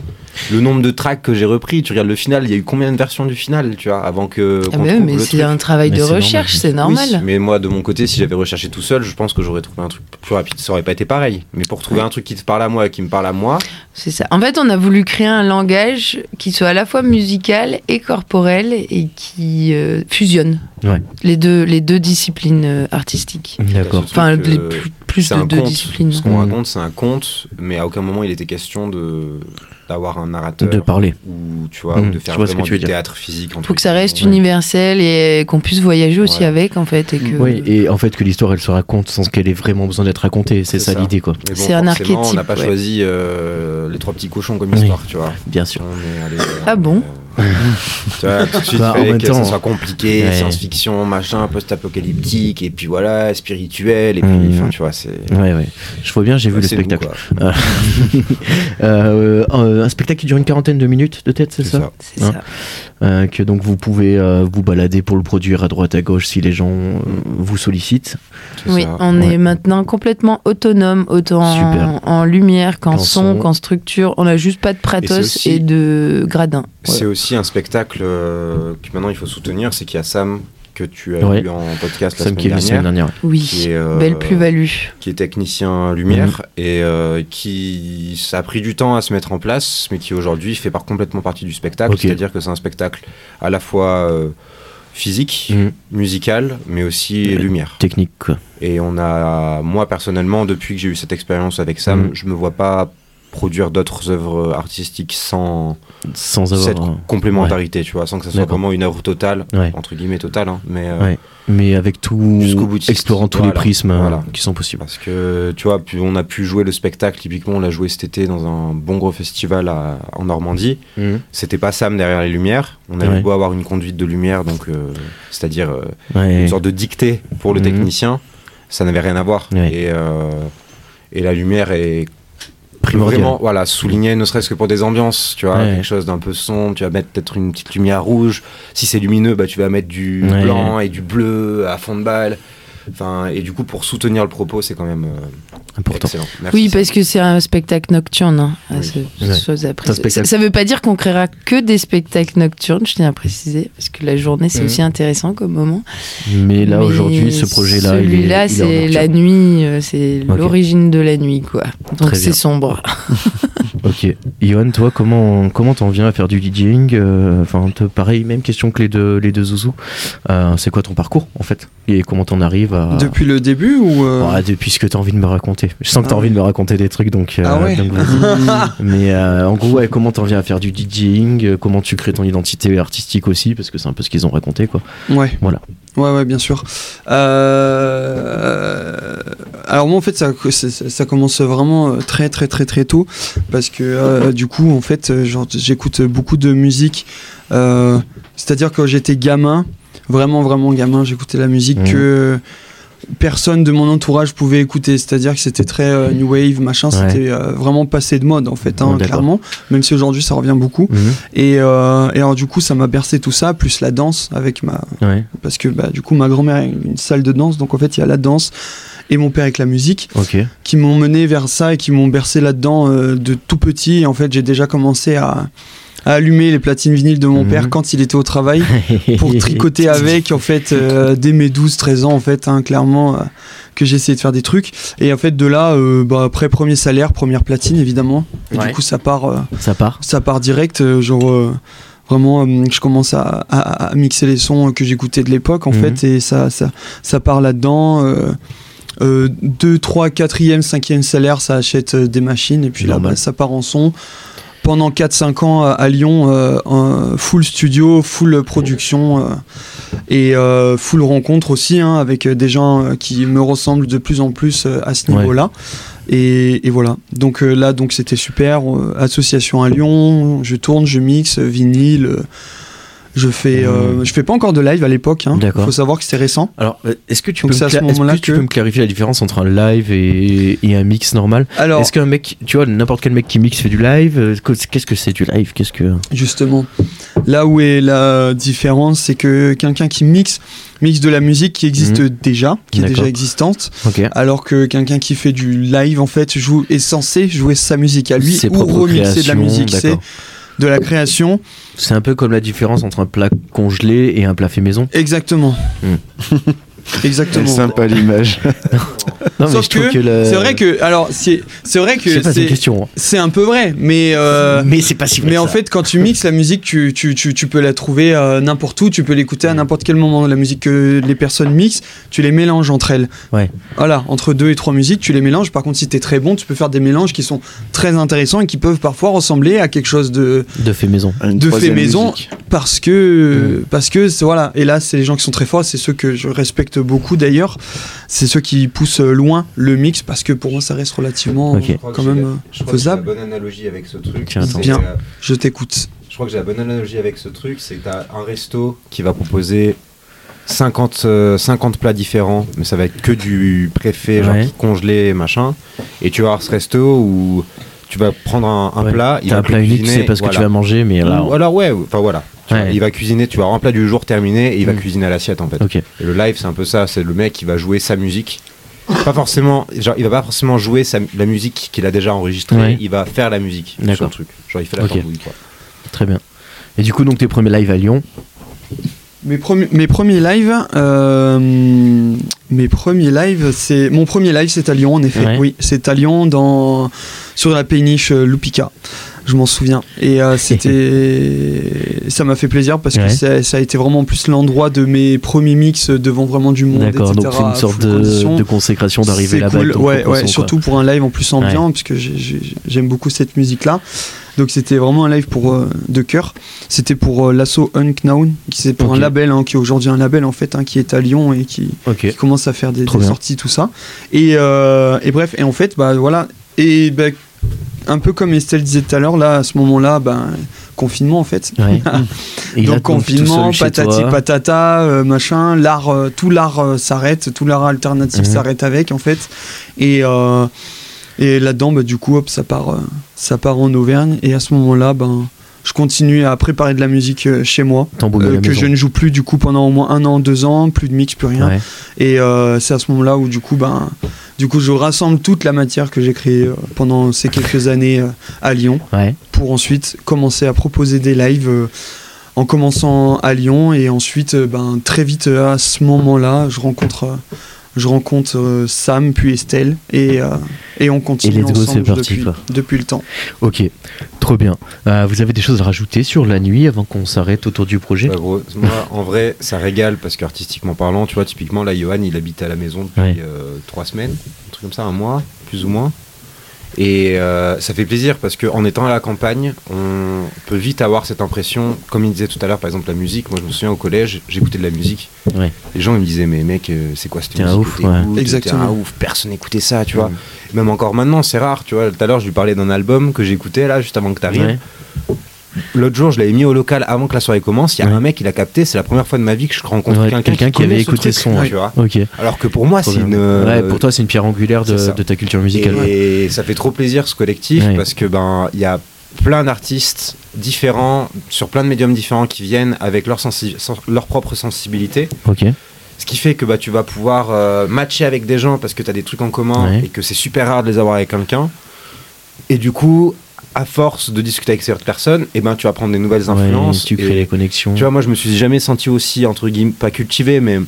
S4: Le nombre de tracks que j'ai repris, tu regardes le final, il y a eu combien de versions du final, tu vois, avant que.
S2: Ah
S4: qu'on
S2: bah oui,
S4: trouve
S2: mais
S4: le
S2: c'est
S4: truc.
S2: un travail
S1: Mais
S2: de
S1: c'est
S2: recherche, c'est normal.
S4: Oui, mais moi, de mon côté, si j'avais recherché tout seul, je pense que j'aurais trouvé un truc plus rapide. Ça aurait pas été pareil. Mais pour trouver un truc qui te parle à moi et qui me parle à moi,
S2: C'est ça. En fait, on a voulu créer un langage qui soit à la fois musical et corporel et qui euh, fusionne
S1: Ouais.
S2: les, deux, les deux disciplines euh, artistiques.
S1: D'accord.
S4: Surtout
S2: Enfin,
S4: que
S2: les plus, plus
S4: c'est
S2: de
S4: un
S2: deux
S4: conte.
S2: disciplines.
S4: Ce qu'on
S1: Mm.
S4: raconte, c'est un conte, mais à aucun moment il était question de d'avoir un narrateur
S1: De parler.
S4: ou tu vois,
S1: Mm.
S4: ou de
S1: Je
S4: faire
S1: vois ce que
S4: vraiment
S1: tu veux
S4: du
S1: dire.
S4: théâtre physique.
S2: Il faut que ça reste
S4: unique
S2: universel et qu'on puisse voyager aussi
S4: Ouais.
S2: avec, en fait. Et que...
S1: Oui, et en fait que l'histoire elle se raconte sans qu'elle ait vraiment besoin d'être racontée, c'est
S4: C'est
S1: ça,
S4: ça.
S1: l'idée quoi.
S4: Mais bon,
S2: C'est un
S4: forcément, On n'a
S2: archétype,
S4: pas
S2: ouais.
S4: choisi euh, les trois petits cochons comme
S1: Oui.
S4: histoire, tu vois.
S1: Bien sûr.
S4: On est allé,
S2: Ah
S4: on est,
S2: bon
S4: euh, Tu vois, tout de suite,
S1: Bah, en
S4: fallait
S1: même
S4: que
S1: temps-
S4: ça soit compliqué,
S1: Ouais.
S4: science-fiction, machin, post-apocalyptique, et puis voilà, spirituel, et puis,
S1: Mm.
S4: enfin, tu vois, c'est.
S1: Ouais, ouais. Je vois bien, j'ai vu
S4: bah,
S1: le
S4: c'est nous,
S1: spectacle.
S4: quoi.
S1: Euh, euh, un spectacle qui dure une quarantaine de minutes de tête, c'est
S4: C'est
S1: ça,
S4: ça.
S2: C'est
S1: Hein
S2: ça.
S1: Euh, Que donc vous pouvez euh, vous balader pour le produire à droite à gauche si les gens euh, vous sollicitent.
S4: c'est
S2: Oui,
S4: ça.
S2: on
S1: Ouais.
S2: est maintenant complètement autonome, autant en,
S1: Super.
S2: en lumière qu'en
S1: Qu'en
S2: son,
S1: son.
S2: qu'en structure. On n'a juste pas de pratos et,
S4: Et c'est aussi-
S2: de gradins.
S4: C'est aussi un spectacle euh, que maintenant il faut soutenir, c'est qu'il y a Sam que tu as
S1: Ouais.
S4: eu en podcast la
S1: Sam qui est
S4: semaine
S1: venu la
S4: dernière,
S1: semaine dernière.
S2: Oui,
S4: qui est, euh,
S2: belle plus-value.
S4: qui est technicien lumière
S1: Mhm.
S4: et euh, qui ça a pris du temps à se mettre en place, mais qui aujourd'hui fait par complètement partie du spectacle.
S1: Ok.
S4: C'est-à-dire que c'est un spectacle à la fois euh, physique,
S1: Mhm.
S4: musical, mais aussi
S1: Ouais.
S4: lumière.
S1: Technique quoi.
S4: Et on a, moi personnellement, depuis que j'ai eu cette expérience avec Sam,
S1: Mhm.
S4: je me vois pas produire d'autres œuvres artistiques sans
S1: Sans
S4: cette
S1: avoir. un-
S4: complémentarité, tu vois, sans que ça soit
S1: D'accord.
S4: vraiment une œuvre totale,
S1: Ouais.
S4: entre guillemets totale, hein, mais euh,
S1: Ouais. Mais avec tout.
S4: Jusqu'au boutiste.
S1: Explorant tous les
S4: Voilà.
S1: prismes euh,
S4: Voilà.
S1: qui sont possibles.
S4: parce que tu vois, puis on a pu jouer le spectacle. Typiquement, on l'a joué cet été dans un bon gros festival à- en Normandie. C'était pas Sam derrière les lumières. On avait
S1: Ouais.
S4: beau avoir une conduite de lumière, donc euh, c'est-à-dire euh,
S1: Ouais.
S4: une sorte de dictée pour le
S1: Mhm.
S4: technicien, ça n'avait rien à voir.
S1: Ouais.
S4: Et, euh, et la lumière est
S1: Primordial.
S4: vraiment, voilà, soulignée, ne serait-ce que pour des ambiances, tu vois,
S1: Ouais.
S4: quelque chose d'un peu sombre. Tu vas mettre peut-être une petite lumière rouge. Si c'est lumineux, bah tu vas mettre du
S1: Ouais.
S4: blanc et du bleu à fond de balle. Enfin, et du coup, pour soutenir le propos, c'est quand même euh,
S1: Important.
S4: excellent. Merci,
S2: Oui,
S4: Sam.
S2: parce que c'est un spectacle nocturne. hein, à
S4: Oui.
S2: ce-
S1: Ouais.
S2: chose à
S1: C'est un
S2: préciser.
S1: spectacle.
S2: Ça ne veut pas dire qu'on créera que des spectacles nocturnes, je tiens à préciser, parce que la journée, c'est
S1: Mhm.
S2: aussi intéressant comme moment.
S1: Mais là
S2: Mais
S1: aujourd'hui, ce projet-là, il est-
S2: Celui-là,
S1: il est en
S2: c'est
S1: nocturne.
S2: la nuit, euh, c'est
S1: Ok.
S2: l'origine de la nuit, quoi.
S1: Très
S2: Donc
S1: bien.
S2: c'est sombre.
S1: Ok. Johan, toi, comment comment t'en viens à faire du DJing euh, Enfin, te- pareil, même question que les deux les deux zouzous. Euh, c'est quoi ton parcours en fait Et comment t'en arrives à
S5: Depuis le début ou euh,
S1: Ouais, depuis ce que t'as envie de me raconter. Je sens que
S5: Ah
S1: t'as envie
S5: ouais.
S1: de me raconter des trucs, donc. euh,
S5: Ah ouais.
S1: donc vas-y. Mais euh, en gros, ouais, comment t'en viens à faire du DJing euh, Comment tu crées ton identité artistique aussi Parce que c'est un peu ce qu'ils ont raconté, quoi.
S5: Ouais.
S1: Voilà.
S5: Ouais, ouais, bien sûr. Euh, Alors moi, en fait, ça, ça, ça commence vraiment euh, très, très, très, très tôt, parce que euh, du coup, en fait, euh, genre, j'écoute beaucoup de musique. euh, C'est-à-dire quand j'étais gamin, vraiment, vraiment gamin, j'écoutais la musique
S1: Mhm.
S5: que personne de mon entourage pouvait écouter. C'est-à-dire que c'était très euh, new wave, machin.
S1: Ouais.
S5: C'était euh, vraiment passé de mode, en fait, hein,
S1: Ouais, d'accord.
S5: clairement. Même si aujourd'hui, ça revient beaucoup. Et, euh, et alors du coup, ça m'a bercé tout ça, plus la danse avec ma
S1: Ouais.
S5: parce que bah, du coup ma grand-mère a une salle de danse, donc en fait il y a la danse et mon père avec la musique
S1: Ok.
S5: qui m'ont mené vers ça et qui m'ont bercé là-dedans euh, de tout petit. Et en fait j'ai déjà commencé à, à allumer les platines vinyles de mon
S1: Mhm.
S5: père quand il était au travail pour tricoter avec en fait euh, dès mes 12 13 ans en fait hein, clairement euh, que j'ai essayé de faire des trucs et en fait de là euh, bah, après premier salaire première platine évidemment et
S1: Ouais.
S5: du coup ça part euh,
S1: Ça part.
S5: ça part direct, euh, genre euh, vraiment, euh, je commence à, à- à mixer les sons que j'écoutais de l'époque en
S1: Mhm.
S5: fait, et ça, ça, ça part là-dedans. Euh, 2, 3, 4e, 5e salaire, ça achète euh, des machines, et puis là,
S1: Normal.
S5: bah, ça part en son. Pendant 4-5 ans à, à Lyon, euh, en full studio, full production euh, et euh, full rencontre aussi, hein, avec euh, des gens euh, qui me ressemblent de plus en plus euh, à ce
S1: Ouais.
S5: niveau-là. Et, et voilà. Donc euh, là, donc c'était super. Euh, association à Lyon, je tourne, je mixe, euh, vinyle, euh, Je fais, euh, je fais pas encore de live à l'époque. Il
S1: Hmm. D'accord.
S5: faut savoir que c'est récent.
S1: Alors, euh, est-ce que tu,
S5: Donc
S1: peux me,
S5: c'est à ce
S1: cla- est-ce
S5: moment-là
S1: que tu
S5: que-
S1: peux me clarifier la différence entre un live et, et un mix normal
S5: Alors,
S1: Est-ce qu'un mec, tu vois, n'importe quel mec qui mixe fait du live euh, Qu'est-ce que c'est du live Qu'est-ce que
S5: justement, là où est la différence, c'est que quelqu'un qui mixe, mixe de la musique qui existe déjà, qui est
S1: Hmm. D'accord.
S5: déjà existante,
S1: Ok.
S5: alors que quelqu'un qui fait du live, en fait, joue, est censé jouer sa musique à lui
S1: Ses
S5: ou
S1: propres
S5: remixer de la
S1: créations,
S5: musique. C'est
S1: d'accord.
S5: de la création.
S1: C'est un peu comme la différence entre un plat congelé et un plat fait maison.
S5: Exactement.
S1: Mm.
S3: C'est
S5: Exactement.
S3: sympa l'image.
S1: Non, mais
S5: Sauf
S1: je trouve
S5: que
S1: que, le-
S5: C'est vrai que alors c'est c'est vrai
S1: Euh, Je sais
S5: que
S1: pas, c'est une
S5: c'est
S1: question. hein.
S5: c'est un peu vrai, mais euh,
S1: mais c'est pas si vrai.
S5: mais en
S1: ça.
S5: fait quand tu mixes la musique, tu tu, tu, tu peux la trouver euh, n'importe où, tu peux l'écouter à n'importe quel moment. La musique que les personnes mixent, tu les mélanges entre elles.
S1: Ouais.
S5: Voilà, entre deux et trois musiques, tu les mélanges. Par contre, si t'es très bon, tu peux faire des mélanges qui sont très intéressants et qui peuvent parfois ressembler à quelque chose de
S1: de fait maison.
S3: Une
S5: de fait
S3: troisième
S5: maison
S3: musique.
S5: parce que parce que c'est- voilà et là c'est les gens qui sont très forts c'est ceux que je respecte beaucoup d'ailleurs c'est ceux qui poussent euh, loin le mix parce que pour moi ça reste relativement
S1: Ok.
S5: euh, quand même euh,
S4: Je crois que j'ai la
S5: faisable
S4: bonne analogie avec ce truc.
S1: Tiens, attends.
S4: c'est,
S5: Bien.
S4: euh,
S5: je t'écoute
S4: je crois que j'ai la bonne analogie avec ce truc, c'est que t'as un resto qui va proposer 50, euh, 50 plats différents, mais ça va être que du préfet,
S1: Ouais.
S4: genre congelé, machin. Et tu vas avoir ce resto où tu vas prendre un, un
S1: Ouais.
S4: plat, il
S1: T'as
S4: va
S1: un plat unique, tu
S4: cuisiner,
S1: sais pas ce que
S4: voilà.
S1: tu vas manger, mais là. hein.
S4: Ou alors ouais, ou- enfin voilà. Tu vois,
S1: Ouais.
S4: Il va cuisiner, tu vas avoir un plat du jour terminé et il va
S1: Mm.
S4: cuisiner à l'assiette en fait.
S1: Ok.
S4: Et le live c'est un peu ça, c'est le mec qui va jouer sa musique. Pas forcément, genre il va pas forcément jouer sa- la musique qu'il a déjà enregistrée,
S1: Ouais.
S4: il va faire la musique sur
S1: D'accord.
S4: le truc. Genre il fait la
S1: Ok.
S4: tambouille quoi.
S1: Très bien. Et du coup, donc tes premiers lives à Lyon.
S5: mes premiers mes premiers lives euh, mes premiers lives c'est mon premier live c'est à Lyon en effet
S1: Ouais.
S5: oui c'est à Lyon dans sur la péniche euh, Lupica je m'en souviens et euh, c'était ça m'a fait plaisir parce que
S1: Ouais.
S5: ça, ça a été vraiment en plus l'endroit de mes premiers mix devant vraiment du monde
S1: D'accord,
S5: etc.,
S1: donc c'est une sorte
S5: full
S1: de,
S5: conditions.
S1: de consécration d'arriver
S5: C'est
S1: là-bas.
S5: cool,
S1: avec ton
S5: ouais,
S1: propre
S5: ouais,
S1: son,
S5: surtout pour un live en plus ambiant, puisque j'ai- j'ai- j'aime beaucoup cette musique-là. Donc c'était vraiment un live pour euh, de cœur. C'était pour euh, l'asso Unknown, qui c'est pour
S1: Ok.
S5: un label, hein, qui est aujourd'hui un label en fait, hein, qui est à Lyon et qui,
S1: quoi. Ok.
S5: qui commence à faire des,
S1: Trop
S5: des
S1: bien.
S5: sorties, tout ça. Et, euh, et bref, et en fait, bah voilà, et bah, un peu comme Estelle disait tout à l'heure, là à ce moment-là, ben confinement en fait.
S1: Ouais. Et là, t'es
S5: Donc
S1: tout
S5: confinement,
S1: seul chez
S5: patati
S1: toi.
S5: patata, euh, machin, l'art, euh, tout l'art euh, s'arrête, tout l'art alternatif
S1: Mhm.
S5: s'arrête avec en fait. Et, euh, et là-dedans, bah, du coup, hop, ça part, euh, ça part en Auvergne. Et à ce moment-là, ben, je continue à préparer de la musique euh, chez moi.
S1: Tambouille à
S5: euh,
S1: la
S5: que
S1: maison.
S5: je ne joue plus du coup pendant au moins un an, deux ans, plus de mix, plus rien.
S1: Ouais.
S5: Et euh, c'est à ce moment-là où du coup, ben, du coup, je rassemble toute la matière que j'ai créée euh, pendant ces quelques années euh, à Lyon
S1: ouais.
S5: pour ensuite commencer à proposer des lives euh, en commençant à Lyon et ensuite euh, ben, très vite euh, à ce moment-là je rencontre euh, je rencontre euh, Sam puis Estelle et, euh, et on continue
S1: let's go,
S5: ensemble
S1: c'est parti,
S5: depuis,
S1: quoi.
S5: depuis le temps.
S1: Ok. Trop bien. Euh, vous avez des choses à rajouter sur la nuit avant qu'on s'arrête autour du projet
S4: Bah, gros, moi, en vrai, ça régale parce qu'artistiquement parlant, tu vois, typiquement, là, Johan, il habite à la maison depuis
S1: Ouais.
S4: euh, trois semaines, un truc comme ça, un mois, plus ou moins. Et euh, ça fait plaisir parce qu'en étant à la campagne, on peut vite avoir cette impression, comme il disait tout à l'heure, par exemple, la musique. Moi, je me souviens au collège, j'écoutais de la musique.
S1: Ouais.
S4: Les gens ils me disaient, mais mec, euh, c'est quoi cette
S1: T'es un
S4: musique
S1: ouf,
S4: que t'écoutes T'es
S5: Exactement.
S4: un ouf, personne n'écoutait ça, tu vois. Même encore maintenant, c'est rare, tu vois. Tout à l'heure, je lui parlais d'un album que j'écoutais, là, juste avant que t'arrives.
S1: Ouais.
S4: L'autre jour, je l'avais mis au local avant que la soirée commence. Il y a
S1: Ouais.
S4: un mec, il a capté. C'est la première fois de ma vie que je rencontre
S1: Ouais,
S4: quelqu'un
S1: quelqu'un qui
S4: connaît
S1: avait
S4: ce
S1: écouté
S4: truc,
S1: son,
S4: tu vois.
S1: Ok.
S4: Alors que pour moi,
S1: Trop
S4: c'est
S1: bien.
S4: une. euh,
S1: Ouais, pour toi, c'est Ah, une pierre angulaire de,
S4: c'est ça.
S1: de ta culture
S4: et,
S1: musicale.
S4: et ça fait trop plaisir ce collectif
S1: Ouais.
S4: parce que ben, il y a plein d'artistes différents sur plein de médiums différents qui viennent avec leur, sensi- sen- leur propre sensibilité.
S1: Ok.
S4: Ce qui fait que bah, tu vas pouvoir euh, matcher avec des gens parce que tu as des trucs en commun
S1: Ouais.
S4: et que c'est super rare de les avoir avec quelqu'un. Et du coup, à force de discuter avec ces autres personnes, et ben, tu vas prendre des nouvelles influences.
S1: Ouais, tu crées
S4: et-
S1: les connexions.
S4: tu vois, moi, je me suis jamais senti aussi, entre guillemets, pas cultivé, mais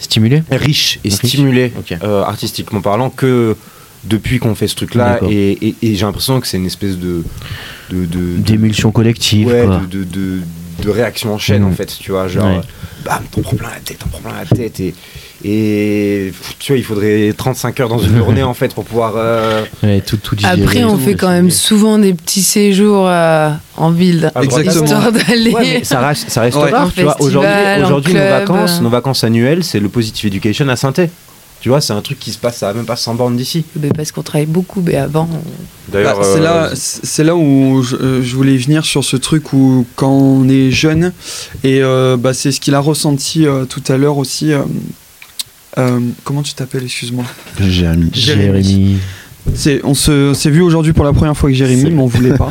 S1: Stimulé
S4: riche et
S1: Riche.
S4: stimulé,
S1: Ok.
S4: euh, artistiquement parlant, que depuis qu'on fait ce truc-là.
S1: D'accord.
S4: Et, et- et j'ai l'impression que c'est une espèce de. de, de-
S1: D'émulsion collective.
S4: ouais,
S1: quoi.
S4: de, de- de- de réaction en chaîne,
S1: Mhm.
S4: en fait. Tu vois, genre,
S1: Ouais.
S4: bam, t'en prends plein la tête, t'en prends plein la tête. Et, et pff, tu vois, il faudrait 35 heures dans une journée, en fait, pour pouvoir. euh,
S1: Ouais, tout, tout digérer.
S2: Après, on fait quand même souvent des petits séjours euh, en ville,
S4: Ah, je crois que-
S5: Exactement.
S2: histoire d'aller.
S4: Ouais, mais ça reste, ça reste
S5: Ouais.
S4: rare,
S2: Un
S4: tu vois.
S2: festival,
S4: Aujourd'hui,
S2: un
S4: aujourd'hui nos
S2: club.
S4: vacances, nos vacances annuelles, c'est le Positive Education à Saint-Thé. Tu vois, c'est un truc qui se passe, ça a même pas 100 bornes d'ici.
S2: Mais parce qu'on travaille beaucoup, mais avant, on-
S4: D'ailleurs,
S5: Bah, c'est
S4: euh,
S5: là, c'est là où je, euh, je voulais venir sur ce truc où quand on est jeune et euh, bah, c'est ce qu'il a ressenti euh, tout à l'heure aussi. euh, euh, comment tu t'appelles, excuse-moi.
S3: Jérémy.
S5: Jérémy. C'est, on se, on s'est vu aujourd'hui pour la première fois avec Jérémy,
S1: C'est-
S5: mais on voulait pas.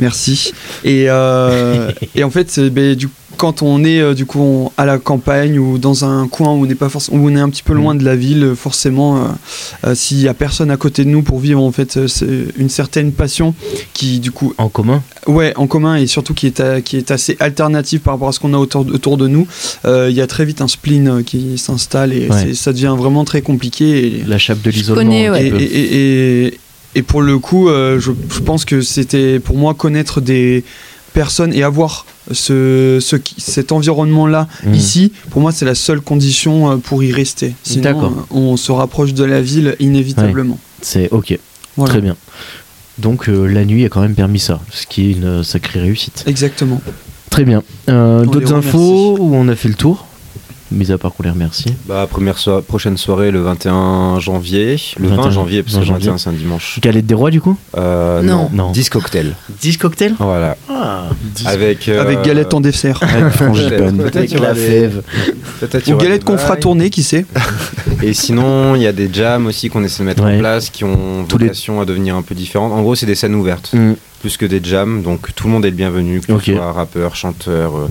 S5: Merci. Et, euh, et en fait, c'est- ben, du, quand on est euh, du coup on- à la campagne ou dans un coin où on n'est pas forc- où on est un petit peu
S1: Mm.
S5: loin de la ville, euh, forcément, euh, euh, s'il y a personne à côté de nous pour vivre en fait, euh, c'est une certaine passion qui du coup
S1: En commun
S5: Ouais, en commun et surtout qui est, à- qui est assez alternative par rapport à ce qu'on a autour, autour de nous. Euh, Il y a très vite un spleen euh, qui s'installe et
S1: Ouais.
S5: c'est- ça devient vraiment très compliqué. Et,
S1: La chape de
S2: Je
S1: l'isolement.
S2: connais,
S1: un
S2: ouais.
S1: petit
S5: et,
S1: peu.
S5: et- et- et pour le coup, euh, je, je pense que c'était pour moi connaître des personnes et avoir ce, ce qui- cet environnement-là
S1: Mhm.
S5: ici, pour moi, c'est la seule condition euh, pour y rester. Sinon,
S1: D'accord.
S5: euh, on se rapproche de la ville inévitablement.
S1: C'est ok,
S5: Voilà.
S1: très bien. Donc euh, la nuit a quand même permis ça, ce qui est une euh, sacrée réussite.
S5: Exactement.
S1: Très bien. Euh,
S5: On
S1: D'autres
S5: les
S1: infos où on a fait le tour Mis à part qu'on les remercie.
S4: bah, première so- prochaine soirée le 21 janvier. Le
S1: 21
S4: 20 janvier, parce que
S1: 20
S4: le
S1: janvier.
S4: 21 c'est un dimanche.
S1: Galette des rois du coup
S4: Euh,
S2: Non.
S4: non.
S1: Non.
S4: 10 cocktails.
S1: 10 cocktails
S4: Voilà. Avec, euh,
S5: Avec galette en dessert.
S3: Avec Frangipane.
S4: Peut-être
S1: Avec
S4: il y aura
S1: la
S4: des-
S1: fève.
S4: peut-être il y
S5: Ou
S4: aura
S5: galette
S4: des
S5: qu'on fera
S4: bails.
S5: tourner, qui sait
S4: Et sinon, il y a des jams aussi qu'on essaie de mettre
S1: Ouais.
S4: en place qui ont
S1: Tous les-
S4: vocation à devenir un peu différentes. En gros, c'est des scènes ouvertes,
S1: Mm.
S4: plus que des jams. Donc tout le monde est le bienvenu, que
S1: Ok.
S4: tu sois rappeur, chanteur, euh,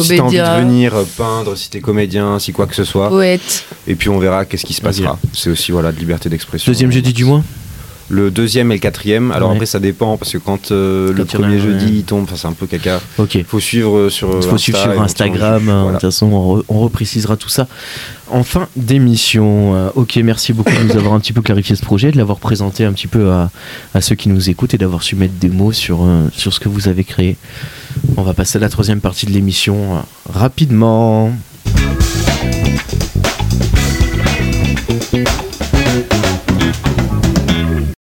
S4: si t'as envie
S2: comédien,
S4: de venir euh, peindre, si t'es comédien, si quoi que ce
S1: Oh.
S4: soit.
S2: poète.
S4: Et puis on verra qu'est-ce qui se passera. C'est aussi voilà de liberté d'expression.
S1: Deuxième jeudi du mois
S4: Le deuxième et le quatrième. Alors
S1: Ouais.
S4: après, ça dépend parce que quand euh,
S1: Quand il y en
S4: le
S1: a
S4: premier
S1: un,
S4: jeudi
S1: ouais.
S4: il tombe, enfin, c'est un peu caca.
S1: Ok.
S4: Faut suivre euh, sur.
S1: Il faut suivre sur Instagram. hein, De
S4: voilà.
S1: toute façon, on, re- on reprécisera tout ça en fin d'émission. Euh, ok, merci beaucoup de nous avoir un petit peu clarifié ce projet, de l'avoir présenté un petit peu à, à ceux qui nous écoutent et d'avoir su mettre des mots sur, euh, sur ce que vous avez créé. On va passer à la troisième partie de l'émission euh, rapidement.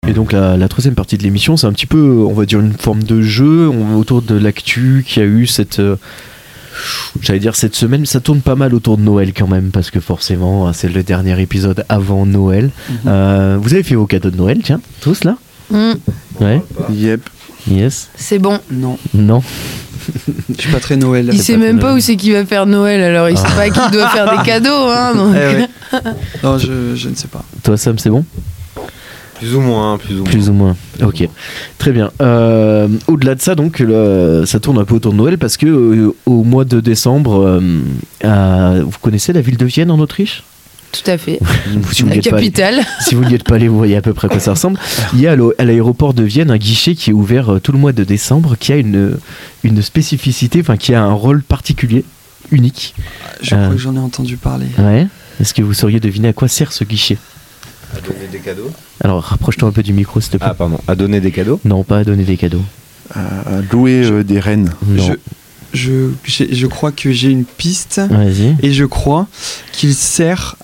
S1: Et donc la, la troisième partie de l'émission, c'est un petit peu, on va dire, une forme de jeu on- autour de l'actu qui a eu cette, euh, j'allais dire cette semaine, ça tourne pas mal autour de Noël quand même, parce que forcément, hein, c'est le dernier épisode avant Noël. Euh, vous avez fait vos cadeaux de Noël, tiens, tous là
S2: Hmm,
S1: Ouais.
S3: Yep.
S1: Yes.
S2: c'est bon.
S5: Non,
S1: Non.
S5: je suis pas très Noël.
S2: Il sait
S1: pas
S2: même
S1: très
S2: pas où
S1: Noël.
S2: c'est qui va faire Noël, alors il sait pas qui doit faire des cadeaux. Hein, donc.
S5: Eh ouais. Non, je, je ne sais pas.
S1: Toi, Sam, c'est bon
S4: Plus ou moins, hein, plus ou moins.
S1: Plus ou moins. Ok. Très bien. Euh, Au-delà de ça, donc, le- ça tourne un peu autour de Noël parce que euh, au mois de décembre, euh, à- vous connaissez la ville de Vienne en Autriche
S2: Tout à fait.
S1: Si vous
S2: La
S1: n'y êtes pas allé-
S2: capitale.
S1: si vous n'y êtes pas allé, vous voyez à peu près à quoi ça ressemble. Il y a à l'au- à l'aéroport de Vienne un guichet qui est ouvert euh, tout le mois de décembre, qui a une, une spécificité, enfin qui a un rôle particulier, unique.
S5: Je
S1: Euh.
S5: crois que j'en ai entendu parler.
S1: Ouais. Est-ce que vous sauriez deviner à quoi sert ce guichet
S4: À donner des cadeaux.
S1: Alors rapproche-toi un peu du micro, s'il te plaît.
S4: Ah pardon. À donner des cadeaux.
S1: Non, pas à donner des cadeaux.
S3: À louer euh, des rennes.
S1: Non.
S5: Je, je, j'ai- je crois que j'ai une piste
S1: Vas-y.
S5: et je crois qu'il sert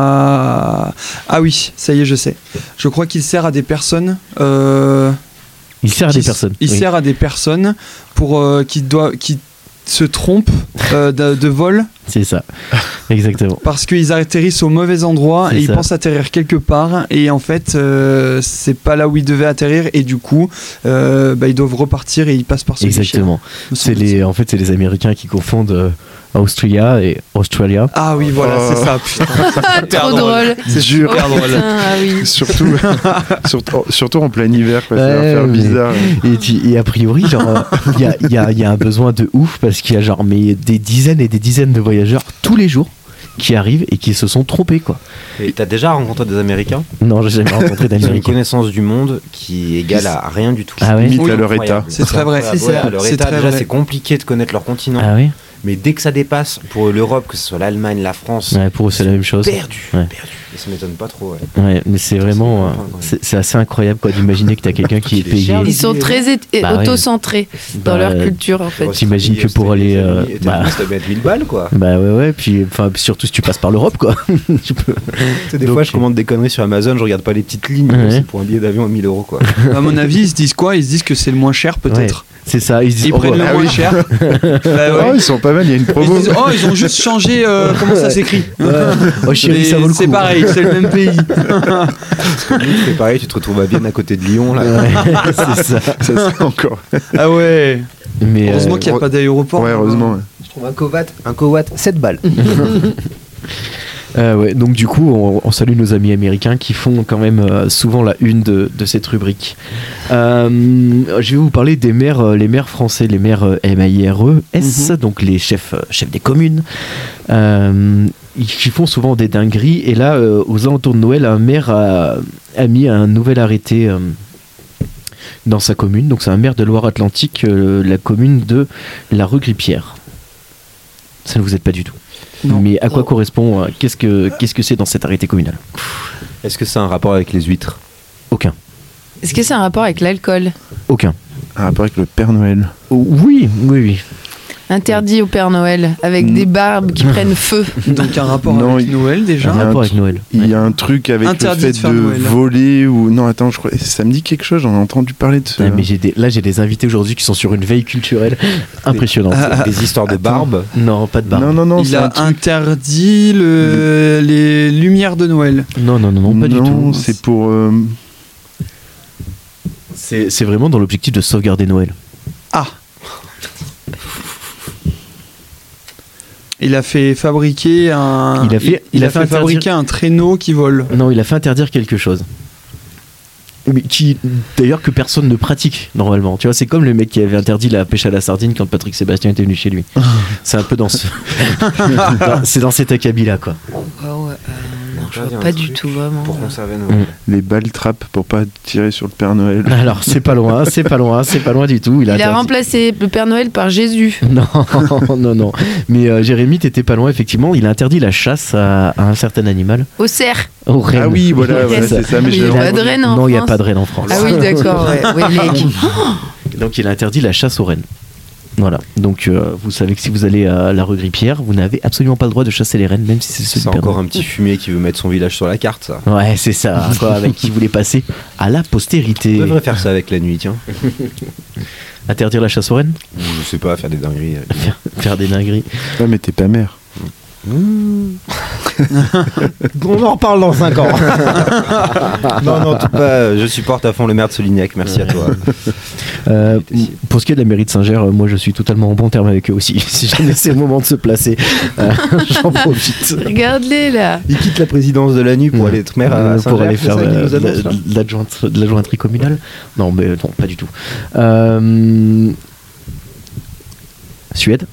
S5: à. Ah oui, ça y est, je sais. Je crois qu'il sert à des personnes. euh,
S1: Il sert à
S5: qui
S1: des
S5: s-
S1: personnes.
S5: Il
S1: oui.
S5: sert à des personnes pour euh, qui doivent qui se trompent euh, de, de vol
S1: C'est ça. Exactement.
S5: parce qu'ils atterrissent au mauvais endroit
S1: C'est
S5: et ils
S1: ça.
S5: pensent atterrir quelque part et en fait euh, c'est pas là où ils devaient atterrir et du coup euh, bah, ils doivent repartir et ils passent par ce guichet-là,
S1: Exactement.
S5: me
S1: C'est
S5: semble-t-il.
S1: les, en fait, c'est les Américains qui confondent euh, Austria et Australia.
S5: Ah oui, voilà,
S3: Oh.
S5: c'est ça. putain.
S2: Ah, trop drôle.
S3: C'est dur.
S2: Oh, putain, ah oui.
S3: Surtout, surtout, surtout en plein hiver, quoi, ça va
S1: Ouais,
S3: faire
S1: mais-
S3: bizarre.
S1: Et, tu- et a priori, genre, il y a, y a- y a un besoin de ouf parce qu'il y a genre mais des dizaines et des dizaines de voyageurs tous les jours qui arrivent et qui se sont trompés quoi.
S4: Et t'as déjà rencontré des Américains
S1: Non, j'ai jamais rencontré
S4: Ils ont une
S1: d'Américain.
S4: connaissance du monde qui égale à rien du tout.
S1: Ah ouais
S3: Limite
S5: Oui,
S3: à leur état.
S4: Incroyable.
S5: C'est très vrai.
S4: incroyable.
S5: C'est
S4: Ouais,
S5: ça.
S4: leur
S5: C'est
S4: état,
S5: très
S4: déjà,
S5: vrai.
S4: c'est compliqué de connaître leur continent.
S1: Ah oui
S4: Mais dès que ça dépasse, pour l'Europe, que ce soit l'Allemagne, la France,
S1: Ouais, pour eux c'est la même chose.
S4: perdu,
S1: Ouais.
S4: perdu. Et ça m'étonne pas trop. ouais.
S1: Ouais, mais c'est vraiment, euh,
S4: incroyable, quand même.
S1: c'est c'est assez incroyable quoi d'imaginer que t'as quelqu'un qui est
S4: Qu'il est
S1: payé.
S4: cher,
S2: Ils sont très é-
S1: Bah ouais.
S2: autocentrés
S1: Bah,
S2: dans leur culture en fait.
S1: T'imagines que pour aller, euh,
S4: Et
S1: bah-
S4: t'as juste à mettre 1000 balles, quoi.
S1: Bah ouais ouais, puis enfin surtout si tu passes par l'Europe quoi. Tu peux-
S4: des
S1: Donc,
S4: fois, je commande des conneries sur Amazon, je regarde pas les petites lignes.
S1: Ouais.
S4: C'est pour un billet d'avion à 1000 euros, quoi.
S5: À mon avis, ils se disent quoi Ils se disent que c'est le moins cher, peut-être.
S1: C'est ça, ils se disent
S5: Ils
S1: oh,
S5: prennent
S1: voilà.
S5: le moins cher. Bah
S3: Oh,
S5: ouais.
S3: ils sont pas mal, il y a une
S5: Ils se
S3: promo.
S5: disent, oh, ils ont juste changé euh, comment ça s'écrit.
S1: Ouais. Oh chérie,
S5: Mais
S1: ça vaut le coup.
S5: C'est pareil. que c'est le même pays.
S4: tu fais pareil, tu te retrouves à Vienne à côté de Lyon. Là.
S1: c'est ça.
S3: Ça serait encore.
S5: Ah ouais.
S1: Mais, euh,
S5: Heureusement qu'il n'y a
S3: heure-
S5: pas d'aéroport.
S3: Ouais, heureusement. ouais.
S4: Je trouve un cowatt, un cowatt, 7 balles.
S1: Euh, ouais, donc du coup, on, on salue nos amis américains qui font quand même euh, souvent la une de, de cette rubrique. Euh, je vais vous parler des maires, euh, les maires français, les maires euh, M-A-I-R-E-S, donc les chefs, euh, chefs des communes, euh, ils- qui font souvent des dingueries. Et là, euh, aux alentours de Noël, un maire a, a mis un nouvel arrêté euh, dans sa commune. Donc c'est un maire de Loire-Atlantique, euh, la commune de La Rue-Gripière. Ça ne vous aide pas du tout.
S5: Non.
S1: Mais à quoi
S2: Non.
S1: correspond euh, Qu'est-ce que qu'est-ce que c'est dans cet arrêté communal
S4: Est-ce que ça a un rapport avec les huîtres
S1: Aucun,
S2: Est-ce que c'est un rapport avec l'alcool
S1: aucun.
S3: Un rapport Ah, avec le Père Noël.
S1: Oui, oui, oui.
S2: Interdit au Père Noël, avec
S3: Mm.
S2: des barbes qui prennent feu.
S5: hein. Donc un rapport
S3: Non,
S5: avec
S3: il-
S5: Noël
S1: Un
S5: déjà.
S3: Il y a un
S1: rapport
S3: truc-
S1: avec Noël.
S3: Il y a un truc avec
S5: Interdit
S3: le
S5: de
S3: fait
S5: faire
S3: de,
S5: Noël.
S3: voler ou. Non, attends, je crois. Ça me dit quelque chose, j'en ai entendu parler de ce.
S1: Ouais, mais j'ai des- là j'ai des invités aujourd'hui qui sont sur une veille culturelle impressionnante.
S4: Des histoires de barbe
S1: Non, pas de barbe.
S3: Ah, non, non, non,
S5: il
S3: c'est
S5: a
S3: un truc-
S5: interdit le- les lumières de Noël.
S1: Non, non, non, non, pas du
S3: Non,
S1: tout.
S3: c'est pour. euh,
S1: C'est c'est vraiment dans l'objectif de sauvegarder Noël.
S5: Ah Il a fait fabriquer un.
S1: Il a fait-
S5: il
S1: il
S5: a
S1: a
S5: fait
S1: fait interdire-
S5: fabriquer un traîneau qui vole.
S1: Non, il a fait interdire quelque chose. Mais qui, d'ailleurs, que personne ne pratique normalement. Tu vois, c'est comme le mec qui avait interdit la pêche à la sardine quand Patrick Sébastien était venu chez lui.
S3: Ah.
S1: C'est un peu dans ce. dans- c'est dans cet acabit-là, quoi.
S2: non, je
S4: Ah, il y a
S2: vois
S4: un
S2: pas du
S4: truc
S2: tout vraiment.
S4: pour conserver nos.
S1: Mm.
S3: les balles trappes pour pas tirer sur le Père Noël.
S1: Alors, c'est pas loin, c'est pas loin, c'est pas loin du tout. Il a,
S2: Il a
S1: interdit-
S2: remplacé le Père Noël par Jésus.
S1: Non, non, non. Mais euh, Jérémy, t'étais pas loin, effectivement. Il a interdit la chasse à, à un certain animal.
S2: Au cerf.
S1: Au renne.
S3: Ah oui, voilà,
S1: C'est
S3: voilà,
S1: ça.
S3: c'est ça. Mais
S2: Il
S3: je
S2: y a
S3: l'ai
S2: pas
S3: entendu.
S2: de reine en
S1: Non, il n'y a
S2: France.
S1: pas de renne en France.
S2: Ah oui, d'accord. ouais. Oui, les-
S1: Donc il a interdit la chasse aux rennes. Voilà. Donc euh, vous savez que si vous allez à la rue Grippière, vous n'avez absolument pas le droit de chasser les rennes, même si c'est ceux
S4: C'est
S1: du Père
S4: encore
S1: Noël.
S4: un petit fumier qui veut mettre son village sur la carte, ça.
S1: Ouais, c'est ça. Quoi, avec qui voulait passer à la
S4: On
S1: postérité.
S4: devrait faire ça avec la nuit, tiens.
S1: Interdire la chasse aux rennes,
S4: Ou Je sais pas, faire des dingueries. avec-
S1: faire, faire des dingueries.
S3: Ouais, mais t'es pas mère.
S4: On en reparle dans 5 ans. non, non, en tout pas. Je supporte à fond le maire de Solignac. Merci à toi.
S1: Euh, pour ce qui est de la mairie de Saint-Ger, euh, moi je suis totalement en bon terme avec eux aussi. Si jamais c'est le moment de se placer, euh, j'en profite.
S2: Regarde-les là.
S4: Il quitte la présidence de la nuit pour aller être maire à
S1: Euh,
S4: Saint-Ger.
S1: pour aller
S4: c'est
S1: faire
S4: ça qu'il
S1: euh,
S4: nous annonce,
S1: la-
S4: là
S1: de l'adjointe- de l'adjointerie communale. Non, mais non, pas du tout. Euh, Suède.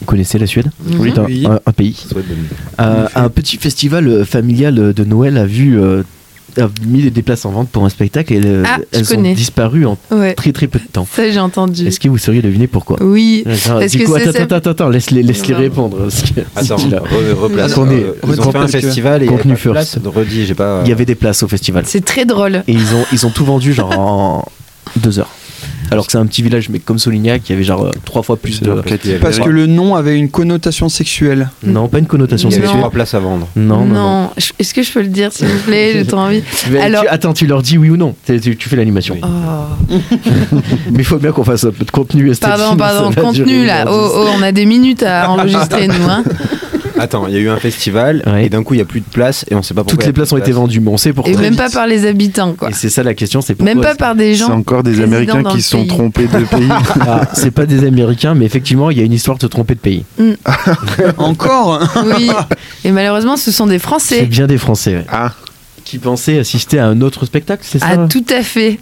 S1: Vous connaissez la Suède
S2: Mhm. Oui.
S1: C'est un-
S5: Oui.
S1: un- un pays.
S4: Souhaite de-
S1: Euh, un petit festival euh, familial euh, de Noël a vu euh, a mis des- des places en vente pour un spectacle et euh,
S2: Ah, je
S1: elles ont
S2: connais.
S1: disparu en
S2: Ouais.
S1: très très peu de temps.
S2: Ça j'ai entendu.
S1: Est-ce que vous sauriez deviner pourquoi
S2: Oui.
S1: Attends,
S2: Parce
S1: du
S2: que
S1: coup,
S2: c'est-
S1: attends, attends, attends, attends, laisse-les laisse-les
S2: Pardon.
S1: répondre. parce que-
S4: Attends,
S1: si tu l'as.
S4: re- replace.
S1: Attends,
S4: Euh, ils ont fait un
S5: parce que-
S4: festival et il y avait
S1: Contenu
S4: pas de
S1: first.
S4: place. Redis, j'ai pas.
S1: Il y avait des places au festival.
S2: C'est très drôle.
S1: Et ils ont, ils ont tout vendu genre en deux heures. Alors que c'est un petit village, mais comme Solignac, il y avait genre euh, trois fois plus de.
S4: Il y avait-
S5: Parce que le nom avait une connotation sexuelle.
S1: Non, pas une connotation
S4: Il y avait
S1: sexuelle.
S4: trois places à vendre.
S1: Non, non, non.
S2: Je- Est-ce que je peux le dire s'il vous plaît J'ai trop envie.
S1: Tu vas- tu-
S2: Alors-
S1: attends, tu leur dis oui ou non. Tu, tu- tu fais l'animation.
S4: Oui.
S2: Oh.
S1: Mais il faut bien qu'on fasse un peu de contenu esthétique.
S2: Pardon, pardon,
S1: ça va
S2: contenu
S1: durer
S2: là.
S1: une heure
S2: Oh, oh, on a des minutes à enregistrer, nous. Hein.
S4: Attends, il y a eu un festival
S1: Ouais.
S4: et d'un coup il y a plus de place et on sait pas
S1: dix.
S4: pourquoi.
S1: Toutes les places ont été vendues, mais on sait pourquoi.
S2: Et même pas par les habitants, quoi.
S1: Et c'est ça la question, c'est pourquoi.
S2: Même pas par des
S3: C'est
S2: gens.
S3: encore des
S2: président
S3: Américains
S2: dans
S3: qui
S2: le
S3: se sont
S2: pays.
S3: trompés de pays.
S1: Ah, c'est pas des Américains, mais effectivement, il y a une histoire de tromper de pays.
S5: Encore
S2: Oui. Et malheureusement, ce sont des
S1: C'est
S2: Français.
S1: bien des Français ouais.
S3: Ah,
S1: qui pensaient assister à un autre spectacle, c'est ça
S2: Ah, tout à fait.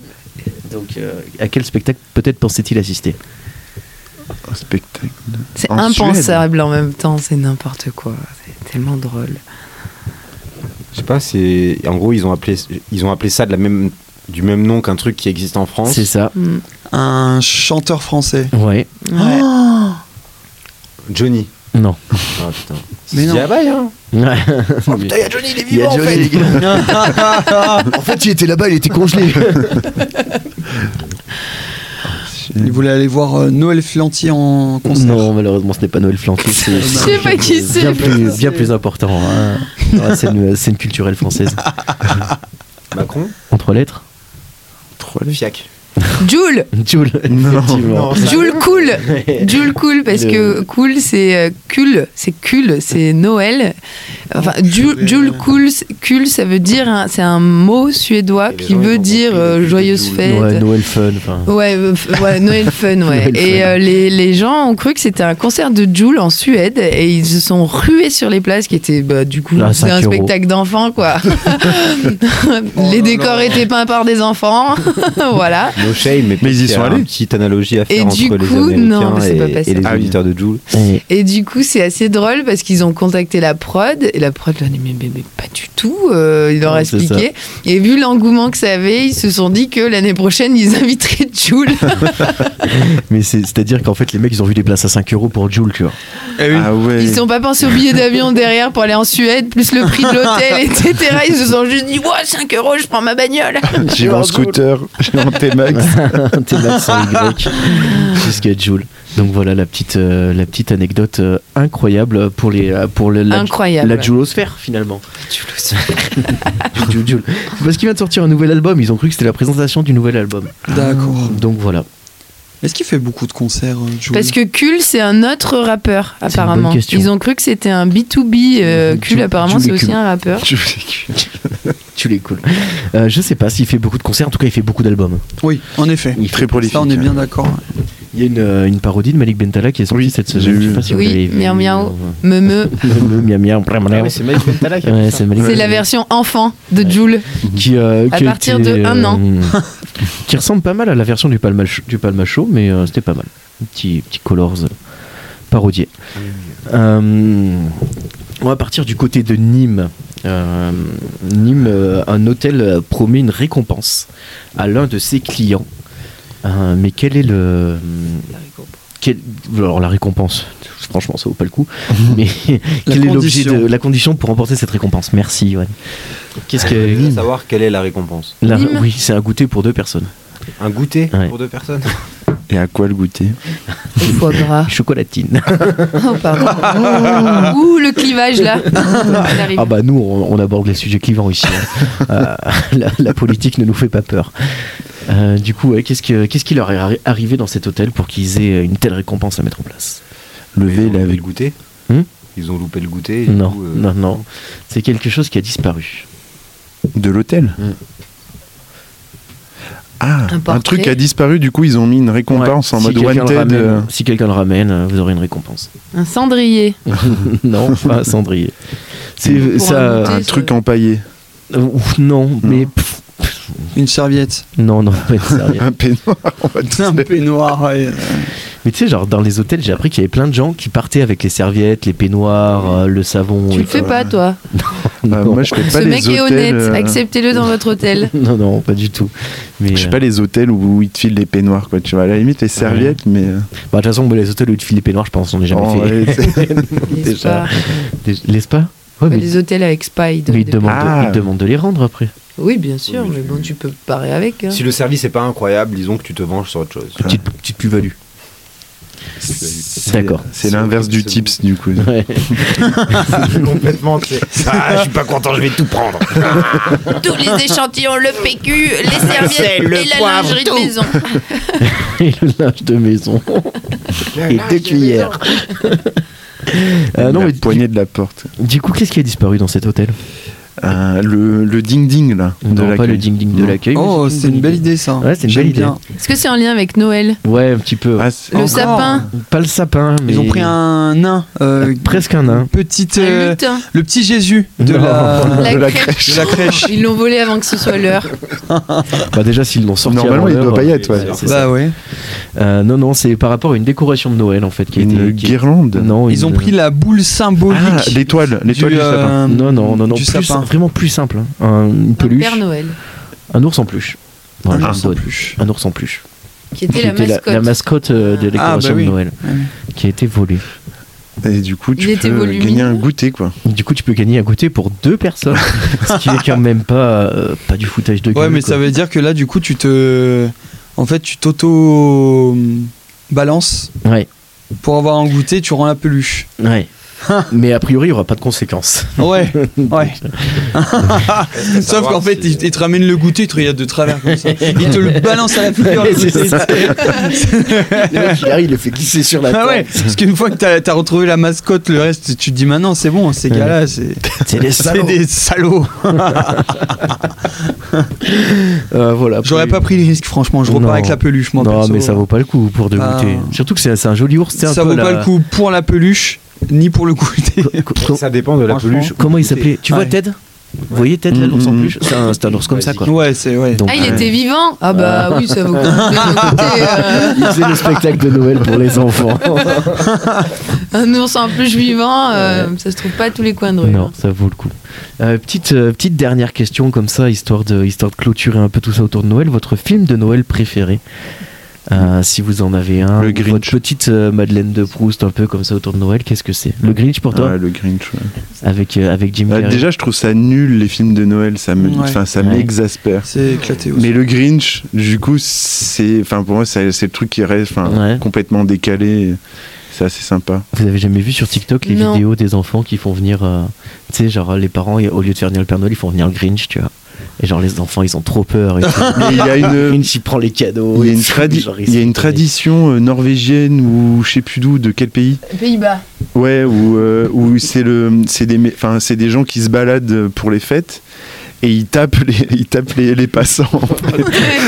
S1: Donc, euh, à quel spectacle peut-être pensait-il assister
S3: un Oh, spectacle.
S2: C'est
S3: En
S2: impensable en même temps. C'est n'importe quoi. C'est tellement drôle.
S4: Je sais pas, c'est en gros ils ont appelé ils ont appelé ça de la même du même nom qu'un truc qui existe en France.
S1: C'est ça.
S2: Mm.
S5: Un chanteur français. Ah.
S1: Ouais.
S2: Ouais.
S4: Johnny.
S1: Non.
S4: Ah putain.
S5: Mais non.
S4: là-bas, hein.
S1: Ouais.
S4: Putain, il y a Johnny, il est
S1: Il y a
S4: vivant
S1: Johnny,
S4: en fait.
S1: les gars.
S4: en fait, il était là-bas, il était congelé.
S5: Il voulait aller voir euh, Noël Flanty en concert.
S1: Non, malheureusement, ce n'est pas Noël Flanqué. C'est
S5: Je
S2: sais pas qui c'est.
S1: Bien plus, bien plus important. hein. Ouais, c'est une scène culturelle française.
S4: Macron
S1: En trois lettres
S4: Fiac.
S2: Joule
S1: Joule, effectivement.
S4: Non, ça-
S2: Joule cool Joule cool parce que
S1: Le-
S2: cool c'est euh, cool, c'est cool, c'est Noël. Enfin
S4: Oh,
S2: Joule, Joule cool, c'est- cool ça veut dire un- c'est un mot suédois
S4: Et les
S2: qui
S4: gens, ils
S2: veut
S4: ont
S2: dire
S4: compris
S2: euh,
S4: depuis
S2: joyeuse
S4: Joule.
S2: fête.
S1: Ouais, Noël fun. enfin.
S2: Ouais, euh, f- ouais, Noël fun, ouais.
S1: Noël
S2: et
S1: fun.
S2: euh, les, les gens ont cru que c'était un concert de Joule en Suède et ils se sont rués sur les places qui étaient bah, du coup
S1: Ah,
S2: c'est un
S1: cinq euros.
S2: spectacle d'enfants quoi.
S4: Oh,
S2: les décors étaient peints par des enfants, voilà.
S4: No shame, mais,
S3: Mais ils y sont
S4: peut-être qu'il a
S3: allés.
S4: Une petite analogie à faire
S2: Et
S4: entre
S2: du
S4: les
S2: coup,
S4: Américains
S2: non, mais c'est
S4: et,
S2: pas passé.
S4: et les
S3: Ah oui.
S4: auditeurs de Joule.
S2: Oh.
S1: Et-
S2: Et du coup, c'est assez drôle parce qu'ils ont contacté la prod et la prod leur a dit mais, mais- mais pas du tout. euh, ils leur ont
S1: Ouais, c'est
S2: expliqué. Et vu l'engouement que ça avait, ils se sont dit que l'année prochaine ils inviteraient Jules.
S1: Mais c'est- c'est-à-dire qu'en fait, les mecs, ils ont vu des places à 5 euros pour Joule, tu vois.
S5: Eh oui.
S3: Ah ouais.
S2: Ils n'ont pas pensé au billet d'avion derrière pour aller en Suède, plus le prix de l'hôtel, etc. Ils se sont juste dit ouais 5 euros, je prends ma bagnole.
S3: J'ai mon scooter, j'ai mon T-Max.
S1: T'es là sans Y jusqu'à Joule. Donc voilà la petite, euh, la petite anecdote euh, incroyable pour, les, euh, pour le- la,
S2: Incroyable.
S1: la Joulosphère finalement. Joule, Joule. Parce qu'il vient de sortir un nouvel album, ils ont cru que c'était la présentation du nouvel album.
S5: D'accord.
S1: Donc voilà.
S5: Est-ce qu'il fait beaucoup de concerts, euh, Jul
S2: Parce que Kul, c'est un autre rappeur,
S1: une bonne
S2: apparemment.
S1: question.
S2: Ils ont cru que c'était un B2B. euh, Kul,
S1: Jules-
S2: apparemment,
S1: Jules
S2: c'est
S1: et
S2: aussi
S1: Kul.
S2: un rappeur.
S3: Je vous ai-
S1: Tu les cool. Euh, je sais pas s'il fait beaucoup de concerts, en tout cas il fait beaucoup d'albums.
S5: Oui, en effet.
S1: Il
S3: Très
S1: fait-
S3: prolifique.
S5: Ça, on est bien d'accord.
S1: Il y a une, euh, une parodie de Malik Bentala qui est sortie
S3: Oui,
S1: cette
S3: j'ai
S1: semaine.
S3: vu.
S1: Je sais pas si vous
S2: Oui,
S1: l'avez vu.
S2: miaou, miaou. Me me.
S1: Le miam miam, bram, bram.
S4: c'est Mike Bentala qui
S1: Ouais, c'est Malik
S2: C'est la
S1: Bentala.
S2: version enfant de
S1: Ouais.
S2: Jules.
S1: qui, euh,
S2: À
S1: qui a
S2: partir
S1: été, euh,
S2: de un an.
S1: qui ressemble pas mal à la version du Palma, du Palma Show, mais euh, c'était pas mal. Petit, petit Colors euh, parodié. Euh, on va partir du côté de Nîmes. Euh, Nîmes, euh, un hôtel euh, promet une récompense à l'un de ses clients. Euh, mais quel est le. quel- alors la récompense, franchement, ça vaut pas le coup. Mais quelle est l'objet de
S5: condition.
S1: la condition pour remporter cette récompense Merci. ouais. Qu'est-ce que
S4: Je voudrais savoir quelle est la récompense.
S1: la-
S2: Nîmes.
S1: oui, c'est un goûter pour deux personnes.
S4: Un goûter
S1: Ouais.
S4: pour deux personnes
S3: Et à quoi le goûter
S2: Foie
S1: Ah.
S2: gras.
S1: Chocolatine.
S2: Oh, pardon. Ouh, ouh, le clivage là. Il arrive.
S1: Ah bah nous, on, on aborde les sujets clivants ici. hein. Euh, la, la politique ne nous fait pas peur. Euh, du coup, ouais, qu'est-ce, que- qu'est-ce qui leur est arri- arrivé dans cet hôtel pour qu'ils aient une telle récompense à mettre en place
S3: Le V,
S4: Ils ont
S3: il
S4: loupé
S3: avait
S4: le goûter
S1: Hmm
S4: Ils ont loupé le goûter. et du
S1: Non,
S4: coup, euh,
S1: non, non. C'est quelque chose qui a disparu.
S3: de l'hôtel.
S1: Mm.
S3: Ah,
S2: Un
S3: un,
S2: portrait.
S3: truc a disparu, du coup ils ont mis une récompense en
S1: si
S3: mode
S1: quelqu'un le
S3: wanted.
S1: ramène-
S3: euh,
S1: Si quelqu'un le ramène, euh, vous aurez une récompense.
S2: Un cendrier.
S1: non, pas un cendrier. C'est
S2: Pour
S1: ça.
S2: goûter.
S3: un
S2: ce-
S3: truc empaillé,
S1: euh, ouf, non, mais pff,
S5: Une serviette.
S1: non, non, pas une serviette.
S3: un peignoir. on va dire.
S5: Un peignoir. ouais.
S1: Mais tu sais, genre dans les hôtels, j'ai appris qu'il y avait plein de gens qui partaient avec les serviettes, les peignoirs, euh, le savon.
S2: Tu
S1: et
S2: le fais
S1: tout.
S2: pas toi.
S3: Bah,
S1: Non.
S3: moi je fais
S2: Ce
S3: pas
S2: mec
S3: les
S2: est
S3: hôtels.
S2: honnête.
S3: euh,
S2: Acceptez-le dans votre hôtel.
S1: Non, non, pas du tout. Mais
S3: Je sais
S1: euh,
S3: pas les hôtels où ils te filent les peignoirs quoi. Tu vois à la limite les serviettes, mais euh,
S1: bah, de toute façon, moi, les hôtels où tu files les peignoirs, je pense, on n'est jamais
S3: en
S1: fait.
S3: vrai, c'est-
S2: Les
S1: Déjà.
S2: spas.
S1: Les, les spas Ouais, mais,
S2: Les hôtels avec spa. ils donnent
S1: mais ils,
S2: des-
S1: demandent,
S3: Ah.
S1: ils demandent de les rendre après.
S2: Oui, bien sûr, mais bon, tu peux parer avec. hein.
S4: Si le service est pas incroyable, disons que tu te venges sur autre chose.
S1: Petite, petite plus-value.
S3: c'est-
S1: D'accord. Euh,
S3: C'est l'inverse du
S4: C'est-
S3: tips du coup.
S1: Ouais.
S4: Complètement, tu sais. Ah, je suis pas content, je vais tout prendre.
S2: Tous les échantillons, le PQ, les
S4: C'est
S2: serviettes
S4: le
S2: et la
S4: poivre,
S2: lingerie
S4: tout.
S2: de maison.
S1: Et le linge de maison. Et deux cuillères. Euh, non,
S3: la
S1: mais
S3: poignée de la porte.
S1: du coup, qu'est-ce qui a disparu dans cet hôtel
S3: Euh, le le ding ding là. de
S1: Non, pas
S3: l'accueil.
S1: le ding-ding de
S3: Non.
S1: l'accueil.
S5: Oh,
S1: mais
S5: c'est une belle idée ça.
S1: Ouais, c'est une
S5: J'aime
S1: belle idée.
S5: bien.
S2: Est-ce que c'est en lien avec Noël
S1: Ouais, un petit peu.
S3: Ah, c'est-
S2: Le
S5: Encore.
S2: sapin,
S1: Pas le sapin, mais.
S5: Ils ont pris un nain. euh,
S1: Presque un nain.
S5: Petite,
S2: le
S5: euh,
S2: lutin,
S5: le petit Jésus de
S1: Non.
S5: la,
S2: hein, la,
S3: la
S2: crèche.
S5: de la crèche.
S2: Ils l'ont volé avant que ce soit l'heure.
S1: Bah, déjà, s'ils l'ont sorti.
S3: Normalement
S1: avant
S3: il
S1: l'heure,
S3: doit pas y
S1: euh,
S3: être. ouais.
S1: c'est ça.
S5: Bah ouais.
S1: Euh, non, non, c'est par rapport à une décoration de Noël en fait qui a
S3: Une
S1: été. qui-
S3: guirlande.
S1: Non,
S5: Ils
S1: une-
S5: ont pris la boule symbolique.
S3: Ah, l'étoile, l'étoile du sapin.
S5: euh,
S1: Non, non, non, non,
S5: du
S1: plus-
S5: sapin.
S1: vraiment plus simple. hein. Un, une
S2: Un
S1: peluche,
S2: Père Noël,
S1: un ours en peluche. Voilà,
S5: Un
S1: je
S5: ours
S1: vous
S5: en
S1: donne.
S5: peluche.
S1: Un ours en peluche.
S2: qui était la
S1: C'était
S2: mascotte.
S1: mascotte euh, de
S2: Ah,
S1: décoration
S5: bah oui.
S1: de Noël qui a été volée. euh,
S3: Et du coup
S2: Il
S3: tu
S2: était
S3: peux
S2: volumineux.
S3: gagner un goûter quoi.
S1: Du coup, tu peux gagner à goûter pour deux personnes, ce qui est quand même pas euh, pas du foutage de gueule.
S5: Ouais, mais
S1: quoi.
S5: ça veut dire que là, du coup, tu te. En fait, tu t'auto. Balance
S1: Ouais,
S5: pour avoir un goûter, tu rends la peluche.
S1: ouais.
S5: Hein
S1: mais a priori, il n'y aura pas de conséquences.
S5: Ouais, ouais. Sauf qu'en fait, il, il te ramène le goûter, il te regarde de travers comme ça. Il te le balance à la figure. le
S1: C'est
S5: goûter.
S1: ça. il le fait glisser sur la
S5: Ah ouais, parce qu'une fois que t'as as retrouvé la mascotte, le reste, tu te dis maintenant c'est bon, ces gars-là, c'est
S1: C'est des
S5: c'est
S1: salauds.
S5: des salauds.
S1: Euh, voilà.
S5: J'aurais
S1: Puis-
S5: pas pris les risques, franchement. Je repars
S1: Non.
S5: avec la peluche, moi.
S1: Non,
S5: perso.
S1: mais ça vaut pas le coup pour de
S5: Ah.
S1: goûter. Surtout que c'est c'est un joli ours. c'est un
S5: Ça
S1: peu
S5: vaut
S1: la-
S5: pas le coup pour la peluche, ni pour le goûter.
S1: Co- co-
S4: euh, Ça dépend de la
S5: Franchement.
S4: peluche.
S1: Comment il s'appelait Tu vois
S5: Ouais. Mm.
S1: Ted Vous voyez Ted, là, l'ours en
S3: Mhm.
S1: peluche C'est un, c'est un ours comme ça, quoi.
S5: Ouais, c'est ouais.
S1: Donc,
S2: Ah, il
S1: euh,
S2: était vivant Ah, bah oui, ça vaut écoutez, euh,
S1: il faisait le spectacle de Noël pour les enfants.
S2: un ours en plus vivant, euh, ça se trouve pas à tous les coins de rue. hein.
S1: non, ça vaut le coup. Euh, petite, euh, petite dernière question comme ça, histoire de, histoire de clôturer un peu tout ça autour de Noël. Votre film de Noël préféré Euh, si vous en avez un,
S3: Le
S1: ou
S3: Grinch.
S1: votre petite euh, Madeleine de Proust un peu comme ça autour de Noël, qu'est-ce que c'est Le Grinch pour toi
S3: Ah, le Grinch. ouais.
S1: avec euh, avec Jim
S3: Bah,
S1: Carrey.
S3: déjà, je trouve ça nul les films de Noël. Ça me,
S5: Ouais.
S3: enfin, ça
S1: Ouais.
S3: m'exaspère.
S5: C'est éclaté aussi.
S3: Mais le Grinch, du coup, c'est, enfin, pour moi, c'est c'est le truc qui reste, enfin,
S1: Ouais.
S3: complètement décalé. C'est assez sympa.
S1: Vous avez jamais vu sur TikTok les
S2: Non.
S1: vidéos des enfants qui font venir, euh, tu sais, genre les parents, et- au lieu de faire venir le Père Noël, ils font venir le Grinch, tu vois. Et genre les enfants, ils ont trop peur. et tout.
S3: Mais il y a
S1: le
S3: une,
S1: Grinch, il prend les cadeaux.
S3: il y a une,
S1: tout,
S3: tradi-
S1: genre,
S3: il y a une
S1: sont-
S3: tradition euh, norvégienne ou je sais plus d'où, de quel pays.
S2: Pays-Bas.
S3: Ouais, où, euh, où c'est le, c'est des, mé- enfin, c'est des gens qui se baladent pour les fêtes et ils tapent les, ils tapent les, les passants.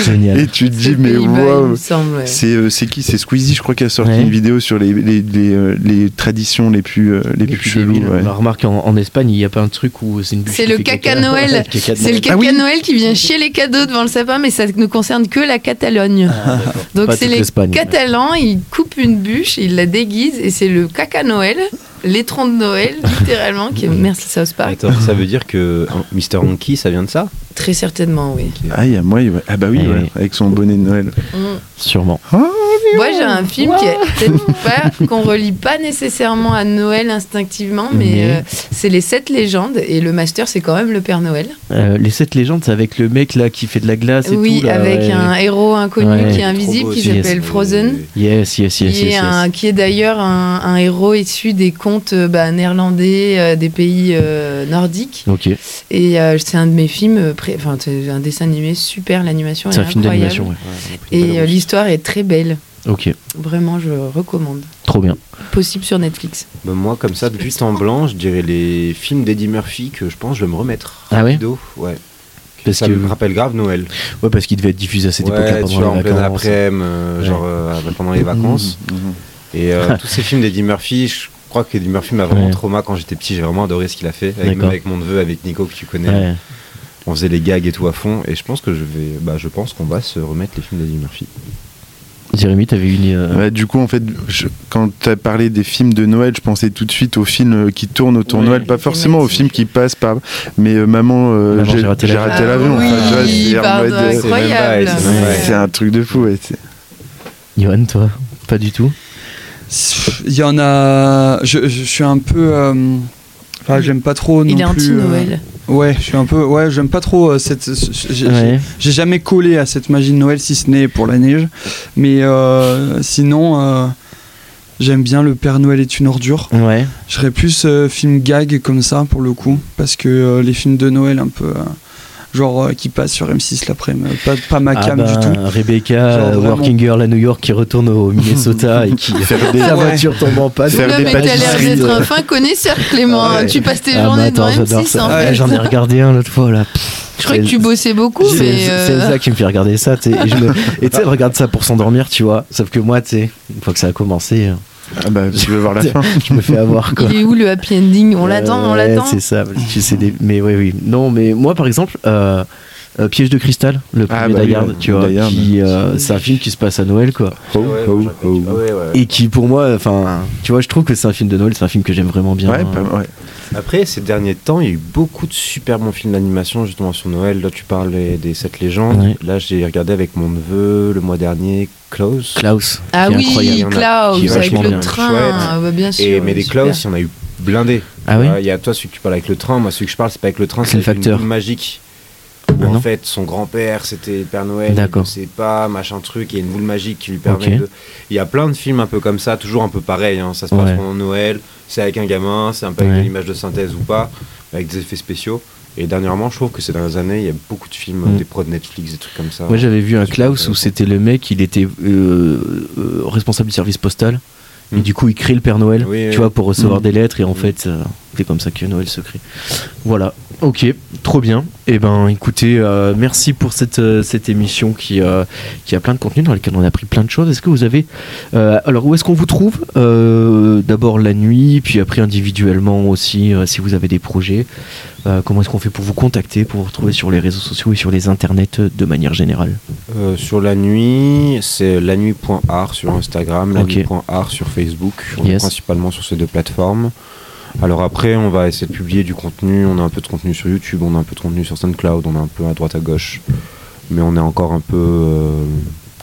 S1: Génial.
S3: Et tu te dis,
S2: C'est
S3: mais
S2: Pays-Bas, il
S3: waouh.
S2: me semble, ouais.
S3: C'est euh, c'est qui C'est Squeezie, je crois, qui a sorti
S1: Ouais.
S3: une vidéo sur les, les, les, euh, les traditions les plus, euh, les
S1: Et
S3: plus
S1: puis,
S3: cheloues.
S1: débile,
S3: ouais.
S1: On remarque en, en Espagne, il n'y a pas un truc où c'est une bûche
S2: C'est
S1: qui
S2: le
S1: fait
S2: caca Noël.
S1: Caca de
S2: C'est
S1: Noël.
S2: le caca Noël qui vient chier les cadeaux devant le sapin, mais ça ne concerne que la Catalogne.
S1: Ah, d'accord.
S2: Donc
S1: Pas
S2: c'est
S1: toute
S2: les
S1: l'Espagne.
S2: Catalans, ils coupent une bûche, ils la déguisent, et c'est le caca Noël, l'étron de Noël, littéralement, qui est merci South Park.
S4: Attends, ça veut dire que hein, Mr. Monkey, ça vient de ça
S2: Très certainement, oui.
S3: Ah, il y a moi, il y a- ah bah oui,
S1: Eh
S3: ouais,
S1: oui.
S3: avec son bonnet de Noël.
S2: Mm.
S1: Sûrement.
S2: Moi, j'ai un film qui est peut-être pas qu'on relie pas nécessairement à Noël instinctivement, mais
S1: Mais-
S2: euh, c'est les sept légendes et le master, c'est quand même le Père Noël.
S1: Euh, les sept légendes, c'est avec le mec là qui fait de la glace et
S2: oui,
S1: tout. là,
S2: avec
S1: ouais.
S2: un héros inconnu
S1: Ouais.
S2: qui est
S4: Trop
S2: invisible,
S4: beau,
S2: qui
S1: yes.
S2: s'appelle Frozen.
S1: Yes, yes, yes,
S2: Qui,
S1: yes.
S2: est
S1: yes.
S2: un- qui est d'ailleurs un, un héros issu des contes euh, bah, néerlandais euh, des pays euh, nordiques.
S1: Ok,
S2: Et euh, c'est un de mes films, euh, pré- enfin c'est un dessin animé super, l'animation est,
S1: c'est un film
S2: incroyable.
S1: d'animation. ouais.
S2: Et euh, l'histoire est très belle,
S1: Ok,
S2: vraiment je recommande.
S1: trop bien.
S2: Possible sur Netflix.
S4: Bah, moi, comme ça, de but en blanc, je dirais les films d'Eddie Murphy que je pense je vais me remettre.
S1: Ah ouais
S4: Rapido, ouais.
S1: Parce
S4: ça
S1: que-
S4: me rappelle grave Noël.
S1: Ouais, parce qu'il devait être diffusé à cette époque-là
S4: Ouais, tu vois,
S1: pendant
S4: en
S1: les
S4: plein
S1: vacances.
S4: après-midi, euh,
S1: Ouais. Mm-hmm.
S4: genre euh, pendant les vacances.
S3: Mmh,
S4: Et euh, tous ces films d'Eddie Murphy, je crois qu'Eddie Murphy m'a vraiment
S1: Ouais.
S4: trauma quand j'étais petit. J'ai vraiment adoré ce qu'il a fait. Avec,
S1: D'accord.
S4: même avec mon neveu, avec Nico que tu connais.
S1: Ouais.
S4: On faisait les gags et tout à fond. Et je pense que je vais, bah, je pense qu'on va se remettre les films d'Eddie Murphy.
S1: Jérémy, t'avais une. euh,
S3: Bah, du coup, en fait, je- quand tu as parlé des films de Noël, je pensais tout de suite aux films euh, qui tournent autour de
S1: Ouais.
S3: Noël, pas forcément aux films qui passent par. Mais euh, maman, euh,
S1: Maman,
S3: j'ai j'ai
S1: j'ai raté
S3: raté
S1: l'avion. Ah
S3: l'avion.
S2: oui,
S3: enfin, tu vois, c'est en
S2: pardon,
S3: mode, euh,
S4: c'est même
S2: incroyable.
S4: pas- c'est même
S3: c'est un truc de fou. ouais, c'est-
S1: Johan, toi Pas du tout
S5: Il y en a. Je, je- je suis un peu. euh, enfin, j'aime pas trop non
S2: Il est
S5: plus. euh,
S2: anti-Noël.
S5: Ouais, je suis un peu. Ouais, j'aime pas trop euh, cette. ce- ce- j'ai-
S1: Ouais.
S5: J'ai jamais collé à cette magie de Noël, si ce n'est pour la neige. Mais euh, sinon, euh, j'aime bien Le Père Noël est une ordure.
S1: Ouais.
S5: Je serais plus euh, film gag comme ça, pour le coup. Parce que euh, les films de Noël, un peu. euh, genre euh, qui passent sur M6 l'après-midi. euh, Pas, pas
S1: Ah
S5: ma cam
S1: bah,
S5: du tout.
S1: Rebecca,
S5: Genre
S1: euh,
S5: vraiment.
S1: working girl à New York, qui retourne au Minnesota et qui.
S3: Faire des-
S1: Sa
S5: Ouais.
S1: voiture tombe en panne.
S3: Faire
S2: Non,
S3: des
S2: mais t'as l'air
S3: pâtisseries,
S2: d'être un fin connaisseur, Clément.
S5: Ouais.
S2: Tu passes tes
S1: Ah,
S2: journées
S1: mais attends,
S2: devant hein.
S1: j'adore
S2: M6,
S1: ça.
S2: en
S1: Ouais,
S2: fait.
S1: J'en ai regardé un l'autre fois là.
S2: Je croyais que tu bossais beaucoup,
S1: C'est-
S2: mais.
S1: C'est
S2: euh,
S1: Elsa qui me fait regarder ça, tu sais. Et je me- et tu sais, elle regarde ça pour s'endormir, tu vois. Sauf que moi, tu sais, une fois que ça a commencé, euh,
S3: Ah bah, tu veux voir la fin
S1: je me fais avoir quoi.
S2: Il est où le happy ending On
S1: Euh,
S2: l'attend, on
S1: ouais,
S2: l'attend.
S1: C'est ça. tu sais, des- Mais oui, oui. Non, mais moi, par exemple, euh, euh, Piège de cristal, le
S3: Ah,
S1: premier
S3: bah oui,
S1: Die Hard,
S3: ouais,
S1: tu vois,
S3: Die Hard.
S1: qui, euh, c'est un film qui se passe à Noël, quoi.
S3: Oh, oh, oh.
S1: Et qui, pour moi, enfin, tu vois, je trouve que c'est un film de Noël, c'est un film que j'aime vraiment bien.
S3: Ouais, pas- ouais.
S4: Après, ces derniers temps, il y a eu beaucoup de super bons films d'animation justement sur Noël. Là, tu parlais des sept légendes.
S1: Ouais.
S4: Là, j'ai regardé avec mon neveu le mois dernier Klaus.
S1: Klaus.
S2: Ah
S1: qui est
S2: oui,
S1: incroyable. Qui est
S2: Klaus, avec
S1: vachement
S2: le
S1: bien.
S2: train.
S4: Chouette.
S2: Ah, bah, bien sûr.
S4: Et mais des
S2: super.
S4: Klaus, il y en a eu blindé.
S1: Ah oui
S4: Il y a toi celui que tu parles avec le train, moi celui que je parle c'est pas avec le train,
S1: C'est
S4: c'est
S1: le
S4: avec une
S1: facteur.
S4: boule magique.
S1: Ah
S4: en
S1: non.
S4: fait, son grand-père, c'était le Père Noël, il ne
S1: D'accord.
S4: sait pas, machin truc, il y a une boule magique qui lui permet
S1: Ok.
S4: de... Il y a plein de films un peu comme ça, toujours un peu pareil, hein, ça se passe
S1: Ouais.
S4: pendant Noël, c'est avec un gamin, c'est un peu
S1: Ouais.
S4: avec une image de synthèse ou pas, avec des effets spéciaux. Et dernièrement, je trouve que ces dernières années, il y a beaucoup de films,
S1: Mm.
S4: des prods Netflix, des trucs comme ça.
S1: Moi j'avais vu un
S4: C'est
S1: Klaus
S4: super
S1: où c'était le mec, il était euh, euh, responsable du service postal.
S4: Mm.
S1: Et du coup, il crée le Père Noël,
S4: Oui,
S1: tu
S4: oui.
S1: vois, pour recevoir
S4: Mm.
S1: des lettres. Et en
S4: Mm.
S1: fait, euh, c'est comme ça que Noël se crée. Voilà, ok, trop bien. Et ben, écoutez, euh, merci pour cette, euh, cette émission qui, euh, qui a plein de contenu, dans lequel on a appris plein de choses. Est-ce que vous avez. euh, alors, où est-ce qu'on vous trouve Euh, D'abord la nuit, puis après individuellement aussi, euh, si vous avez des projets. Euh, comment est-ce qu'on fait pour vous contacter, pour vous retrouver sur les réseaux sociaux et sur les internets euh, de manière générale
S4: Euh, sur la nuit, c'est lanuit.art sur Instagram,
S1: Ok.
S4: lanuit.art sur Facebook. On est
S1: Yes.
S4: principalement sur ces deux plateformes. Alors après, on va essayer de publier du contenu. On a un peu de contenu sur YouTube, on a un peu de contenu sur SoundCloud, on a un peu à droite à gauche. Mais on est encore un peu. euh,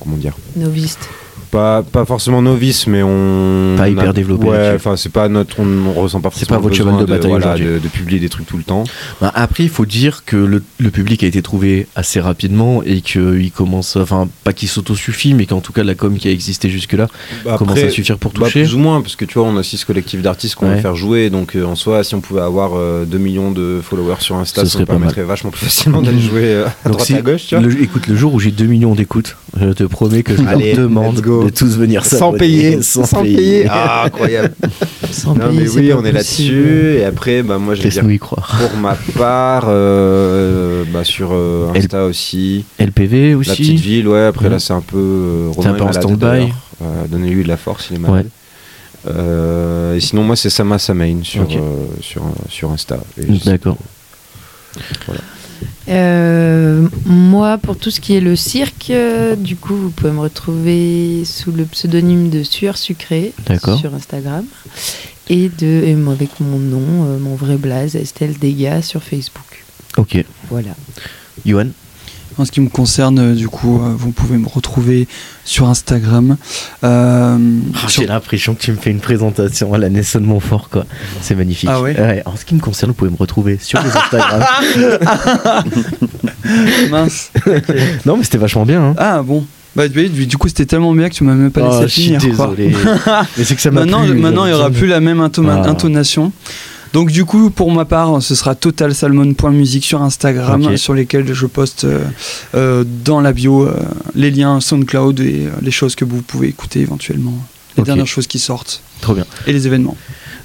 S4: comment dire
S2: noviste.
S4: pas, pas forcément novice, mais on.
S1: Pas
S4: on
S1: hyper
S4: a-
S1: développé
S4: Ouais,
S1: là-dessus.
S4: enfin, c'est pas notre. On, on ressent pas
S1: C'est pas
S4: forcément le
S1: votre cheval
S4: besoin
S1: de bataille
S4: voilà,
S1: aujourd'hui.
S4: de, de publier des trucs tout le temps.
S1: Bah, après, il faut dire que le, le public a été trouvé assez rapidement et qu'il commence, enfin, pas qu'il s'autosuffit, mais qu'en tout cas, la com qui a existé jusque-là commence à suffire pour
S4: Bah,
S1: toucher.
S4: plus ou moins, parce que tu vois, on a six collectifs d'artistes qu'on
S1: Ouais.
S4: veut faire jouer, donc euh, en soi, si on pouvait avoir euh, 2 millions de followers sur Insta,
S1: Ce
S4: ça
S1: serait
S4: nous
S1: pas mal.
S4: permettrait vachement plus facilement d'aller jouer euh, à
S1: Donc,
S4: droite
S1: si
S4: à gauche, tu vois.
S1: le- écoute, le jour où j'ai 2 millions d'écoutes, je te promets que je
S4: Allez,
S1: leur demande
S4: let's go.
S1: de tous venir
S4: Sans
S1: s'abonner.
S4: payer,
S1: sans,
S4: sans
S1: payer.
S4: payer. Ah, incroyable.
S2: Sans
S4: non,
S2: payer,
S4: mais
S2: c'est
S4: oui,
S2: pas
S4: on est
S2: possible.
S4: là-dessus. Et après, bah, moi, je vais dire
S1: Laisse-nous y croire.
S4: pour ma part, euh, bah, sur euh, Insta aussi,
S1: LPV aussi.
S4: la petite ville, ouais. Après,
S1: Ouais.
S4: là, c'est un peu. euh,
S1: C'est un peu
S4: Romain
S1: en
S4: est malade,
S1: stand-by.
S4: d'ailleurs. Euh, Donnez-lui de la force, il est malade.
S1: Ouais.
S4: Euh, et sinon, moi, c'est Sama Samain sur,
S1: Ok.
S4: euh, sur, sur Insta. Et c'est-
S1: D'accord.
S2: Euh, moi, pour tout ce qui est le cirque, euh, du coup, vous pouvez me retrouver sous le pseudonyme de Sueur Sucrée
S1: D'accord.
S2: sur Instagram. Et, de, et moi, avec mon nom, euh, mon vrai blaze, Estelle Degas, sur Facebook.
S1: Ok.
S2: Voilà.
S1: Johan
S5: En ce qui me concerne, euh, du coup, euh, vous pouvez me retrouver sur Instagram. euh,
S1: Ah,
S5: sur-
S1: J'ai l'impression que tu me fais une présentation à la Nesson Montfort, quoi. C'est magnifique.
S5: Ah ouais
S1: En ce qui me concerne, vous pouvez me retrouver sur les Instagram.
S5: Mince.
S1: non, mais c'était vachement bien. Hein.
S5: Ah bon. Bah, du du coup, c'était tellement bien que tu m'as même pas
S1: Oh,
S5: laissé
S1: je suis
S5: finir. quoi.
S1: désolé. mais c'est que ça m'a
S5: Maintenant,
S1: plu, euh,
S5: maintenant il n'y aura
S1: j'aime
S5: plus la même intoma-
S1: Ah.
S5: intonation. Donc du coup, pour ma part, ce sera totalsalmon.music sur Instagram,
S1: Ok.
S5: sur lesquels je poste euh, euh, dans la bio euh, les liens SoundCloud et euh, les choses que vous pouvez écouter éventuellement, les
S1: Ok.
S5: dernières choses qui sortent
S1: bien. Trop bien.
S5: et les événements.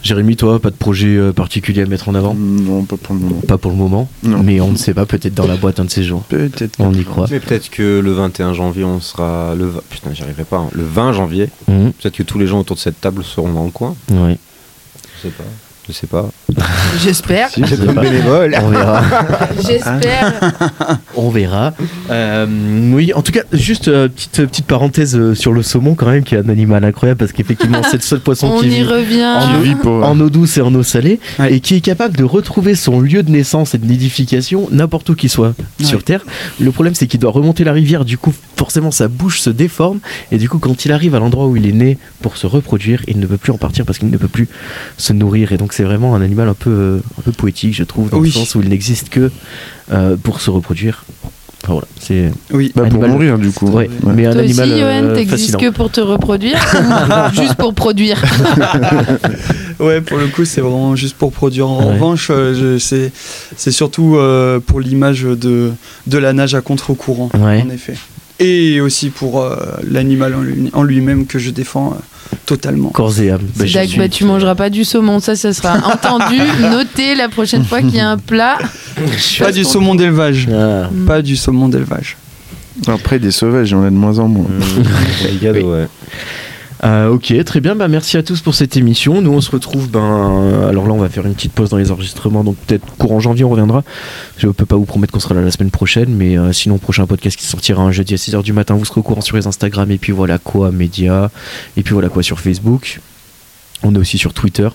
S1: Jérémy, toi, pas de projet euh, particulier à mettre en avant
S3: Non, pas pour le moment.
S1: Pas pour le moment,
S3: Non.
S1: mais on ne sait pas, peut-être dans la boîte un de ces jours.
S3: Peut-être. Bah,
S1: On y croit.
S4: Mais peut-être que le 21 janvier, on sera. Le 20... Putain, j'y arriverai pas. hein. Le 20 janvier,
S1: Mhm,
S4: peut-être que tous les gens autour de cette table seront dans le coin.
S1: ouais.
S4: Je sais pas. Je sais pas.
S2: J'espère.
S1: Je sais pas.
S4: bénévole.
S1: On verra.
S4: Ah.
S2: J'espère.
S1: On verra. Euh, oui, en tout cas, juste euh, petite, petite parenthèse euh, sur le saumon quand même, qui est un animal incroyable parce qu'effectivement, c'est le seul poisson
S2: on
S1: qui
S2: y
S1: vit
S3: Qui
S2: revient.
S3: vit pour.
S1: en eau douce et en eau salée,
S5: Ah. Ouais.
S1: et qui est capable de retrouver son lieu de naissance et de nidification n'importe où qu'il soit sur
S5: Ouais.
S1: Terre. Le problème, c'est qu'il doit remonter la rivière, du coup, forcément, sa bouche se déforme, et du coup, quand il arrive à l'endroit où il est né pour se reproduire, il ne peut plus en partir parce qu'il ne peut plus se nourrir. Et donc, c'est vraiment un animal un peu, euh, un peu poétique, je trouve, dans
S5: Oui.
S1: le sens où il n'existe que euh, pour se reproduire. Enfin, voilà, c'est
S5: Oui.
S3: Bah, pour
S1: Animal.
S3: mourir, du coup.
S1: ouais, mais un
S2: Toi aussi,
S1: animal
S2: Johan,
S1: euh,
S2: t'existes
S1: fascinant.
S2: que pour te reproduire ou juste pour produire
S5: Ouais, pour le coup, c'est vraiment juste pour produire. En
S1: Ouais.
S5: revanche, euh, je- c'est c'est surtout euh, pour l'image de, de la nage à contre-courant,
S1: Ouais.
S5: en effet. Et aussi pour euh, l'animal en lui- en lui-même que je défends euh, totalement.
S1: Corps et âme. Bah, je
S2: Zach,
S1: suis-
S2: bah, tu mangeras pas du saumon, ça, ça sera entendu. Notez la prochaine fois qu'il y a un plat.
S5: Pas du saumon d'élevage.
S1: Ah.
S5: Pas du saumon d'élevage.
S3: Après, des sauvages, il y en a de moins en
S4: Hmm.
S3: moins.
S4: Les gars, ouais.
S1: Euh, ok, très bien. Bah, merci à tous pour cette émission. Nous, on se retrouve. Ben, euh, alors là, on va faire une petite pause dans les enregistrements. Donc, peut-être courant janvier, on reviendra. Je peux pas vous promettre qu'on sera là la semaine prochaine. Mais euh, sinon, prochain podcast qui sortira un jeudi à 6h du matin. Vous serez au courant sur les Instagram. Et puis voilà quoi, médias. Et puis voilà quoi sur Facebook. On est aussi sur Twitter.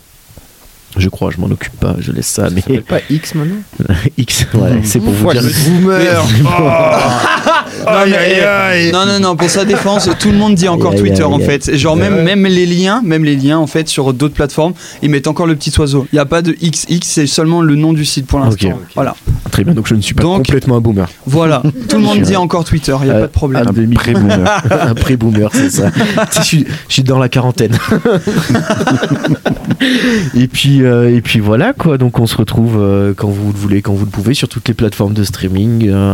S1: Je crois, je m'en occupe pas. Je laisse ça. mais
S4: pas X maintenant
S1: X, ouais, c'est pour vous dire.
S5: Boomer non, non, non, non, pour sa défense, tout le monde dit encore
S1: Aïe, aïe,
S5: Twitter
S1: aïe,
S5: en
S1: aïe.
S5: fait. Et genre, même,
S4: Ouais.
S5: même les liens, même les liens en fait sur d'autres plateformes, ils mettent encore le petit oiseau. Il n'y a pas de XX, c'est seulement le nom du site pour l'instant.
S1: Ok.
S5: Voilà.
S1: Très bien, donc je ne suis pas
S5: Donc-
S1: complètement un boomer.
S5: Voilà, tout le monde
S1: Je-
S5: dit encore Twitter, il n'y a
S1: Euh,
S5: pas de problème.
S1: Un demi-
S3: pré-boomer.
S1: un pré-boomer, c'est ça. Tu sais, je, suis, je suis dans la quarantaine. et, puis, euh, et puis voilà, quoi. Donc on se retrouve euh, quand vous le voulez, quand vous le pouvez, sur toutes les plateformes de streaming euh,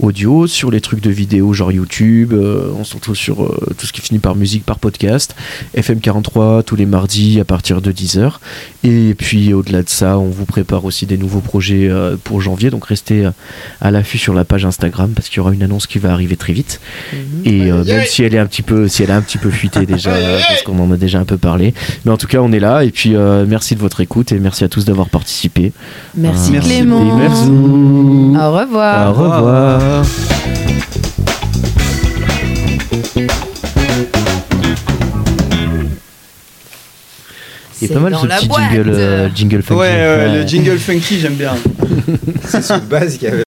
S1: audio, sur les trucs de vidéo, genre YouTube. euh, on se retrouve sur euh, tout ce qui finit par musique, par podcast. FM43 tous les mardis à partir de 10h. Et puis au-delà de ça, on vous prépare aussi des nouveaux projets euh, pour janvier. Donc restez euh, à l'affût sur la page Instagram parce qu'il y aura une annonce qui va arriver très vite. Et euh, même si elle est un petit peu, si elle a un petit peu fuité déjà, euh, parce qu'on en a déjà un peu parlé. Mais en tout cas, on est là. Et puis euh, merci de votre écoute et merci à tous d'avoir participé.
S2: Merci,
S5: Merci,
S2: Clément.
S1: merci. Ah,
S2: Au Euh, revoir.
S1: Au revoir. C'est pas mal
S2: dans
S1: ce
S2: la
S1: petit
S2: boîte.
S1: jingle, euh, jingle
S5: Ouais,
S1: funky.
S5: ouais, le jingle funky, j'aime bien.
S7: C'est sur base qu'il y avait